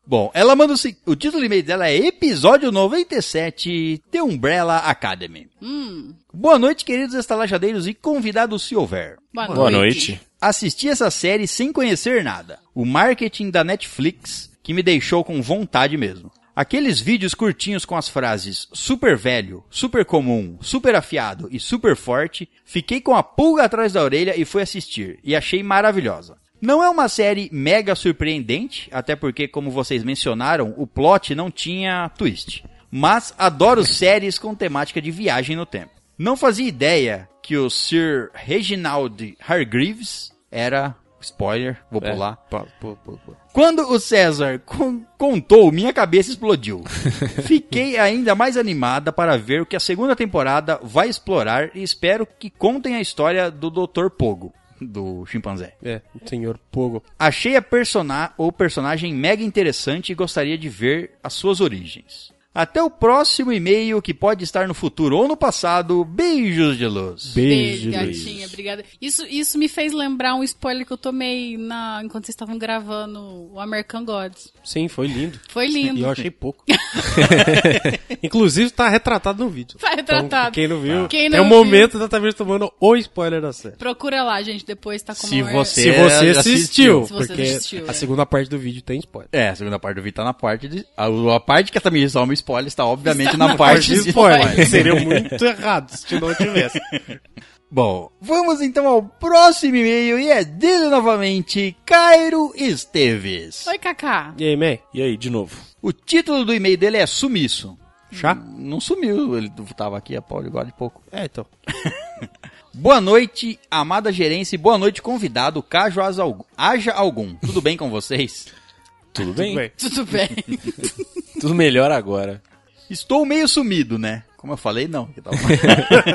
Speaker 2: Bom, ela manda o se- o título do e-mail dela é Episódio 97 The Umbrella Academy.
Speaker 3: Hum.
Speaker 2: Boa noite, queridos estalajadeiros e convidados se houver.
Speaker 3: Boa noite.
Speaker 5: Boa noite.
Speaker 2: Assisti essa série sem conhecer nada. O marketing da Netflix que me deixou com vontade mesmo. Aqueles vídeos curtinhos com as frases super velho, super comum, super afiado e super forte, fiquei com a pulga atrás da orelha e fui assistir, e achei maravilhosa. Não é uma série mega surpreendente, até porque, como vocês mencionaram, o plot não tinha twist. Mas adoro séries com temática de viagem no tempo. Não fazia ideia que o Sir Reginald Hargreaves era. Spoiler, vou pular.
Speaker 4: É. Pô, pô, pô, pô.
Speaker 2: Quando o César con- contou, minha cabeça explodiu. Fiquei ainda mais animada para ver o que a segunda temporada vai explorar e espero que contem a história do Dr. Pogo, do chimpanzé.
Speaker 4: É, senhor Pogo.
Speaker 2: Achei a persona ou personagem mega interessante e gostaria de ver as suas origens. Até o próximo e-mail que pode estar no futuro ou no passado. Beijos de luz.
Speaker 4: Beijo,
Speaker 3: Beijo,
Speaker 4: Luiz.
Speaker 3: gatinha, obrigada. Isso, isso me fez lembrar um spoiler que eu tomei na, enquanto vocês estavam gravando o American Gods.
Speaker 4: Sim, foi lindo.
Speaker 3: Foi
Speaker 4: E eu
Speaker 3: lindo.
Speaker 4: achei pouco. Inclusive, tá retratado no vídeo.
Speaker 3: Tá retratado.
Speaker 4: Então, quem não viu,
Speaker 3: Quem
Speaker 4: é
Speaker 3: não
Speaker 4: o
Speaker 3: viu.
Speaker 4: momento da Tamir tomando o spoiler da série.
Speaker 3: Procura lá, gente, depois tá com
Speaker 2: Se
Speaker 3: maior-
Speaker 2: você-
Speaker 4: Se
Speaker 2: É,
Speaker 4: você
Speaker 2: assistiu.
Speaker 4: assistiu,
Speaker 3: Se você
Speaker 4: porque
Speaker 3: assistiu,
Speaker 4: a
Speaker 3: é.
Speaker 4: segunda parte do vídeo tem spoiler.
Speaker 2: É, a segunda parte do vídeo tá na parte de. A, a parte que a Tamir Salma spoiler está, tá obviamente, na, parte de spoiler.
Speaker 4: Seria muito errado se não tivesse.
Speaker 2: Bom, vamos então ao próximo e-mail e é dele novamente, Cairo Esteves.
Speaker 3: Oi, Kaká.
Speaker 4: E aí, man?
Speaker 5: E aí, de novo.
Speaker 2: O título do e-mail dele é Sumiço.
Speaker 4: Chá?
Speaker 2: Não sumiu, ele tava aqui a pau igual de pouco.
Speaker 4: É, então.
Speaker 2: Boa noite, amada gerência, e boa noite, convidado, caso haja algu- haja algum. Tudo bem com vocês?
Speaker 5: Tudo bem?
Speaker 4: bem.
Speaker 3: Tudo bem.
Speaker 5: Tudo melhor agora.
Speaker 2: Estou meio sumido, né? Como eu falei, não. que tava-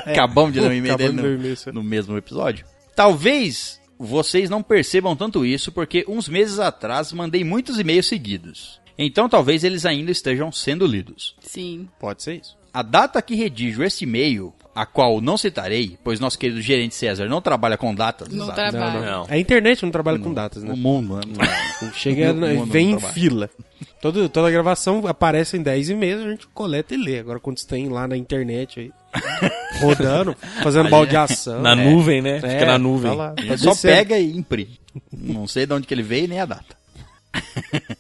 Speaker 2: Acabamos de ler um e-mail dele
Speaker 4: É. Acabamos de ler um
Speaker 2: no,
Speaker 4: e-mail, sim.
Speaker 2: no mesmo episódio. Talvez vocês não percebam tanto isso, porque uns meses atrás mandei muitos e-mails seguidos. Então talvez eles ainda estejam sendo lidos.
Speaker 3: Sim.
Speaker 4: Pode ser isso.
Speaker 2: A data que redijo este e-mail, a qual não citarei, pois nosso querido gerente César não trabalha com datas.
Speaker 3: Não
Speaker 2: exatas.
Speaker 3: trabalho.
Speaker 5: Não.
Speaker 4: A internet não trabalha com datas,
Speaker 2: O
Speaker 4: né?
Speaker 2: mundo, né?
Speaker 4: Chega,
Speaker 2: o mundo
Speaker 4: vem
Speaker 2: não
Speaker 4: em
Speaker 2: trabalha.
Speaker 4: fila. Todo, toda gravação aparece em 10 e meia, a gente coleta e lê. Agora quando você tem lá na internet aí, rodando, fazendo baldeação.
Speaker 5: Na
Speaker 4: É.
Speaker 5: nuvem, né?
Speaker 4: É,
Speaker 5: Fica na nuvem.
Speaker 4: tá lá, tá
Speaker 2: Só
Speaker 4: descendo.
Speaker 2: pega e imprime. Não sei de onde que ele veio nem a data.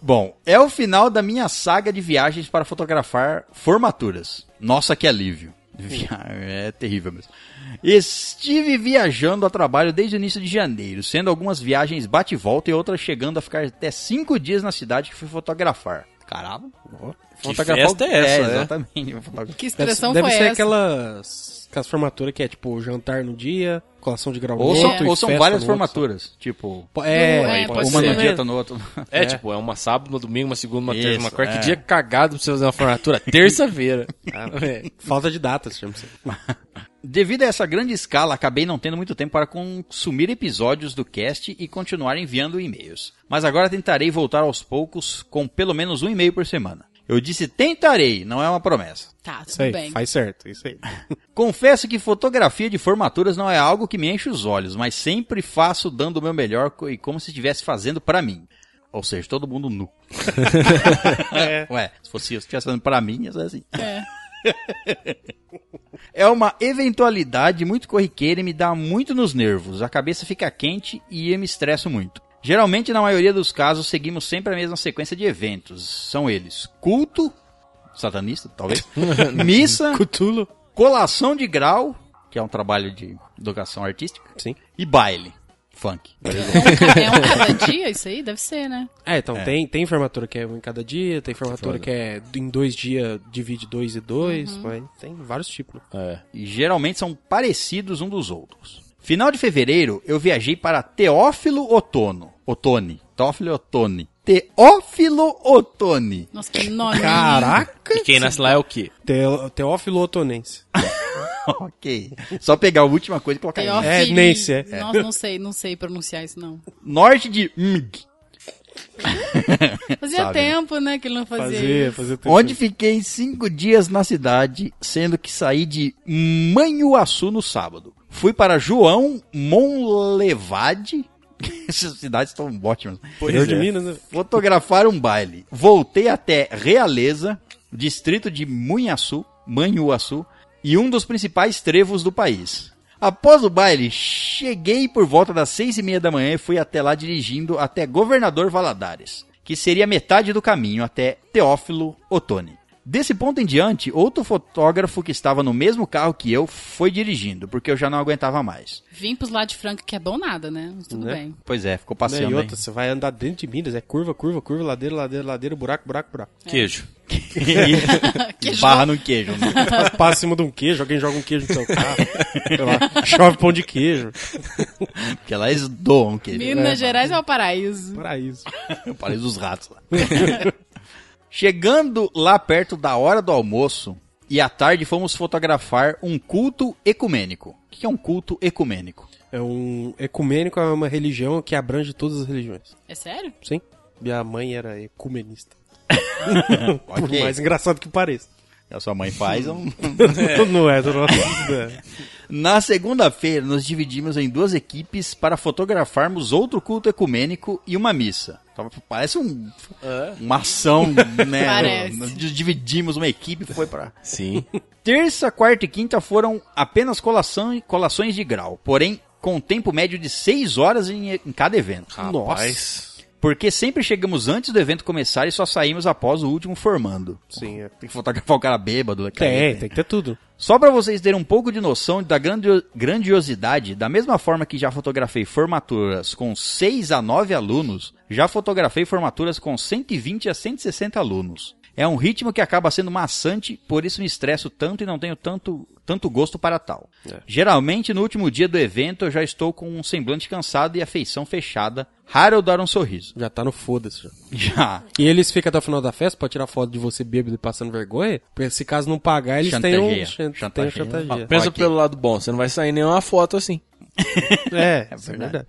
Speaker 2: Bom, é o final da minha saga de viagens para fotografar formaturas. Nossa, que alívio. Via- É terrível mesmo. Estive viajando a trabalho desde o início de janeiro, sendo algumas viagens bate e volta e outras chegando a ficar até cinco dias na cidade que fui fotografar. Caramba.
Speaker 5: Que festa é essa, né?
Speaker 2: exatamente. Vou fotografar-
Speaker 3: Que
Speaker 4: Deve,
Speaker 3: expressão
Speaker 4: deve
Speaker 3: foi
Speaker 4: ser
Speaker 3: essa?
Speaker 4: aquelas, aquelas formaturas que é tipo jantar no dia, colação de grau no
Speaker 2: Ou
Speaker 4: outro,
Speaker 2: são,
Speaker 4: e
Speaker 2: ou são
Speaker 4: festa
Speaker 2: várias
Speaker 4: no outro.
Speaker 2: formaturas, tipo...
Speaker 4: É,
Speaker 3: É,
Speaker 4: pode
Speaker 2: uma
Speaker 4: ser.
Speaker 2: no dia, outra no outro.
Speaker 5: É, tipo, é uma sábado, uma domingo, uma segunda, uma
Speaker 2: Isso,
Speaker 5: terça, uma quarta.
Speaker 2: é.
Speaker 5: Que dia cagado pra você fazer uma formatura? Terça-feira. É.
Speaker 4: Falta de datas, chama assim. isso.
Speaker 2: Devido a essa grande escala, acabei não tendo muito tempo para consumir episódios do cast e continuar enviando e-mails. Mas agora tentarei voltar aos poucos com pelo menos um e-mail por semana. Eu disse tentarei, não é uma promessa.
Speaker 3: Tá, tudo
Speaker 4: Isso aí,
Speaker 3: bem.
Speaker 4: faz certo, isso aí.
Speaker 2: Confesso que fotografia de formaturas não é algo que me enche os olhos, mas sempre faço dando o meu melhor co- e como se estivesse fazendo pra mim. Ou seja, todo mundo nu. Ué, se fosse eu, se estivesse fazendo pra mim, ia ser assim.
Speaker 3: É.
Speaker 2: É uma eventualidade muito corriqueira e me dá muito nos nervos. A cabeça fica quente e eu me estresso muito. Geralmente, na maioria dos casos, seguimos sempre a mesma sequência de eventos. São eles: culto, satanista, talvez, missa,
Speaker 4: Cutulo.
Speaker 2: colação de grau, que é um trabalho de educação artística,
Speaker 4: Sim.
Speaker 2: e baile, funk.
Speaker 3: É um cada dia isso aí? Deve ser, né?
Speaker 4: É, então Tem, tem formatura que é um em cada dia, tem formatura
Speaker 2: Foda.
Speaker 4: que é em dois dias, divide dois e dois, mas tem vários tipos. né?
Speaker 5: É.
Speaker 2: e geralmente são parecidos um dos outros. Final de fevereiro, eu viajei para Teófilo Otono. Otone. Teófilo Otone. Teófilo Otone.
Speaker 3: Nossa, que nome.
Speaker 4: Caraca!
Speaker 5: E quem nasce lá é o quê?
Speaker 4: Teo- Teófilo Otonense.
Speaker 2: ok. Só pegar a última coisa e colocar aí.
Speaker 3: Teófilo.
Speaker 4: É, Nancy, é.
Speaker 3: Nossa, não sei, não sei pronunciar isso, não.
Speaker 2: Norte de Mg,
Speaker 3: Fazia
Speaker 2: Sabe.
Speaker 3: tempo, né, que ele não fazia,
Speaker 4: Fazer,
Speaker 3: isso.
Speaker 4: fazer
Speaker 2: onde fiquei cinco dias na cidade, sendo que saí de Manhuaçu no sábado. Fui para João Monlevade. Essas cidades estão ótimas.
Speaker 4: Eu de Minas, né?
Speaker 2: fotografar um baile. Voltei até Realeza, distrito de Munhaçu, Manhuaçu, e um dos principais trevos do país. Após o baile, cheguei por volta das seis e meia da manhã e fui até lá dirigindo até Governador Valadares, que seria metade do caminho até Teófilo Otoni. Desse ponto em diante, outro fotógrafo que estava no mesmo carro que eu foi dirigindo, porque eu já não aguentava mais.
Speaker 3: Vim pros lados de Franca, que é bom nada, né? Mas tudo
Speaker 4: Né?
Speaker 3: bem.
Speaker 2: Pois é, ficou
Speaker 4: Né, E
Speaker 2: passeando. hein?
Speaker 4: outra, você vai andar dentro de Minas, é curva, curva, curva, ladeira, ladeira, ladeira, buraco, buraco, buraco.
Speaker 5: Queijo.
Speaker 2: e
Speaker 3: Queijo.
Speaker 2: barra no queijo. né?
Speaker 4: Passa em cima de um queijo, alguém joga um queijo no seu carro. sei lá, chove pão de queijo.
Speaker 2: Porque lá eles doam queijo.
Speaker 3: Minas Gerais é o paraíso.
Speaker 4: Para isso.
Speaker 2: um Eu parei dos ratos lá. Chegando lá perto da hora do almoço e à tarde fomos fotografar um culto ecumênico. O que é um culto ecumênico?
Speaker 4: É um ecumênico, é uma religião que abrange todas as religiões.
Speaker 3: É sério?
Speaker 4: Sim. Minha mãe era ecumenista. Por
Speaker 2: Ok.
Speaker 4: mais engraçado que pareça.
Speaker 2: A sua mãe faz um...
Speaker 4: Não é, não é.
Speaker 2: Na segunda-feira, nos dividimos em duas equipes para fotografarmos outro culto ecumênico e uma missa. Então, Parece um, uma ação, né?
Speaker 3: Parece.
Speaker 2: Nós Dividimos uma equipe, foi para
Speaker 5: Sim.
Speaker 2: Terça, quarta e quinta foram apenas colação, colações de grau, porém com um tempo médio de 6 horas em, em cada evento.
Speaker 5: Rapaz.
Speaker 2: Porque sempre chegamos antes do evento começar e só saímos após o último formando. É.
Speaker 4: Sim, é.
Speaker 2: Tem que fotografar o cara bêbado. Cara.
Speaker 4: Tem, tem que ter tudo.
Speaker 2: Só pra vocês terem um pouco de noção da grandio- grandiosidade, da mesma forma que já fotografei formaturas com 6 a 9 alunos, já fotografei formaturas com 120 a 160 alunos. É um ritmo que acaba sendo maçante, por isso me estresso tanto e não tenho tanto, tanto gosto para tal. Geralmente, no último dia do evento, eu já estou com um semblante cansado e a feição fechada. Raro eu dar um sorriso.
Speaker 4: Já tá no foda-se. já.
Speaker 2: Já.
Speaker 4: E eles ficam até o final da festa pra tirar foto de você bêbado e passando vergonha? Porque se caso não pagar, eles têm um...
Speaker 2: Chantageia.
Speaker 4: chan- Tem um
Speaker 2: Chantageia.
Speaker 4: chantageia.
Speaker 5: Pensa
Speaker 2: Ok.
Speaker 5: pelo lado bom, você não vai sair nenhuma foto assim.
Speaker 4: É, é
Speaker 2: verdade.
Speaker 4: verdade.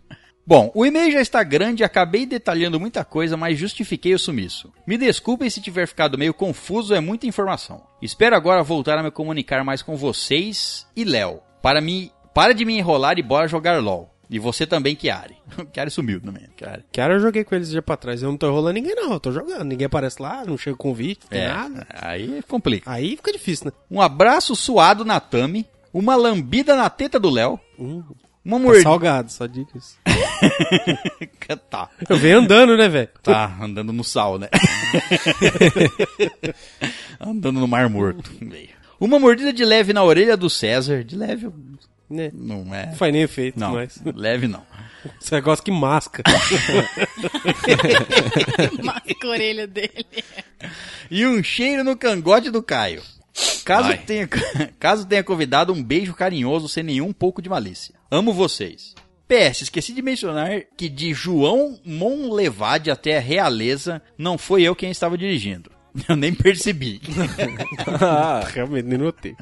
Speaker 2: Bom, o e-mail já está grande, acabei detalhando muita coisa, mas justifiquei o sumiço. Me desculpem se tiver ficado meio confuso, é muita informação. Espero agora voltar a me comunicar mais com vocês e Léo. Para me, para de me enrolar e bora jogar LOL. E você também, Kiari. Kiari sumiu também, Kiari.
Speaker 4: Cara, eu joguei com eles já pra trás. Eu não tô enrolando ninguém, não. Eu tô jogando. Ninguém aparece lá, não chega convite, não tem
Speaker 2: É,
Speaker 4: nada.
Speaker 2: aí complica.
Speaker 4: Aí fica difícil, né?
Speaker 2: Um abraço suado na Tami, uma lambida na teta do Léo,
Speaker 4: Hum,
Speaker 5: Um
Speaker 2: uma
Speaker 4: tá
Speaker 2: mordida...
Speaker 4: salgado, só dicas.
Speaker 2: tá.
Speaker 4: Eu venho andando, né, velho?
Speaker 2: Tá, andando no sal, né? andando no mar morto. Uma mordida de leve na orelha do César. De leve
Speaker 4: Né?
Speaker 2: não é.
Speaker 4: Não faz nem efeito,
Speaker 2: Não,
Speaker 4: mas.
Speaker 2: leve não.
Speaker 4: Esse negócio que masca.
Speaker 3: Marca a orelha dele.
Speaker 2: E um cheiro no cangote do Caio. Caso
Speaker 5: Ai.
Speaker 2: tenha, caso tenha convidado, um beijo carinhoso sem nenhum pouco de malícia. Amo vocês. PS, esqueci de mencionar que de João Monlevade até a Realeza, não foi eu quem estava dirigindo. Eu nem percebi.
Speaker 4: Ah,
Speaker 5: Ah,
Speaker 4: Realmente, nem notei.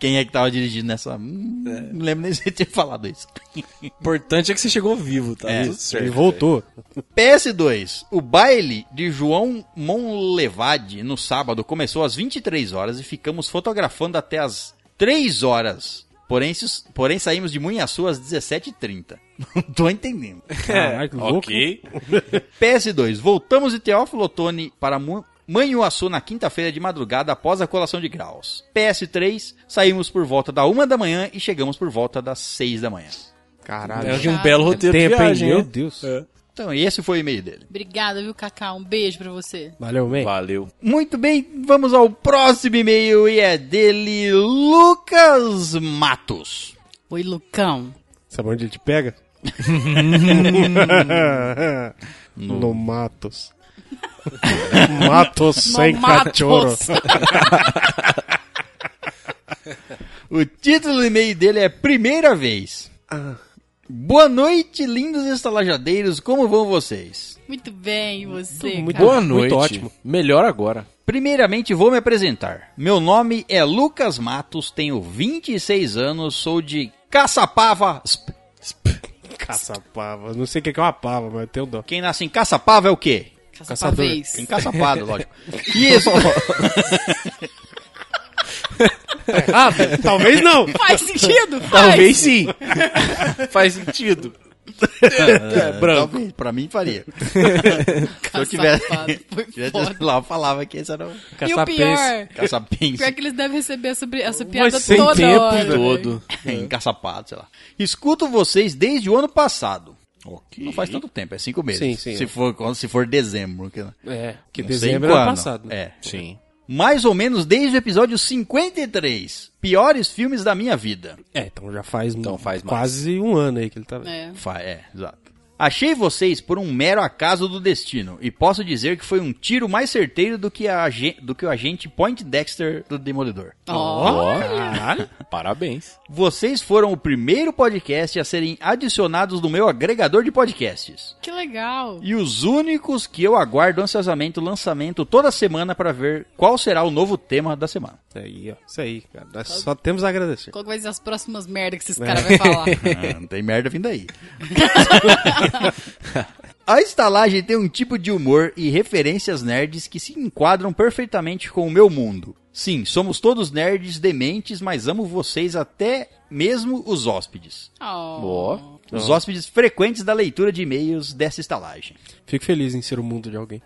Speaker 2: Quem é que tava dirigindo nessa. Hum, Não lembro nem se eu tinha falado isso.
Speaker 5: O importante é que você chegou vivo, tá?
Speaker 2: É,
Speaker 5: Tudo certo.
Speaker 4: Ele voltou.
Speaker 2: PS2. O baile de João Monlevade no sábado começou às 23 horas e ficamos fotografando até às 3 horas. Porém, se- porém saímos de Munhaçu às 17h30. Não tô entendendo.
Speaker 4: Caralho, que louco.
Speaker 5: É, Ok.
Speaker 2: PS2. Voltamos de Teófilo Otoni para Mu Manhuaçu na quinta-feira de madrugada após a colação de graus. PS3. Saímos por volta da 1 da manhã e chegamos por volta das 6 da manhã.
Speaker 4: Caralho.
Speaker 5: É de um belo roteiro de
Speaker 4: Tempo, hein?
Speaker 5: viagem,
Speaker 4: Meu
Speaker 5: né?
Speaker 4: Deus.
Speaker 5: É.
Speaker 2: Então, esse foi o e-mail dele.
Speaker 3: Obrigada, viu, Cacá? Um beijo pra você.
Speaker 4: Valeu, man.
Speaker 5: Valeu.
Speaker 2: Muito bem, vamos ao próximo e-mail e é dele Lucas Matos.
Speaker 3: Oi, Lucão.
Speaker 4: Sabe onde ele te pega? no... Matos. Matos sem cachorro.
Speaker 3: Mamatos.
Speaker 2: O título do e-mail dele é Primeira Vez.
Speaker 3: Ah.
Speaker 2: Boa noite, lindos estalajadeiros, como vão vocês?
Speaker 3: Muito bem, e você,
Speaker 4: muito
Speaker 3: cara?
Speaker 5: Boa
Speaker 4: muito
Speaker 5: noite.
Speaker 4: ótimo.
Speaker 5: Melhor agora.
Speaker 2: Primeiramente vou me apresentar. Meu nome é Lucas Matos, tenho 26 anos, sou de Caçapava. Sp-
Speaker 4: Caçapava. Não sei o que que é uma pava, mas eu tenho dó.
Speaker 2: Quem nasce em Caçapava é o quê?
Speaker 3: Caça
Speaker 4: Caçador.
Speaker 3: pavês.
Speaker 2: Em Caçapava, lógico. E isso.
Speaker 4: Ah, talvez não.
Speaker 3: Faz sentido? Faz.
Speaker 5: Talvez sim. Faz sentido.
Speaker 2: É, branco. Pra mim faria. Se eu tivesse,
Speaker 3: Caçapava, foi foda.
Speaker 2: tivesse lá, eu falava que esse era o
Speaker 3: E o pior,
Speaker 2: caçapins.
Speaker 3: pior que eles devem receber essa, bri- essa
Speaker 4: Mas
Speaker 3: piada
Speaker 4: sem
Speaker 3: toda
Speaker 4: tempo
Speaker 3: hora. velho.
Speaker 5: Todo.
Speaker 2: É, encaçapado, sei lá. Escuto vocês desde o ano passado. Não faz tanto tempo, é cinco meses.
Speaker 4: Sim, sim,
Speaker 2: se,
Speaker 4: é.
Speaker 2: for, quando- se for dezembro. Que,
Speaker 4: É, que
Speaker 2: não sei
Speaker 4: dezembro era
Speaker 2: quando.
Speaker 4: passado. né?
Speaker 2: É.
Speaker 5: Sim.
Speaker 2: Mais ou menos desde o episódio 53. Piores filmes da minha vida.
Speaker 4: É, então já faz,
Speaker 5: Então faz mais.
Speaker 4: quase um ano aí que ele tá vendo.
Speaker 3: É.
Speaker 2: Fa- É, exato. Achei vocês por um mero acaso do destino, e posso dizer que foi um tiro mais certeiro do que, a, agen- do que o agente Point Dexter do Demolidor.
Speaker 3: Ó,
Speaker 5: Caralho. Parabéns.
Speaker 2: Vocês foram o primeiro podcast a serem adicionados no meu agregador de podcasts.
Speaker 3: que legal.
Speaker 2: E os únicos que eu aguardo ansiosamente o lançamento toda semana para ver qual será o novo tema da semana.
Speaker 4: Isso aí, ó. Isso aí, cara. Nós só temos a agradecer.
Speaker 3: Qual que vai ser as próximas merdas que esses caras vão falar?
Speaker 2: Ah, não tem merda vindo aí. A estalagem tem um tipo de humor e referências nerds que se enquadram perfeitamente com o meu mundo. Sim, somos todos nerds dementes, mas amo vocês até mesmo os hóspedes.
Speaker 3: Oh.
Speaker 5: Ó.
Speaker 2: Os hóspedes frequentes da leitura de e-mails dessa estalagem.
Speaker 4: Fico feliz em ser o mundo de alguém.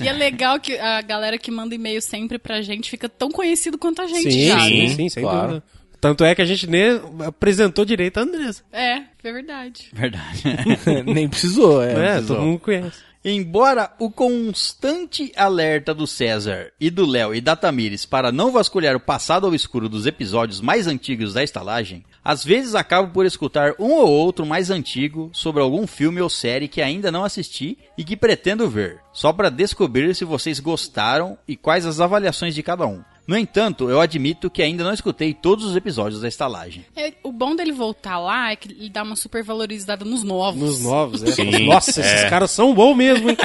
Speaker 3: E é legal que a galera que manda e-mail sempre pra gente fica tão conhecido quanto a gente
Speaker 4: sim,
Speaker 3: já.
Speaker 4: sim,
Speaker 3: né?
Speaker 4: sim, sem
Speaker 5: claro.
Speaker 4: dúvida. Tanto é que a gente nem apresentou direito a Andressa.
Speaker 3: É, é verdade.
Speaker 2: Verdade.
Speaker 5: Nem precisou, é.
Speaker 4: É,
Speaker 5: precisou.
Speaker 4: todo mundo conhece.
Speaker 2: Embora o constante alerta do César e do Léo e da Tamires para não vasculhar o passado ao escuro dos episódios mais antigos da estalagem, às vezes acabo por escutar um ou outro mais antigo sobre algum filme ou série que ainda não assisti e que pretendo ver, só para descobrir se vocês gostaram e quais as avaliações de cada um. No entanto, eu admito que ainda não escutei todos os episódios da estalagem.
Speaker 3: É, o bom dele voltar lá é que ele dá uma super valorizada nos novos.
Speaker 4: Nos novos, é.
Speaker 5: Sim,
Speaker 4: Nossa, esses
Speaker 5: é.
Speaker 4: caras são bons mesmo, hein?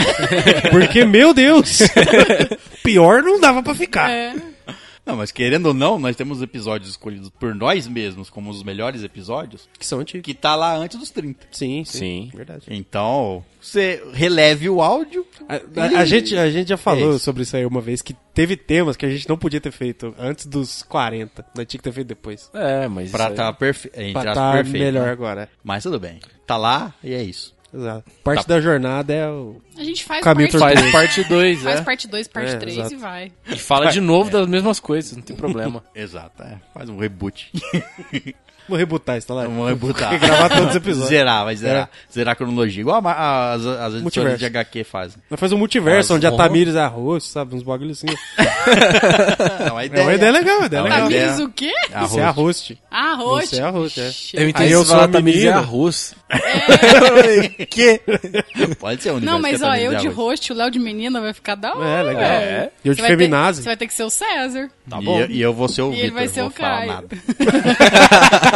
Speaker 4: Porque, meu Deus! Pior não dava pra ficar.
Speaker 3: É.
Speaker 2: Não, mas querendo ou não, nós temos episódios escolhidos por nós mesmos como os melhores episódios.
Speaker 4: Que são antigos.
Speaker 2: que tá lá antes dos 30.
Speaker 4: Sim, sim,
Speaker 5: Sim.
Speaker 4: Verdade.
Speaker 2: Então, você releve o áudio.
Speaker 4: A, a- a gente, a gente já falou
Speaker 2: É isso.
Speaker 4: sobre isso aí uma vez, que teve temas que a gente não podia ter feito antes dos 40. Nós tinha que ter feito depois.
Speaker 5: É, mas.
Speaker 2: Pra
Speaker 5: isso
Speaker 2: tá perfe...
Speaker 4: Pra
Speaker 2: entre
Speaker 4: estar
Speaker 2: tá perfeito.
Speaker 4: melhor
Speaker 2: né?
Speaker 4: agora.
Speaker 2: Mas tudo bem. Tá lá e é isso.
Speaker 4: Exato. Parte da jornada é o.
Speaker 3: A gente faz
Speaker 4: Caminho
Speaker 3: parte
Speaker 5: aí- Faz
Speaker 4: tortuoso.
Speaker 5: parte 2,
Speaker 3: Faz
Speaker 5: é.
Speaker 3: parte 2, parte
Speaker 4: É,
Speaker 3: 3
Speaker 4: exato.
Speaker 3: e vai.
Speaker 5: E fala de novo das mesmas coisas, não tem problema.
Speaker 2: Exato, é. Faz um reboot.
Speaker 4: Vou rebutar isso, tá lá?
Speaker 2: Vamos rebootar.
Speaker 4: Tem que gravar todos os episódios.
Speaker 2: Um Zerar, vai zerar. Zerar a cronologia. Igual a ma- a- as, as
Speaker 4: Multiverso.
Speaker 2: editoras de HQ fazem.
Speaker 4: Nós faz um multiverso,
Speaker 5: Faz
Speaker 4: onde a
Speaker 5: um-
Speaker 4: Tamires é arroz, sabe? Uns bagulhos assim.
Speaker 2: É uma
Speaker 4: É uma ideia legal, uma ideia
Speaker 2: É uma
Speaker 4: legal.
Speaker 2: ideia.
Speaker 3: Tamires o quê?
Speaker 2: Arroz.
Speaker 4: Você é a host.
Speaker 3: Ah, Roche.
Speaker 4: Você é a host, é.
Speaker 5: Eu
Speaker 4: Aí
Speaker 5: entendi
Speaker 4: eu
Speaker 5: eu
Speaker 4: sou
Speaker 5: sou
Speaker 4: a menina.
Speaker 5: arroz.
Speaker 3: É.
Speaker 2: que? Pode ser um
Speaker 3: Não,
Speaker 2: universo
Speaker 3: mas
Speaker 2: que
Speaker 3: ó,
Speaker 2: é
Speaker 3: eu de
Speaker 2: arroz.
Speaker 3: host, o Léo de menina vai ficar da hora.
Speaker 4: É, legal.
Speaker 5: É.
Speaker 4: E eu de
Speaker 3: Você vai ter-
Speaker 4: feminazi.
Speaker 3: Você vai ter que ser o César.
Speaker 5: Tá
Speaker 2: E
Speaker 5: bom.
Speaker 2: eu- E eu vou ser o
Speaker 3: E ele
Speaker 2: Vitor.
Speaker 3: vai ser
Speaker 2: vou
Speaker 3: o
Speaker 2: falar
Speaker 3: Caio.
Speaker 2: nada.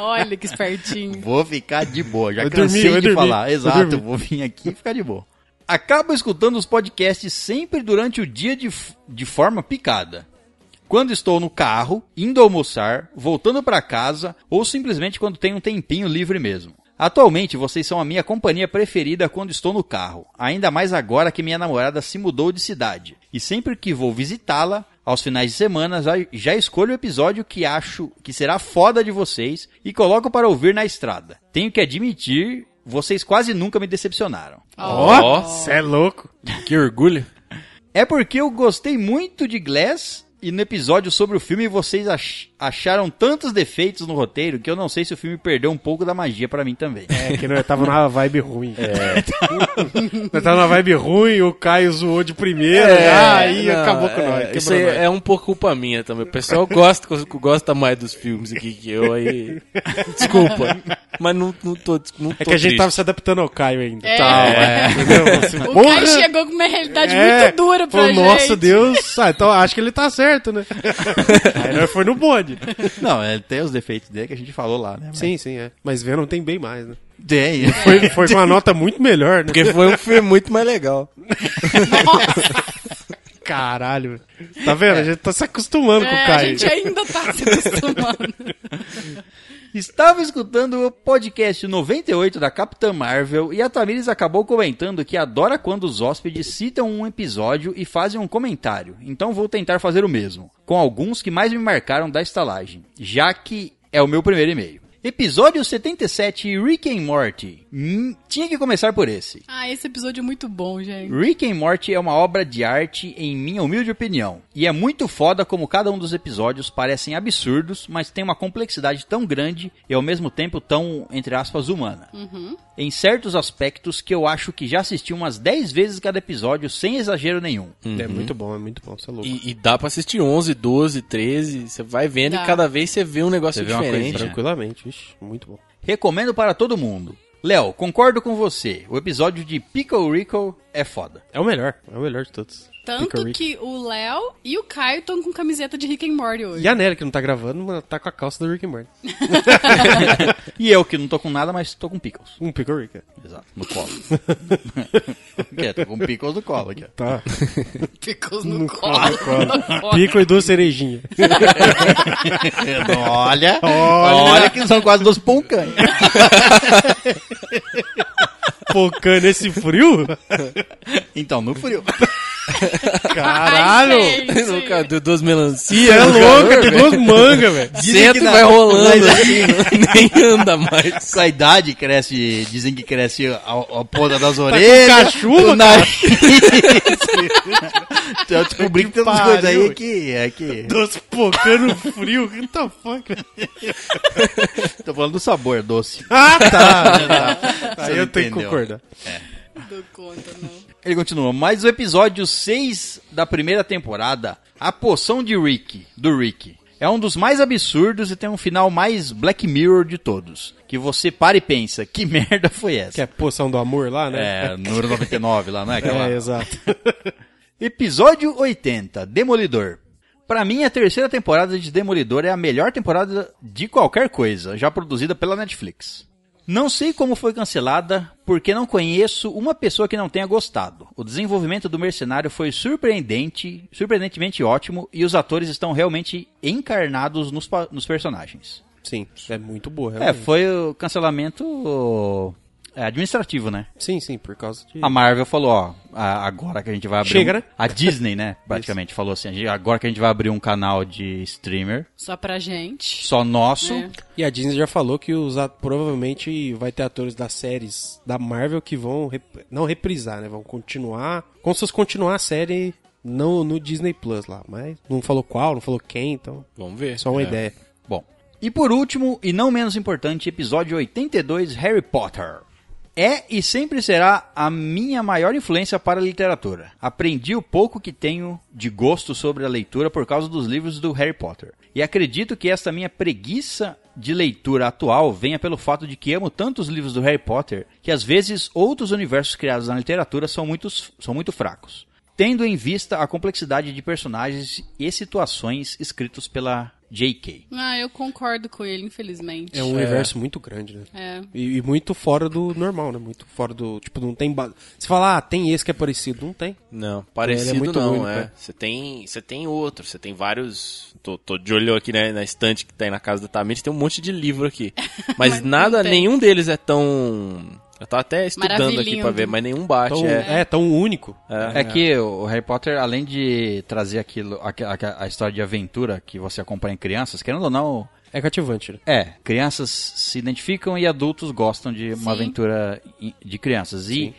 Speaker 3: Olha que espertinho.
Speaker 2: Vou ficar de boa, já
Speaker 4: Vai dormir,
Speaker 2: cansei
Speaker 4: vai
Speaker 2: de
Speaker 4: dormir,
Speaker 2: falar.
Speaker 4: vai
Speaker 2: Exato,
Speaker 4: dormir.
Speaker 2: vou vir aqui e ficar de boa. Acabo escutando os podcasts sempre durante o dia de, f- de forma picada. Quando estou no carro, indo almoçar, voltando para casa ou simplesmente quando tenho um tempinho livre mesmo. Atualmente vocês são a minha companhia preferida quando estou no carro, ainda mais agora que minha namorada se mudou de cidade. E sempre que vou visitá-la, aos finais de semana, já, já escolho o episódio que acho que será foda de vocês e coloco para ouvir na estrada. Tenho que admitir, vocês quase nunca me decepcionaram.
Speaker 4: Ó, cê é louco.
Speaker 5: Que orgulho.
Speaker 2: É porque eu gostei muito de Glass e no episódio sobre o filme vocês ach- acharam tantos defeitos no roteiro que eu não sei se o filme perdeu um pouco da magia pra mim também.
Speaker 4: É que nós tava numa vibe ruim. É. nós tava numa vibe ruim, o Caio zoou de primeira, já, aí
Speaker 5: É, não,
Speaker 4: acabou com
Speaker 5: é,
Speaker 4: nós.
Speaker 5: Isso aí
Speaker 4: quebrou nós.
Speaker 5: é um pouco culpa minha também. O pessoal gosta, gosta mais dos filmes aqui que eu, aí. Desculpa. Mas não, não tô. Não
Speaker 4: É que a gente tava se adaptando ao Caio ainda.
Speaker 3: É.
Speaker 4: Entendeu? Assim,
Speaker 3: O
Speaker 4: porra!
Speaker 3: Caio chegou com uma realidade
Speaker 4: Tá, É.
Speaker 3: muito dura pra
Speaker 4: Falou,
Speaker 3: gente.
Speaker 4: Nossa, Deus. Ah, então acho que ele tá certo, né? aí nós foi no bonde.
Speaker 2: Não, é, tem os defeitos dele que a gente falou lá, né? Mas-
Speaker 4: Sim, sim, é. Mas Venom tem bem mais, né?
Speaker 2: Tem.
Speaker 4: Foi, foi com uma nota muito melhor, né?
Speaker 5: Porque foi um filme muito mais legal.
Speaker 4: Caralho. Tá vendo? A gente tá se acostumando com o
Speaker 3: É, a
Speaker 4: Caio.
Speaker 3: gente ainda tá se acostumando.
Speaker 2: Estava escutando o podcast 98 da Capitã Marvel e a Tamires acabou comentando que adora quando os hóspedes citam um episódio e fazem um comentário. Então vou tentar fazer o mesmo, com alguns que mais me marcaram da estalagem, já que é o meu primeiro e-mail. Episódio 77, Rick and Morty. Hum, tinha que começar por esse.
Speaker 3: Ah, esse episódio é muito bom, gente.
Speaker 2: Rick and Morty é uma obra de arte, em minha humilde opinião, e é muito foda como cada um dos episódios parecem absurdos, mas tem uma complexidade tão grande e ao mesmo tempo tão, entre aspas, humana. Em certos aspectos que eu acho que já assisti umas 10 vezes cada episódio sem exagero nenhum.
Speaker 4: É muito bom, é muito bom, você é louco.
Speaker 5: E, e dá pra assistir 11, 12, 13. Você vai vendo
Speaker 3: Dá.
Speaker 5: e cada vez você vê um negócio
Speaker 2: Você vê uma
Speaker 5: diferente.
Speaker 2: coisinha.
Speaker 4: Tranquilamente, vixi, muito bom.
Speaker 2: Recomendo para todo mundo. Léo, concordo com você. O episódio de Pickle Rico é foda.
Speaker 4: É o melhor, é o melhor de todos. Pickle
Speaker 3: Tanto
Speaker 4: Rick.
Speaker 3: que o Léo e o Caio estão com camiseta de Rick and Morty hoje.
Speaker 4: E a Nelly, que não tá gravando, mas tá com a calça do Rick and Morty.
Speaker 2: E eu que não tô com nada, mas tô com pickles.
Speaker 4: Um Pickle Rick. é.
Speaker 2: Exato, no colo. é, tô com pickles no colo aqui. ó.
Speaker 4: Tá.
Speaker 3: Picos no, colo. no colo.
Speaker 4: Pickle e duas cerejinhas.
Speaker 2: Olha, olha, que são quase dois puncanhos.
Speaker 4: Pocã nesse frio?
Speaker 2: Então, no frio.
Speaker 4: Caralho!
Speaker 3: Ai, gente.
Speaker 5: No ca- du- duas melancias.
Speaker 4: Você é
Speaker 5: no
Speaker 4: louca, tem
Speaker 5: calor, velho.
Speaker 4: duas mangas, velho.
Speaker 2: Dizem
Speaker 5: Senta
Speaker 2: que
Speaker 5: e
Speaker 2: na-
Speaker 5: vai rolando
Speaker 2: mas-
Speaker 5: assim, nem anda mais.
Speaker 2: Com a idade cresce, dizem que cresce a, a ponta das
Speaker 4: Tá com um
Speaker 2: orelhas.
Speaker 4: cachuva,
Speaker 2: o nariz. então eu descobri que tem umas
Speaker 4: pariu,
Speaker 2: coisas aí
Speaker 4: velho.
Speaker 2: que, é que.
Speaker 4: Doce Pocã no frio? What the fuck, velho?
Speaker 2: Tô falando do sabor doce.
Speaker 4: Ah, tá.
Speaker 2: Você
Speaker 4: Aí eu tenho que
Speaker 2: entendeu.
Speaker 4: concordar.
Speaker 3: Dou conta, não.
Speaker 2: Ele continua, mas o episódio 6 da primeira temporada, A Poção de Rick, do Rick, é um dos mais absurdos e tem um final mais Black Mirror de todos. Que você para e pensa, que merda foi essa?
Speaker 4: Que é poção do amor lá, né?
Speaker 2: É, número 99 lá, não é aquela?
Speaker 4: É, exato.
Speaker 2: Episódio 80, Demolidor. Pra mim, a terceira temporada de Demolidor é a melhor temporada de qualquer coisa já produzida pela Netflix. Não sei como foi cancelada, porque não conheço uma pessoa que não tenha gostado. O desenvolvimento do mercenário foi surpreendente, surpreendentemente ótimo, e os atores estão realmente encarnados nos, pa- nos personagens.
Speaker 4: Sim, é muito boa.
Speaker 2: É,
Speaker 4: realmente.
Speaker 2: foi o cancelamento ô, é, administrativo, né?
Speaker 4: Sim, sim, por causa de...
Speaker 2: A Marvel falou, ó, a- agora que a gente vai abrir.
Speaker 4: Chega,
Speaker 2: um-
Speaker 4: né?
Speaker 2: A Disney, né? Praticamente falou assim: a gente- agora que a gente vai abrir um canal de streamer,
Speaker 3: Só pra gente.
Speaker 2: só nosso.
Speaker 3: É.
Speaker 4: E a Disney já falou que os at- provavelmente vai ter atores das séries da Marvel que vão rep- não reprisar, né? Vão continuar. Como se fosse continuar a série no, no Disney Plus lá. Mas não falou qual, não falou quem, então.
Speaker 5: Vamos ver.
Speaker 4: É só uma
Speaker 5: É.
Speaker 4: ideia.
Speaker 2: Bom. E por último, e não menos importante, episódio 82, Harry Potter. É e sempre será a minha maior influência para a literatura. Aprendi o pouco que tenho de gosto sobre a leitura por causa dos livros do Harry Potter. E acredito que esta minha preguiça de leitura atual venha pelo fato de que amo tanto os livros do Harry Potter que às vezes outros universos criados na literatura são, muitos, são muito fracos. Tendo em vista a complexidade de personagens e situações escritos pela J.K.
Speaker 3: Ah, eu concordo com ele, infelizmente.
Speaker 4: É um universo muito grande, né?
Speaker 3: É.
Speaker 4: E, e muito fora do normal, né? Muito fora do. Tipo, não tem. Ba... Você fala, ah, tem esse que é parecido. Não tem.
Speaker 5: Não, parecido
Speaker 4: é muito
Speaker 5: não,
Speaker 4: único,
Speaker 5: é.
Speaker 4: é.
Speaker 5: Você tem, você tem outro, você tem vários. Tô, tô de olho aqui né, na estante que tá aí na casa da Tamir, tem um monte de livro aqui. Mas,
Speaker 3: Mas não
Speaker 5: nada,
Speaker 3: tem.
Speaker 5: nenhum deles é tão. Eu tava até estudando aqui pra
Speaker 3: Maravilhindo.
Speaker 5: ver, mas nenhum bate.
Speaker 4: né? Tão,
Speaker 5: é.
Speaker 4: é. tão único.
Speaker 2: É que o Harry Potter, além de trazer aquilo, a, a- a história de aventura que você acompanha em crianças, querendo ou não,
Speaker 4: É cativante, né?
Speaker 2: é, crianças se identificam e adultos gostam de uma
Speaker 3: Sim.
Speaker 2: aventura i- de crianças. E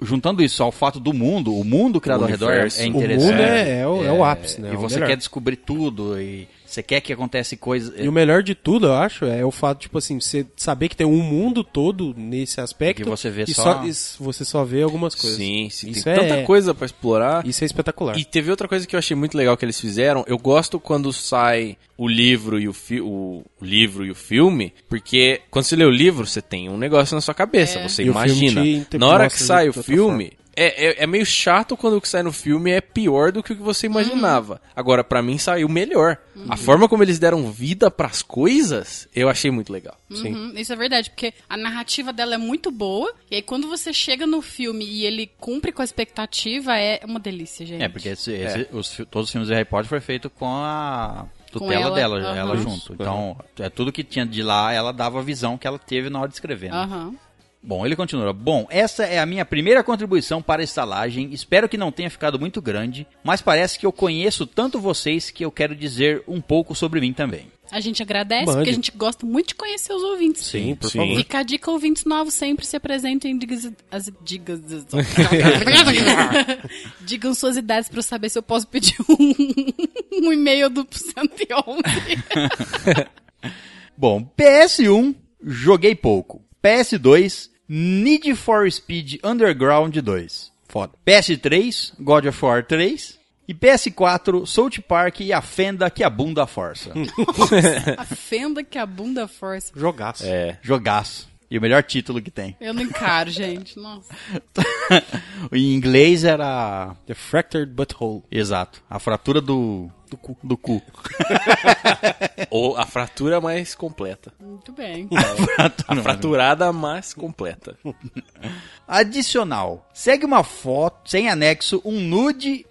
Speaker 2: juntando isso ao fato do mundo, o mundo criado
Speaker 5: O
Speaker 2: ao redor
Speaker 5: universo.
Speaker 2: é
Speaker 5: O
Speaker 4: O
Speaker 2: interessante.
Speaker 4: mundo é, é o, é o ápice, né?
Speaker 2: E
Speaker 4: É o
Speaker 2: você
Speaker 4: melhor.
Speaker 2: quer descobrir tudo, e você quer que acontece coisa.
Speaker 4: E o melhor de tudo, eu acho, é o fato, tipo assim, você saber que tem um mundo todo nesse aspecto.
Speaker 2: E que você vê
Speaker 4: e
Speaker 2: só-
Speaker 4: e s- você só vê algumas coisas.
Speaker 5: Sim, sim,
Speaker 4: Isso
Speaker 5: tem
Speaker 4: é-
Speaker 5: tanta coisa pra explorar.
Speaker 4: Isso é espetacular.
Speaker 5: E teve outra coisa que eu achei muito legal que eles fizeram. Eu gosto quando sai o livro e o, fi o o livro e o filme, porque quando você lê o livro, você tem um negócio na sua cabeça, você
Speaker 4: E o filme
Speaker 5: imagina.
Speaker 4: te inter-
Speaker 5: Na hora
Speaker 4: mostra
Speaker 5: que sai
Speaker 4: de
Speaker 5: o
Speaker 4: outra
Speaker 5: filme, é, é, é meio chato quando o que sai no filme é pior do que o que você imaginava. Agora, pra mim, saiu melhor. A forma como eles deram vida pras coisas, eu achei muito legal.
Speaker 3: Uhum, isso é verdade, porque a narrativa dela é muito boa, e aí quando você chega no filme e ele cumpre com a expectativa, é uma delícia, gente.
Speaker 2: É, porque esse- esse- os fi- todos os filmes do Harry Potter foi feito com a tutela
Speaker 3: ela,
Speaker 2: dela,
Speaker 3: aham.
Speaker 2: ela junto. Então, é tudo que tinha de lá, ela dava a visão que ela teve na hora de escrever. né?
Speaker 3: Aham.
Speaker 2: Bom, ele continua. Bom, essa é a minha primeira contribuição para a estalagem. Espero que não tenha ficado muito grande, mas parece que eu conheço tanto vocês que eu quero dizer um pouco sobre mim também.
Speaker 3: A gente agradece,
Speaker 4: Mande.
Speaker 3: porque a gente gosta muito de conhecer os ouvintes.
Speaker 4: Sim, por
Speaker 5: Sim.
Speaker 4: favor.
Speaker 3: Fica a dica, ouvintes novos sempre se apresentem, digam, as, digas, digam suas idades pra eu saber se eu posso pedir um, um e-mail do 111.
Speaker 2: Bom, PS1, joguei pouco. PS2, Need for Speed Underground 2.
Speaker 4: Foda.
Speaker 2: PS3, God of War 3. E PS4, South Park e a fenda que a bunda força.
Speaker 3: a fenda que a bunda força.
Speaker 4: Jogaço.
Speaker 5: É.
Speaker 2: Jogaço. E o melhor título que tem.
Speaker 3: Eu não encaro, gente. Nossa.
Speaker 2: em inglês era.
Speaker 4: The Fractured Butthole.
Speaker 2: Exato. A fratura do. Do cu. Do cu.
Speaker 5: Ou a fratura mais completa.
Speaker 3: Muito bem.
Speaker 5: A fraturada mais completa.
Speaker 2: Adicional. Segue uma foto, sem anexo, um nude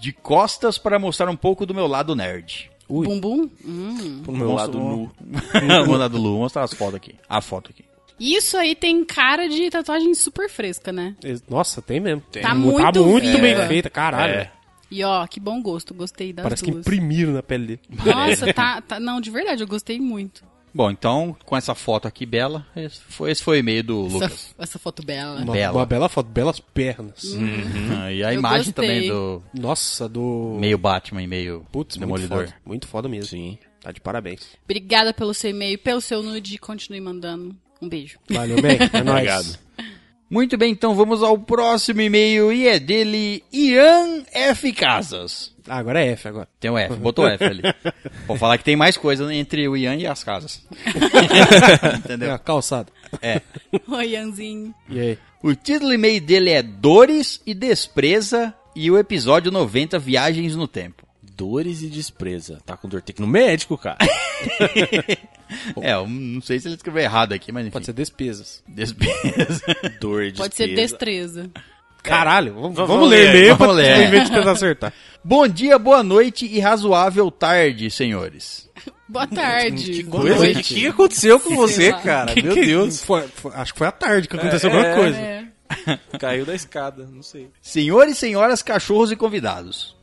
Speaker 2: de costas para mostrar um pouco do meu lado nerd.
Speaker 4: Ui.
Speaker 3: Bumbum? Hum.
Speaker 5: Pro meu lado nu.
Speaker 2: Vou mandar do Lu, vou mostrar as fotos aqui. A foto aqui.
Speaker 3: Isso aí tem cara de tatuagem super fresca, né?
Speaker 4: Ex- Nossa, tem mesmo.
Speaker 5: Tem.
Speaker 3: Tá
Speaker 4: tá
Speaker 3: muito
Speaker 4: muito
Speaker 3: viva.
Speaker 4: bem feita, caralho.
Speaker 5: É.
Speaker 4: velho.
Speaker 3: E ó, que bom gosto, gostei das
Speaker 4: Parece que
Speaker 3: duas.
Speaker 4: imprimiram na pele dele.
Speaker 3: Nossa, tá, tá- Não, de verdade, eu gostei muito.
Speaker 2: Bom, então, com essa foto aqui bela, esse foi, esse foi o e-mail do Lucas.
Speaker 3: Essa, essa foto bela.
Speaker 4: Uma,
Speaker 2: Bela.
Speaker 4: uma bela foto, belas pernas.
Speaker 2: Ah, e a
Speaker 3: Eu
Speaker 2: imagem
Speaker 3: gostei.
Speaker 2: também do
Speaker 4: Nossa, do.
Speaker 2: meio Batman e meio
Speaker 4: Putz, muito
Speaker 2: Demolidor.
Speaker 4: foda. Muito foda mesmo.
Speaker 5: Sim.
Speaker 4: Tá de parabéns.
Speaker 3: Obrigada pelo seu e-mail, pelo seu nude. Continue mandando. Um beijo.
Speaker 4: Valeu, bem. É nóis.
Speaker 5: Obrigado.
Speaker 2: Muito bem, então vamos ao próximo e-mail e é dele Ian F. Casas.
Speaker 4: Ah, agora é F agora.
Speaker 2: Tem um F, botou F ali. Vou falar que tem mais coisa entre o Ian e as casas.
Speaker 4: É
Speaker 2: Entendeu?
Speaker 4: a calçada.
Speaker 2: É.
Speaker 3: Oi, Anzinho.
Speaker 4: E aí?
Speaker 2: O título e-mail dele é Dores e Despreza e o episódio 90 Viagens no Tempo.
Speaker 5: Dores e despreza. Tá com dor, tem que ir no médico, cara.
Speaker 2: É, eu não sei se ele escreveu errado aqui, mas enfim.
Speaker 4: Pode ser despesas.
Speaker 2: Despesa.
Speaker 5: Dor e despreza.
Speaker 3: Pode ser destreza.
Speaker 4: Caralho, vamos,
Speaker 5: Vamos
Speaker 4: vamos
Speaker 5: ler,
Speaker 4: ler e-mail
Speaker 2: vamos
Speaker 4: pra
Speaker 2: ler.
Speaker 4: ler. de tentar acertar.
Speaker 2: Bom dia, boa noite e razoável tarde, senhores.
Speaker 3: Boa tarde.
Speaker 5: Que
Speaker 3: Boa
Speaker 5: coisa,
Speaker 3: noite.
Speaker 5: é, que, que aconteceu com você,
Speaker 3: lá.
Speaker 5: cara?
Speaker 4: Que-
Speaker 5: Meu
Speaker 4: que-
Speaker 5: Deus.
Speaker 4: foi- foi- acho que foi à tarde que aconteceu alguma
Speaker 5: é,
Speaker 4: coisa.
Speaker 3: É.
Speaker 5: Caiu da escada, não sei.
Speaker 2: Senhores, senhoras, cachorros e convidados.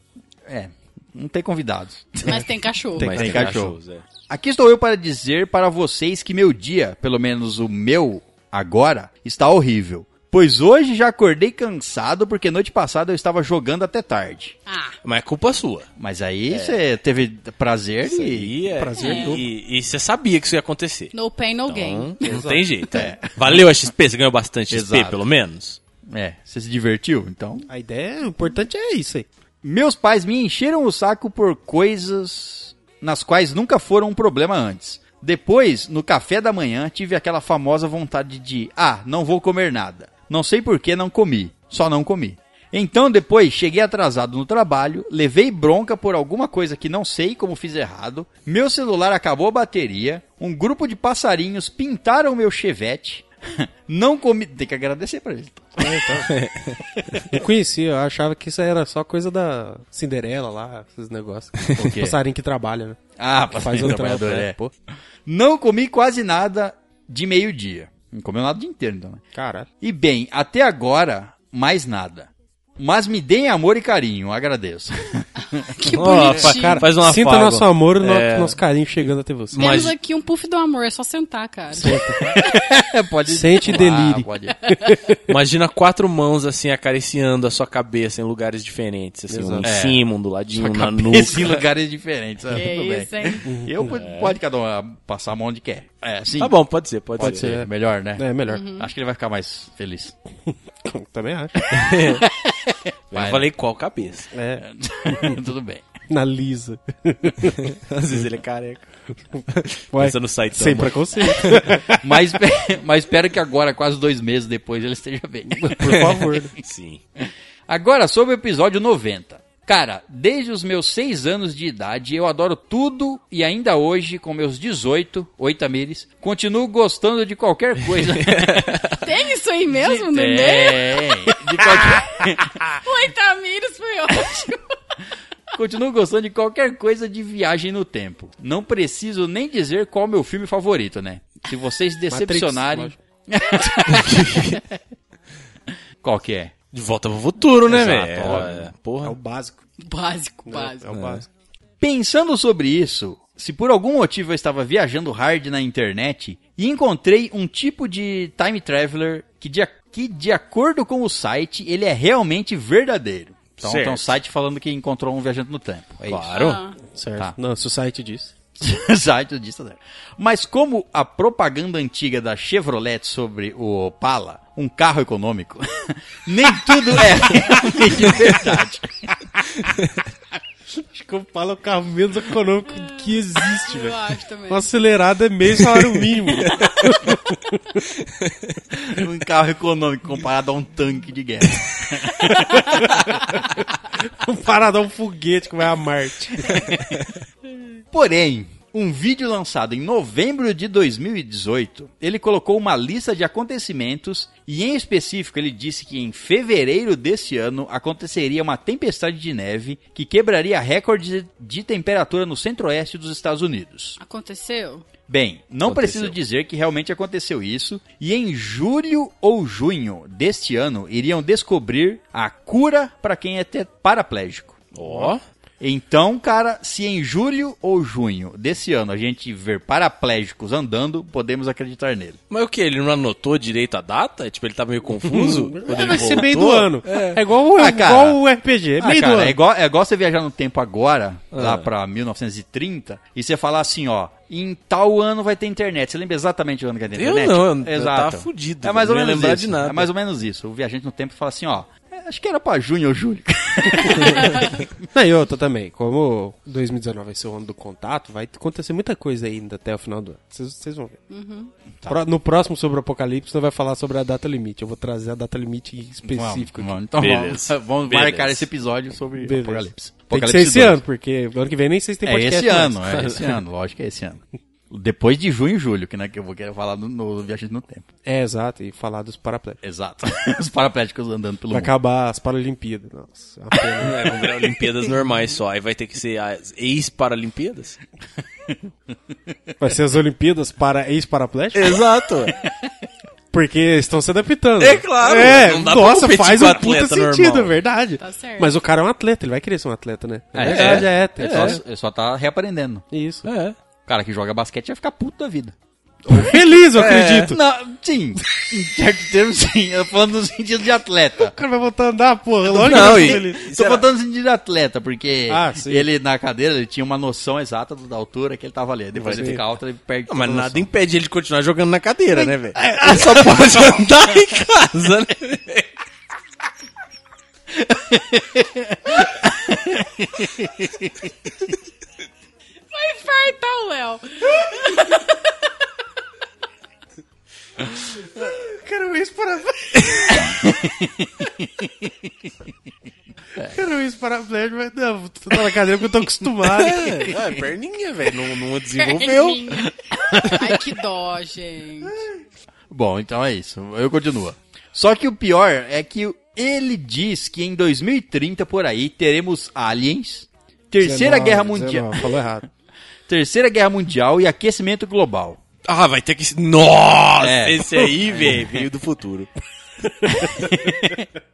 Speaker 2: É, não tem convidados.
Speaker 3: Mas tem cachorro.
Speaker 2: Tem. cachorro.
Speaker 5: cachorros, é.
Speaker 2: Aqui estou eu para dizer para vocês que meu dia, pelo menos o meu agora, está horrível. Pois hoje já acordei cansado porque noite passada eu estava jogando até tarde.
Speaker 3: Ah,
Speaker 5: Mas é culpa sua.
Speaker 2: Mas aí você teve prazer
Speaker 5: Isso
Speaker 2: e.
Speaker 5: aí é-
Speaker 4: prazer
Speaker 5: e-
Speaker 4: novo.
Speaker 5: E e você sabia que isso ia acontecer.
Speaker 3: no pain, no gain.
Speaker 5: Então, não tem jeito. Valeu a XP, você ganhou bastante XP,
Speaker 2: Exato.
Speaker 5: pelo menos.
Speaker 2: É, você se divertiu, então.
Speaker 4: A ideia, o importante é isso aí.
Speaker 2: Meus pais me encheram o saco por coisas nas quais nunca foram um problema antes. Depois, no café da manhã, tive aquela famosa vontade de: ah, não vou comer nada. Não sei por que não comi, só não comi. Então, depois, cheguei atrasado no trabalho, levei bronca por alguma coisa que não sei como fiz errado, meu celular acabou a bateria, um grupo de passarinhos pintaram meu chevette, não comi. Tem que agradecer pra eles.
Speaker 4: Eu conhecia, eu achava que isso era só coisa da Cinderela lá, esses negócios.
Speaker 2: quê?
Speaker 4: Passarinho que trabalha, né?
Speaker 2: Ah,
Speaker 4: Faz
Speaker 2: faz
Speaker 4: o
Speaker 2: o
Speaker 4: trampo,
Speaker 2: trabalhador,
Speaker 4: né?
Speaker 2: é.
Speaker 4: Pô.
Speaker 2: Não comi quase nada de meio-dia. Não comeu nada o dia inteiro, então, né?
Speaker 4: Caralho.
Speaker 2: E bem, até agora, mais nada. Mas me deem amor e carinho, agradeço.
Speaker 3: Que
Speaker 5: Ó,
Speaker 3: bonitinho.
Speaker 5: cara, Faz um afago.
Speaker 4: Sinta nosso amor e
Speaker 5: É.
Speaker 4: nosso, nosso carinho chegando até você.
Speaker 5: Mas-
Speaker 3: Temos aqui um puff do amor, é só sentar, cara.
Speaker 2: pode
Speaker 4: Sente
Speaker 2: Ah,
Speaker 4: delírio.
Speaker 2: pode.
Speaker 5: Imagina quatro mãos assim acariciando a sua cabeça em lugares diferentes, assim, um em
Speaker 2: É.
Speaker 5: cima, um do ladinho, na
Speaker 2: Cabeça em
Speaker 5: nuca.
Speaker 2: lugares diferentes. ah,
Speaker 3: Que
Speaker 2: tudo bem.
Speaker 3: isso, hein?
Speaker 2: Eu pode, pode cada um passar a mão onde quer. É, sim.
Speaker 5: Tá bom, pode ser, pode,
Speaker 4: É. Pode
Speaker 5: ser.
Speaker 4: ser.
Speaker 2: É melhor, né?
Speaker 4: É melhor.
Speaker 2: Acho que ele vai ficar mais feliz.
Speaker 4: Também acho.
Speaker 5: Eu não falei qual cabeça.
Speaker 4: É.
Speaker 2: tudo bem.
Speaker 4: Na lisa.
Speaker 5: Às vezes ele é careca.
Speaker 4: Vai.
Speaker 5: Pensa no Saitama.
Speaker 4: Sem preconceito.
Speaker 2: Mas, mas espero que agora, quase dois meses depois, ele esteja bem.
Speaker 4: Por favor. né?
Speaker 5: Sim.
Speaker 2: Agora sobre o episódio 90. Cara, desde os meus 6 anos de idade, eu adoro tudo e ainda hoje, com meus 18, oitamires, continuo gostando de qualquer coisa.
Speaker 3: Tem isso aí mesmo no meio?
Speaker 2: é, de qualquer...
Speaker 3: Oi, Tamires, foi ótimo.
Speaker 2: Continuo gostando de qualquer coisa de viagem no tempo. Não preciso nem dizer qual é o meu filme favorito, né? Se vocês decepcionarem...
Speaker 4: lógico.
Speaker 2: qual que é?
Speaker 5: De volta pro futuro, né,
Speaker 2: Exato,
Speaker 5: velho?
Speaker 2: óbvio.
Speaker 5: É, Porra.
Speaker 4: É o básico.
Speaker 3: Básico,
Speaker 4: É
Speaker 3: básico.
Speaker 4: o básico.
Speaker 2: Pensando sobre isso, se por algum motivo eu estava viajando hard na internet e encontrei um tipo de time traveler que de, a- que de acordo com o site, ele é realmente verdadeiro. Então
Speaker 5: Certo.
Speaker 2: tem um site falando que encontrou um viajante no tempo. É isso.
Speaker 5: Claro.
Speaker 3: Ah,
Speaker 4: Certo.
Speaker 2: Tá.
Speaker 4: Não, se o site diz.
Speaker 2: site disso, né? Mas como a propaganda antiga da Chevrolet sobre o Opala, um carro econômico, nem tudo é realmente verdade.
Speaker 4: Acho que eu falo o carro menos econômico que existe,
Speaker 3: eu
Speaker 4: velho.
Speaker 3: acho também.
Speaker 4: Um acelerado é meio salário mínimo.
Speaker 2: Um carro econômico comparado a um tanque de guerra.
Speaker 4: um paradão foguete que vai a Marte.
Speaker 2: Porém, um vídeo lançado em novembro de 2018, ele colocou uma lista de acontecimentos e, em específico, ele disse que em fevereiro deste ano aconteceria uma tempestade de neve que quebraria recordes de temperatura no centro-oeste dos Estados Unidos.
Speaker 3: Aconteceu?
Speaker 2: Bem, não
Speaker 5: Aconteceu.
Speaker 2: preciso dizer que realmente aconteceu isso, e em julho ou junho deste ano iriam descobrir a cura para quem é te- paraplégico.
Speaker 5: Ó.
Speaker 2: Então, cara, se em julho ou junho desse ano a gente ver paraplégicos andando, podemos acreditar nele.
Speaker 5: Mas o que? Ele não anotou direito a data? Tipo, ele tava meio confuso? quando
Speaker 4: É,
Speaker 5: ele
Speaker 4: vai ser meio do
Speaker 5: voltou?
Speaker 4: ano. É, igual, o,
Speaker 2: Ah, cara.
Speaker 4: igual o RPG. É
Speaker 2: Ah,
Speaker 4: meio do
Speaker 2: cara,
Speaker 5: né?
Speaker 4: ano.
Speaker 2: é igual, é igual você viajar no tempo agora,
Speaker 5: É.
Speaker 2: lá pra 1930, e você falar assim, ó, em tal ano vai ter internet. Você lembra exatamente o ano que vai ter
Speaker 5: Eu
Speaker 2: internet?
Speaker 5: não, eu tava fudido,
Speaker 2: É mais
Speaker 5: não
Speaker 2: ou
Speaker 5: ia
Speaker 2: menos
Speaker 5: lembrar
Speaker 2: isso.
Speaker 5: de nada.
Speaker 2: É mais ou menos isso. O viajante no tempo fala assim, ó, é, acho que era pra junho ou julho.
Speaker 4: Não, e outra também. Como 2019 vai ser o ano do contato, vai acontecer muita coisa ainda até o final do ano. Vocês vocês vão ver.
Speaker 2: Tá.
Speaker 4: Pro- no próximo sobre o Apocalipse, não vai falar sobre a data limite. Eu vou trazer a data limite em específico.
Speaker 2: Vamos, vamos,
Speaker 4: aqui.
Speaker 2: então
Speaker 5: Beleza.
Speaker 2: vamos, vamos
Speaker 5: Beleza.
Speaker 2: marcar esse episódio sobre
Speaker 4: Beleza.
Speaker 2: Apocalipse.
Speaker 4: Tem que
Speaker 2: Apocalipse
Speaker 4: ser esse
Speaker 2: 2.
Speaker 4: ano, porque ano que vem nem vocês têm
Speaker 2: É
Speaker 4: podcast.
Speaker 2: esse
Speaker 4: mais.
Speaker 2: ano, é esse ano, lógico que é esse ano. Depois de junho e julho, que, né, que eu vou querer falar no, no Viajante no Tempo.
Speaker 4: É, exato. E falar dos paraplégicos.
Speaker 2: Exato. Os paraplégicos andando pelo
Speaker 4: Vai
Speaker 2: mundo.
Speaker 4: acabar as Paralimpíadas. Nossa, é uma pena.
Speaker 5: É, vão virar Olimpíadas normais só. Aí vai ter que ser as ex-Paralimpíadas?
Speaker 4: Vai ser as Olimpíadas para ex-paraplégicos?
Speaker 5: Exato.
Speaker 4: Porque estão se adaptando.
Speaker 5: É claro,
Speaker 4: É,
Speaker 5: não dá pra
Speaker 4: nossa,
Speaker 5: competir
Speaker 4: faz
Speaker 5: com
Speaker 4: um
Speaker 5: atleta
Speaker 4: puta sentido, é
Speaker 5: normal.
Speaker 4: verdade.
Speaker 3: Tá certo.
Speaker 4: Mas o cara é um atleta, ele vai querer ser um atleta, né?
Speaker 2: É,
Speaker 4: verdade, é, hétero.
Speaker 2: Ele, Só, ele só tá reaprendendo.
Speaker 4: Isso.
Speaker 5: É.
Speaker 2: O cara que joga basquete ia ficar puto da vida.
Speaker 4: Feliz,
Speaker 5: É.
Speaker 4: eu acredito.
Speaker 2: Não, sim. Em certo termo, sim. Eu tô falando no sentido de atleta.
Speaker 4: O cara vai voltar a andar, porra. Lógico
Speaker 5: Não,
Speaker 4: que
Speaker 5: e-
Speaker 4: eu tô feliz.
Speaker 2: Tô botando no sentido de atleta, porque
Speaker 4: Ah, sim.
Speaker 2: ele na cadeira ele tinha uma noção exata do- da altura que ele tava ali. Depois ele
Speaker 4: Sim.
Speaker 2: fica alto, ele perde.
Speaker 5: Não, mas
Speaker 2: toda a
Speaker 5: nada
Speaker 2: noção.
Speaker 5: impede ele de continuar jogando na cadeira, né, velho? Ele só pode andar em casa, né?
Speaker 3: Vai infartar o Léo.
Speaker 4: Quero um ex-paraplégico. Quero um ex-paraplégico, mas não, tô na cadeira porque eu tô acostumado.
Speaker 5: É, perninha, velho. Não, não
Speaker 3: Perninha. Ai, que dó, gente.
Speaker 2: Bom, então é isso. Eu continuo. Só que o pior é que ele diz que em 2030 por aí teremos aliens, Terceira
Speaker 4: 19,
Speaker 2: Guerra Mundial,
Speaker 4: 19, falou errado.
Speaker 2: Terceira Guerra Mundial e aquecimento global.
Speaker 5: Ah, vai ter que. se- Nossa,
Speaker 2: É.
Speaker 5: esse aí, velho, veio do futuro.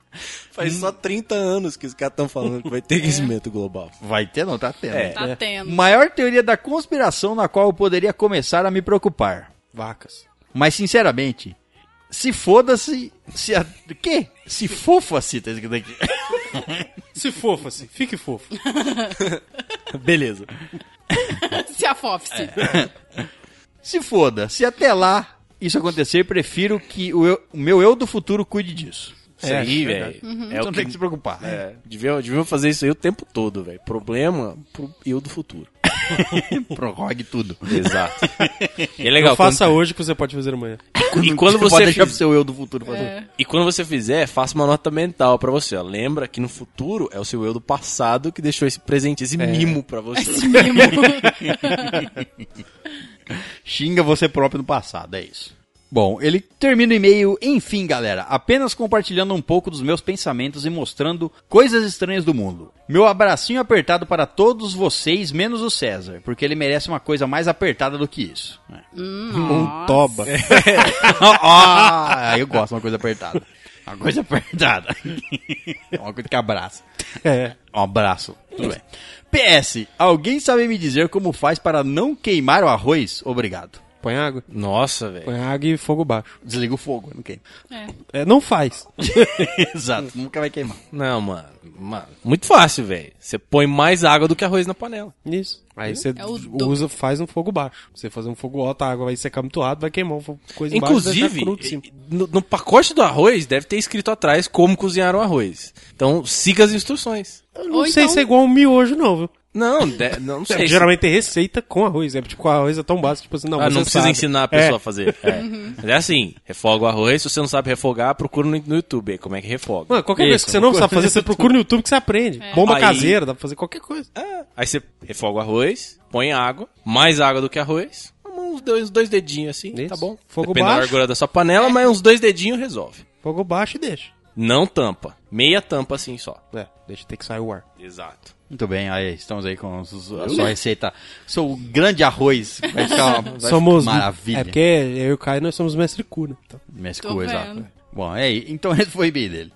Speaker 5: Faz só 30 anos que os caras estão falando que vai ter aquecimento global.
Speaker 2: Vai ter, não tá tendo.
Speaker 5: É.
Speaker 3: Tá tendo.
Speaker 2: Maior teoria da conspiração na qual eu poderia começar a me preocupar.
Speaker 4: Vacas.
Speaker 2: Mas, sinceramente, se foda-se. Se a. Quê? Se fofa-se, tá escrito aqui.
Speaker 4: Se fofo assim, fique fofo.
Speaker 5: Beleza.
Speaker 3: Se a Fofse.
Speaker 2: Se foda, se até lá isso acontecer, prefiro que o, eu- o meu eu do futuro cuide disso.
Speaker 5: Isso
Speaker 4: É,
Speaker 5: aí,
Speaker 4: é
Speaker 5: velho. É
Speaker 2: então
Speaker 5: o
Speaker 2: não
Speaker 5: que.
Speaker 2: tem que se preocupar.
Speaker 5: É, deviam, deviam fazer isso aí o tempo todo, velho. Problema pro eu do futuro.
Speaker 2: Prorrogue tudo.
Speaker 5: Exato. E é
Speaker 4: Não
Speaker 5: legal.
Speaker 4: faça
Speaker 5: quando-
Speaker 4: hoje que você pode fazer amanhã.
Speaker 5: E quando
Speaker 2: pode
Speaker 5: você
Speaker 2: deixar
Speaker 5: fiz-
Speaker 2: pro seu eu do futuro fazer.
Speaker 5: E quando você fizer, faça uma nota mental pra você. Ó. Lembra que no futuro é o seu eu do passado que deixou esse presente, É. esse mimo pra você.
Speaker 3: Esse mimo.
Speaker 2: Xinga você próprio no passado, é isso. Bom, ele termina o e-mail, enfim, galera, apenas compartilhando um pouco dos meus pensamentos e mostrando coisas estranhas do mundo. Meu abracinho apertado para todos vocês, menos o César, porque ele merece uma coisa mais apertada do que isso. É.
Speaker 4: Montoba.
Speaker 5: É.
Speaker 2: ah, eu gosto de uma coisa apertada. Uma coisa apertada. É uma coisa que abraça.
Speaker 4: É.
Speaker 2: Um abraço. Tudo bem. PS, alguém sabe me dizer como faz para não queimar o arroz? Obrigado.
Speaker 4: Põe água.
Speaker 5: Nossa, velho.
Speaker 4: Põe água e fogo baixo.
Speaker 2: Desliga o fogo, não queima.
Speaker 4: É, não faz.
Speaker 2: Exato, Hum, nunca vai queimar.
Speaker 5: Não, mano. Mano, muito fácil, velho. Você põe mais água do que arroz na panela.
Speaker 4: Isso. Aí você
Speaker 3: É o do-
Speaker 4: usa, faz um fogo baixo. Você fazer um fogo alto, a água vai secar muito rápido, vai queimar o fogo- coisa
Speaker 5: Inclusive,
Speaker 4: embaixo. vai deixar cru de cima.
Speaker 5: no, no pacote do arroz deve ter escrito atrás como cozinhar o arroz. Então, siga as instruções.
Speaker 4: Eu não
Speaker 3: Ou
Speaker 4: sei
Speaker 3: então-
Speaker 4: se é igual um miojo, não, viu?
Speaker 5: Não, de- não sei.
Speaker 4: É, geralmente tem receita com arroz. É tipo, o arroz é tão básico, tipo assim, não,
Speaker 5: Ah,
Speaker 4: você
Speaker 5: não precisa
Speaker 4: sabe.
Speaker 5: ensinar a pessoa a fazer. É. Mas é assim, refoga o arroz. Se você não sabe refogar, procura no, no YouTube aí como é que refoga.
Speaker 4: Mano, qualquer coisa
Speaker 5: Isso.
Speaker 4: que
Speaker 5: assim.
Speaker 4: você não sabe fazer, você procura no YouTube que você aprende. Bomba
Speaker 5: Aí-
Speaker 4: caseira, dá pra fazer qualquer coisa.
Speaker 5: É. Aí você refoga o arroz, põe água, mais água do que arroz, uns dois, dois dedinhos assim,
Speaker 4: Isso.
Speaker 5: tá bom.
Speaker 4: Fogo
Speaker 5: Depende da
Speaker 4: baixo.
Speaker 5: largura da sua panela, mas uns dois dedinhos resolve.
Speaker 4: Fogo baixo e deixa.
Speaker 5: Não tampa. Meia tampa assim só.
Speaker 4: É, deixa ter que sair o ar.
Speaker 5: Exato.
Speaker 2: Muito bem, aí estamos aí com os- a sua receita. Seu grande arroz. Vai ficar uma, vai ficar
Speaker 4: somos.
Speaker 2: maravilha.
Speaker 4: É porque eu e o Caio nós somos mestre cu, né? Então,
Speaker 2: Mestre
Speaker 3: Tô
Speaker 2: Cu,
Speaker 3: vendo.
Speaker 2: exato. Bom, é aí. Então esse foi o e-mail dele.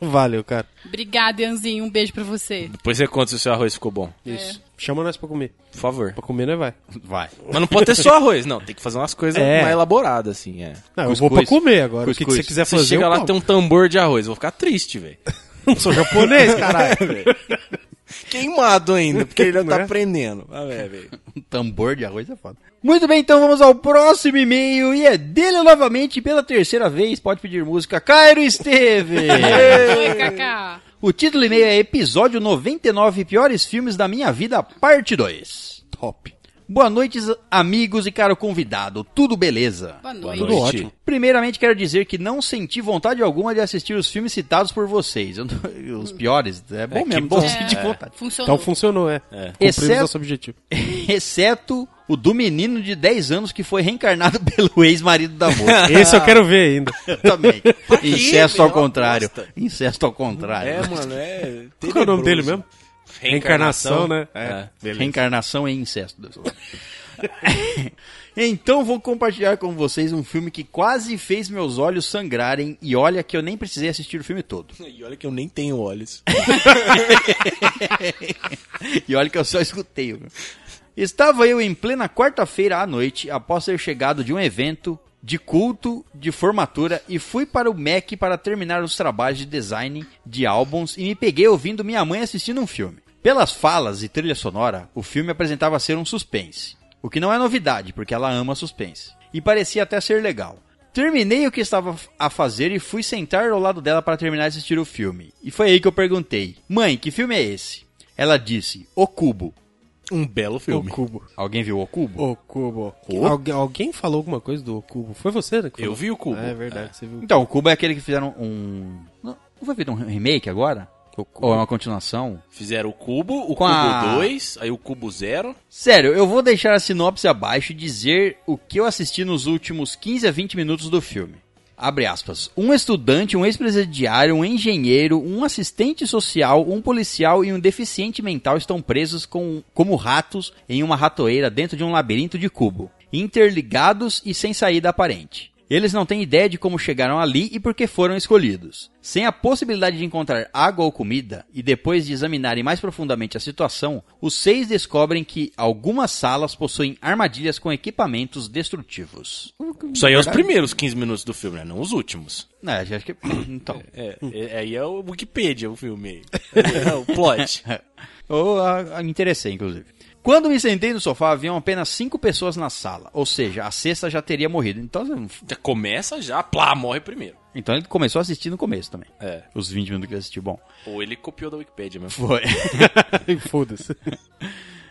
Speaker 4: valeu, cara.
Speaker 3: Obrigada, Ianzinho. Um beijo pra você.
Speaker 5: Depois você conta se o seu arroz ficou bom.
Speaker 4: Isso. Chama nós pra comer.
Speaker 5: Por favor.
Speaker 4: Pra comer, nós vai.
Speaker 2: Vai.
Speaker 5: Mas não pode ter só arroz, não. Tem que fazer umas coisas
Speaker 4: É.
Speaker 5: mais elaboradas, assim, é.
Speaker 4: Não, eu
Speaker 2: Cuscuz.
Speaker 4: vou pra comer agora. O que, que
Speaker 2: Cuscuz.
Speaker 4: você quiser
Speaker 5: Você
Speaker 4: fazer,
Speaker 5: chega
Speaker 4: eu
Speaker 5: lá
Speaker 4: como.
Speaker 5: tem um tambor de arroz, eu vou ficar triste, velho.
Speaker 4: Não sou japonês, caralho.
Speaker 5: Queimado ainda, porque ele
Speaker 4: Não
Speaker 5: tá
Speaker 4: é?
Speaker 5: aprendendo. Ah, é, velho.
Speaker 2: Um tambor de arroz é foda. Muito bem, então vamos ao próximo e-mail. E é dele novamente, pela terceira vez. Pode pedir música. Cairo Esteve!
Speaker 3: Oi, Cacá.
Speaker 2: o título do e-mail é Episódio 99 Piores Filmes da Minha Vida, Parte 2.
Speaker 4: Top.
Speaker 2: Boa noite, amigos e caro convidado. Tudo beleza?
Speaker 3: Boa noite.
Speaker 4: Tudo ótimo.
Speaker 2: Primeiramente, quero dizer que não senti vontade alguma de assistir os filmes citados por vocês. Eu não- Os piores, é bom
Speaker 5: É, que
Speaker 2: mesmo,
Speaker 5: bom.
Speaker 2: não senti vontade.
Speaker 3: Funcionou.
Speaker 4: Então funcionou, é. Cumprimos
Speaker 2: Exceto-
Speaker 4: nosso objetivo.
Speaker 2: Exceto o do menino de 10 anos que foi reencarnado pelo ex-marido da moça.
Speaker 4: Esse eu quero ver ainda.
Speaker 2: Também.
Speaker 5: quê,
Speaker 2: Incesto
Speaker 5: meu?
Speaker 2: ao contrário.
Speaker 5: Bosta.
Speaker 2: Incesto ao contrário.
Speaker 5: É, mano, é.
Speaker 4: Qual que é o nome dele mesmo? Reencarnação,
Speaker 5: Reencarnação,
Speaker 4: né?
Speaker 5: É.
Speaker 2: Reencarnação e incesto. Deus. então vou compartilhar com vocês um filme que quase fez meus olhos sangrarem e olha que eu nem precisei assistir o filme todo.
Speaker 5: E olha que eu nem tenho olhos.
Speaker 2: E olha que eu só escutei. viu? Estava eu em plena quarta-feira à noite, após ter chegado de um evento de culto, de formatura, e fui para o Mac para terminar os trabalhos de design de álbuns e me peguei ouvindo minha mãe assistindo um filme. Pelas falas e trilha sonora, o filme apresentava ser um suspense. O que não é novidade, porque ela ama suspense. E parecia até ser legal. Terminei o que estava a fazer e fui sentar ao lado dela para terminar de assistir o filme. E foi aí que eu perguntei: Mãe, que filme é esse? Ela disse: O Cubo.
Speaker 5: Um belo filme.
Speaker 4: O Cubo.
Speaker 2: Alguém viu O Cubo?
Speaker 4: O Cubo. Algu- alguém falou alguma coisa do O Cubo? Foi você, né? que
Speaker 5: Eu
Speaker 4: falou?
Speaker 5: vi o Cubo.
Speaker 4: É verdade, você viu.
Speaker 2: Então, o Cubo é aquele que fizeram um. Não não foi feito um remake agora? Ou é uma continuação?
Speaker 5: Fizeram o Cubo, o
Speaker 2: Com
Speaker 5: Cubo
Speaker 2: a-
Speaker 5: 2, aí o Cubo 0.
Speaker 2: Sério, eu vou deixar a sinopse abaixo e dizer o que eu assisti nos últimos 15 a 20 minutos do filme. Abre aspas. Um estudante, um ex-presidiário, um engenheiro, um assistente social, um policial e um deficiente mental estão presos com- como ratos em uma ratoeira dentro de um labirinto de cubo, interligados e sem saída aparente. Eles não têm ideia de como chegaram ali e por que foram escolhidos. Sem a possibilidade de encontrar água ou comida, e depois de examinarem mais profundamente a situação, os seis descobrem que algumas salas possuem armadilhas com equipamentos destrutivos.
Speaker 5: Isso aí é os primeiros 15 minutos do filme, né? Não os últimos.
Speaker 2: É, acho que. Então.
Speaker 5: É, é- aí é o Wikipedia o filme. aí. É o plot.
Speaker 2: Ou a, a me interessei, inclusive. Quando me sentei no sofá, haviam apenas cinco pessoas na sala, ou seja, a sexta já teria morrido. Então,
Speaker 5: Já começa já, plá, morre primeiro.
Speaker 2: então ele começou a assistir no começo também.
Speaker 5: É.
Speaker 2: Os 20 minutos que ele assistiu, bom.
Speaker 5: Ou ele copiou da Wikipedia mesmo.
Speaker 2: Foi.
Speaker 4: Foda-se.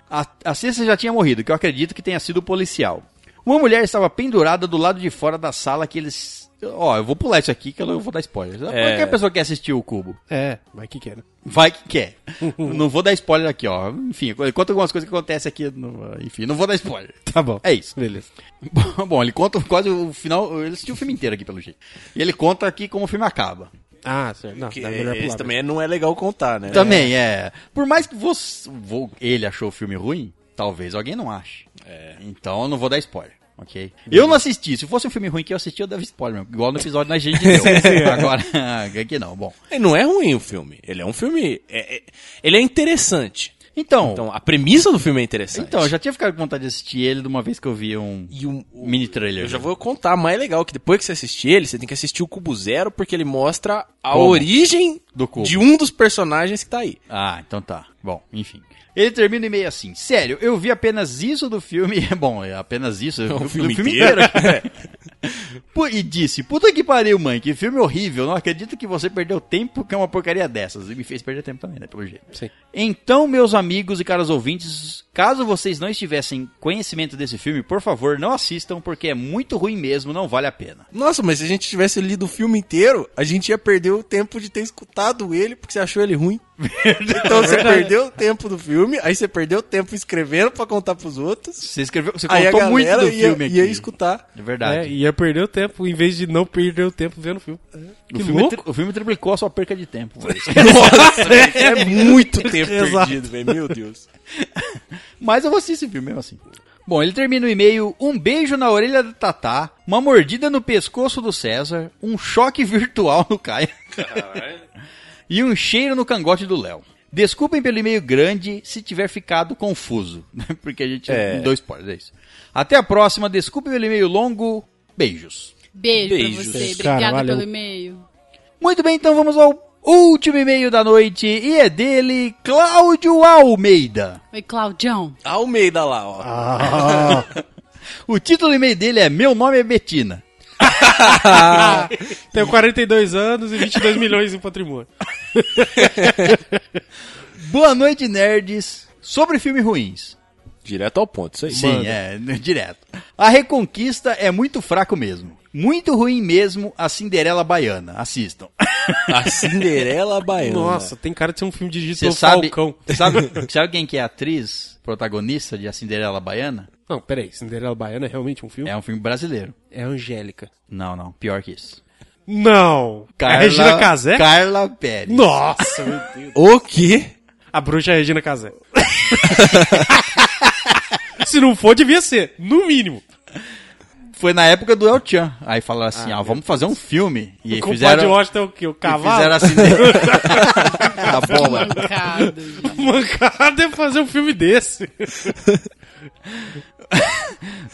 Speaker 2: A, a sexta já tinha morrido, que eu acredito que tenha sido o policial. Uma mulher estava pendurada do lado de fora da sala que eles. Ó, eu vou pular isso aqui que eu não vou dar spoiler.
Speaker 5: É.
Speaker 2: Porque a pessoa quer assistir o cubo.
Speaker 4: É, mas que que era?
Speaker 2: Vai que quer. não vou dar spoiler aqui, ó. Enfim, conta algumas coisas que acontecem aqui. no- enfim, não vou dar spoiler.
Speaker 4: Tá bom.
Speaker 2: É isso.
Speaker 4: Beleza.
Speaker 2: Bom, Bom, ele conta quase o final. Ele assistiu o filme inteiro aqui, pelo jeito. E ele conta aqui como o filme acaba.
Speaker 4: Ah, certo. Não,
Speaker 5: Porque
Speaker 4: dá melhor pra
Speaker 5: isso
Speaker 4: lá.
Speaker 5: também não é legal contar, né?
Speaker 2: Também, é. Por mais que você, vo- ele achou o filme ruim, talvez alguém não ache.
Speaker 5: É.
Speaker 2: Então eu não vou dar spoiler, ok? Eu não assisti. Se fosse um filme ruim que eu assisti, eu dava spoiler mesmo. Igual no episódio na gente deu. Agora, aqui não. Bom,
Speaker 5: É, não é ruim o filme. Ele é um filme. é- é- ele é interessante.
Speaker 2: então, então,
Speaker 5: Então, a premissa do filme é interessante.
Speaker 2: eu já tinha ficado com vontade de assistir ele de uma vez que eu vi um
Speaker 5: E o- o-
Speaker 2: mini trailer.
Speaker 5: Eu já vou contar mais legal que depois que você assistir ele, você tem que assistir o Cubo Zero, porque ele mostra a
Speaker 2: Como?
Speaker 5: origem
Speaker 2: Do cubo.
Speaker 5: de um dos personagens que tá aí.
Speaker 2: Ah, então tá. Bom, enfim. Ele termina e meio assim. Sério, eu vi apenas isso do filme. Bom, é apenas isso. Eu vi
Speaker 5: o
Speaker 2: o
Speaker 5: um filme
Speaker 2: filme,
Speaker 5: inteiro.
Speaker 2: inteiro. é. Pô, e disse, puta que pariu, mãe, que filme horrível. Não acredito que você perdeu tempo que é uma porcaria dessas. E me fez perder tempo também, né, pelo jeito.
Speaker 4: Sim.
Speaker 2: Então, meus amigos e caros ouvintes, Caso vocês não estivessem conhecimento desse filme, por favor, não assistam, porque é muito ruim mesmo, não vale a pena.
Speaker 5: Nossa, mas se a gente tivesse lido o filme inteiro, a gente ia perder o tempo de ter escutado ele, porque você achou ele ruim. então você perdeu o tempo do filme, aí você perdeu o tempo escrevendo pra contar pros outros.
Speaker 2: Você escreveu, você
Speaker 5: aí a
Speaker 2: contou muito
Speaker 5: galera
Speaker 2: do
Speaker 5: ia,
Speaker 2: filme aqui.
Speaker 5: ia escutar.
Speaker 2: É
Speaker 4: É,
Speaker 2: verdade.
Speaker 4: ia perder o tempo, em vez de não perder o tempo vendo o filme.
Speaker 2: o, filme é tri- o filme triplicou a sua perca de tempo.
Speaker 5: É muito tempo
Speaker 4: Exato.
Speaker 5: perdido, velho. Meu Deus.
Speaker 2: Mas eu vou assistir esse filme mesmo assim. Bom, ele termina o e-mail, um beijo na orelha da Tatá, uma mordida no pescoço do César, um choque virtual no Caio e um cheiro no cangote do Léo. Desculpem pelo e-mail grande se tiver ficado confuso, né? porque a gente
Speaker 5: É.
Speaker 2: é. dois spoilers, é isso. Até a próxima, desculpem pelo e-mail longo, beijos.
Speaker 3: Beijo
Speaker 5: Beijos.
Speaker 3: pra você.
Speaker 4: Cara,
Speaker 3: Obrigada
Speaker 4: valeu.
Speaker 3: pelo e-mail.
Speaker 2: Muito bem, então vamos ao último e-mail da noite e é dele, Cláudio Almeida.
Speaker 3: Oi, Claudião.
Speaker 5: Almeida lá, ó.
Speaker 2: O título do e-mail dele é Meu Nome é Betina.
Speaker 4: Tenho 42 anos e 22 milhões em patrimônio.
Speaker 2: Boa noite, nerds. Sobre filmes ruins.
Speaker 5: Direto ao ponto, isso aí.
Speaker 2: Sim, é, direto. A Reconquista é muito fraco mesmo. Muito ruim mesmo a Cinderela Baiana. Assistam.
Speaker 5: A Cinderela Baiana.
Speaker 4: Nossa, tem cara de ser um filme de
Speaker 2: Você
Speaker 4: Gito
Speaker 2: É, né? sabe,
Speaker 4: Falcão.
Speaker 2: sabe, sabe quem que é a atriz protagonista de A Cinderela Baiana?
Speaker 4: Não, peraí, Cinderela Baiana é realmente um filme?
Speaker 2: É
Speaker 4: É,
Speaker 2: um filme brasileiro.
Speaker 4: Angélica.
Speaker 2: Não, não. Pior que isso.
Speaker 4: Não! É Regina Casé?
Speaker 2: Carla Pérez.
Speaker 4: Nossa, meu Deus.
Speaker 5: O quê?
Speaker 4: A bruxa é Regina Casé. Se não for, devia ser. No mínimo.
Speaker 2: Foi na época do El Chan. Aí falaram assim, ah, vamos fazer um filme. E aí
Speaker 4: o compadre
Speaker 2: fizeram...
Speaker 4: Washington é o quê? O
Speaker 2: e
Speaker 4: cavalo?
Speaker 2: fizeram a Cinderela... a bola.
Speaker 3: Mancado, gente.
Speaker 4: Mancada é fazer um filme desse.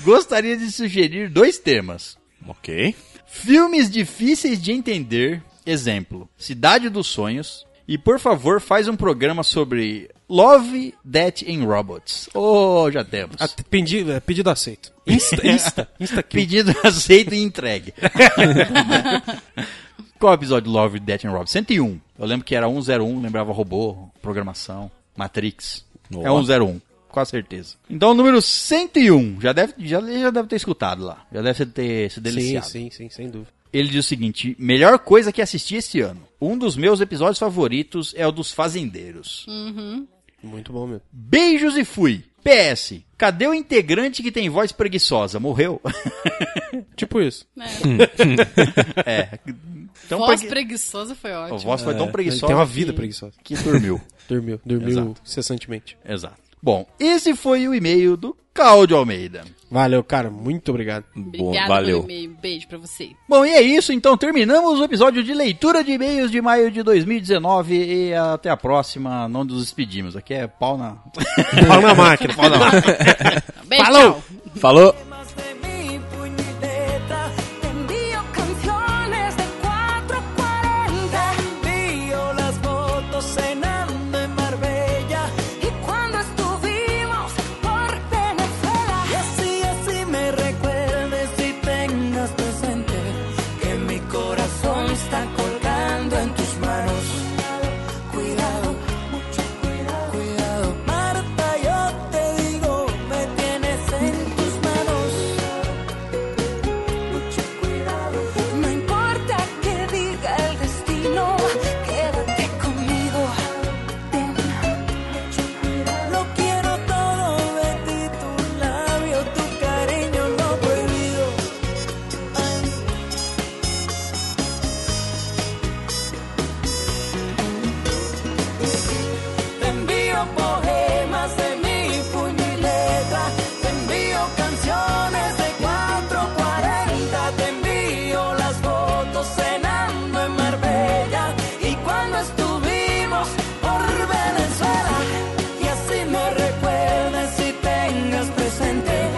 Speaker 2: Gostaria de sugerir dois temas.
Speaker 5: Ok.
Speaker 2: Filmes difíceis de entender, exemplo, Cidade dos Sonhos. E por favor, faz um programa sobre Love, Death and Robots. Oh, já temos.
Speaker 4: Pedido, é, pedido aceito. Insta, insta, insta aqui.
Speaker 2: Pedido aceito e entregue. Qual é o episódio de Love, Death and Robots? 101. Eu lembro que era 101, lembrava robô, programação, Matrix. É
Speaker 5: Ó.
Speaker 2: 101, com a certeza. Então, o número 101, já deve, já, já deve ter escutado lá. Já deve ter se deliciado.
Speaker 4: Sim, sim, sim, sem dúvida.
Speaker 2: Ele diz o seguinte: melhor coisa que assisti este ano. Um dos meus episódios favoritos é o dos Fazendeiros.
Speaker 4: Muito bom mesmo.
Speaker 2: Beijos e fui. PS, cadê o integrante que tem voz preguiçosa? Morreu?
Speaker 4: Tipo isso.
Speaker 2: é. Tão
Speaker 3: Né? Voz
Speaker 2: pregui-
Speaker 3: preguiçosa foi
Speaker 2: A
Speaker 3: ótimo.
Speaker 2: voz foi tão
Speaker 4: Ele
Speaker 2: preguiçosa.
Speaker 4: É, tem uma vida
Speaker 2: que-
Speaker 4: preguiçosa.
Speaker 2: Que dormiu.
Speaker 4: Dormiu, dormiu
Speaker 2: Exato.
Speaker 4: cessantemente.
Speaker 2: Exato. Bom, esse foi o e-mail do Cláudio Almeida.
Speaker 4: Valeu, cara. Muito obrigado.
Speaker 5: Bom,
Speaker 3: Obrigada pelo
Speaker 5: valeu.
Speaker 3: e-mail. Beijo pra você.
Speaker 2: Bom, e é isso, então terminamos o episódio de leitura de e-mails de maio de 2019 e até a próxima, não nos despedimos. Aqui é pau na.
Speaker 4: Pau na máquina.
Speaker 2: pau na
Speaker 3: Beijo.
Speaker 4: Falou.
Speaker 3: tchau.
Speaker 5: Falou.
Speaker 1: Temas de mi puño y letra, te envío canciones de 440, te envío las fotos cenando en Marbella y cuando estuvimos por Venezuela. Y así, así me recuerdes y tengas presente que mi corazón está colgando en tus manos. Cuidado, mucho cuidado, cuidado. Marta, yo te digo, me tienes en tus manos. Mucho cuidado. No importa que diga el destino, quédate conmigo. Ten mucho cuidado. Lo quiero todo de ti, tu labio, tu cariño, lo prohibido. Ay. Te envío poemas de mi puño y letra. Te envío canciones de 440. Te envío las fotos cenando en Marbella. Y cuando estuvimos por Venezuela. Y así me recuerdes y tengas presente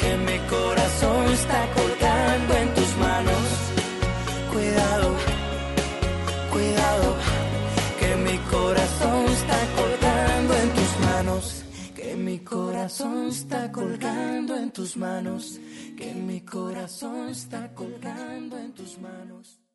Speaker 1: que mi corazón está colgando en tus manos. Cuidado, cuidado que mi corazón está colgando en tus manos, que mi corazón está colgando en tus manos, que mi corazón está colgando en tus manos.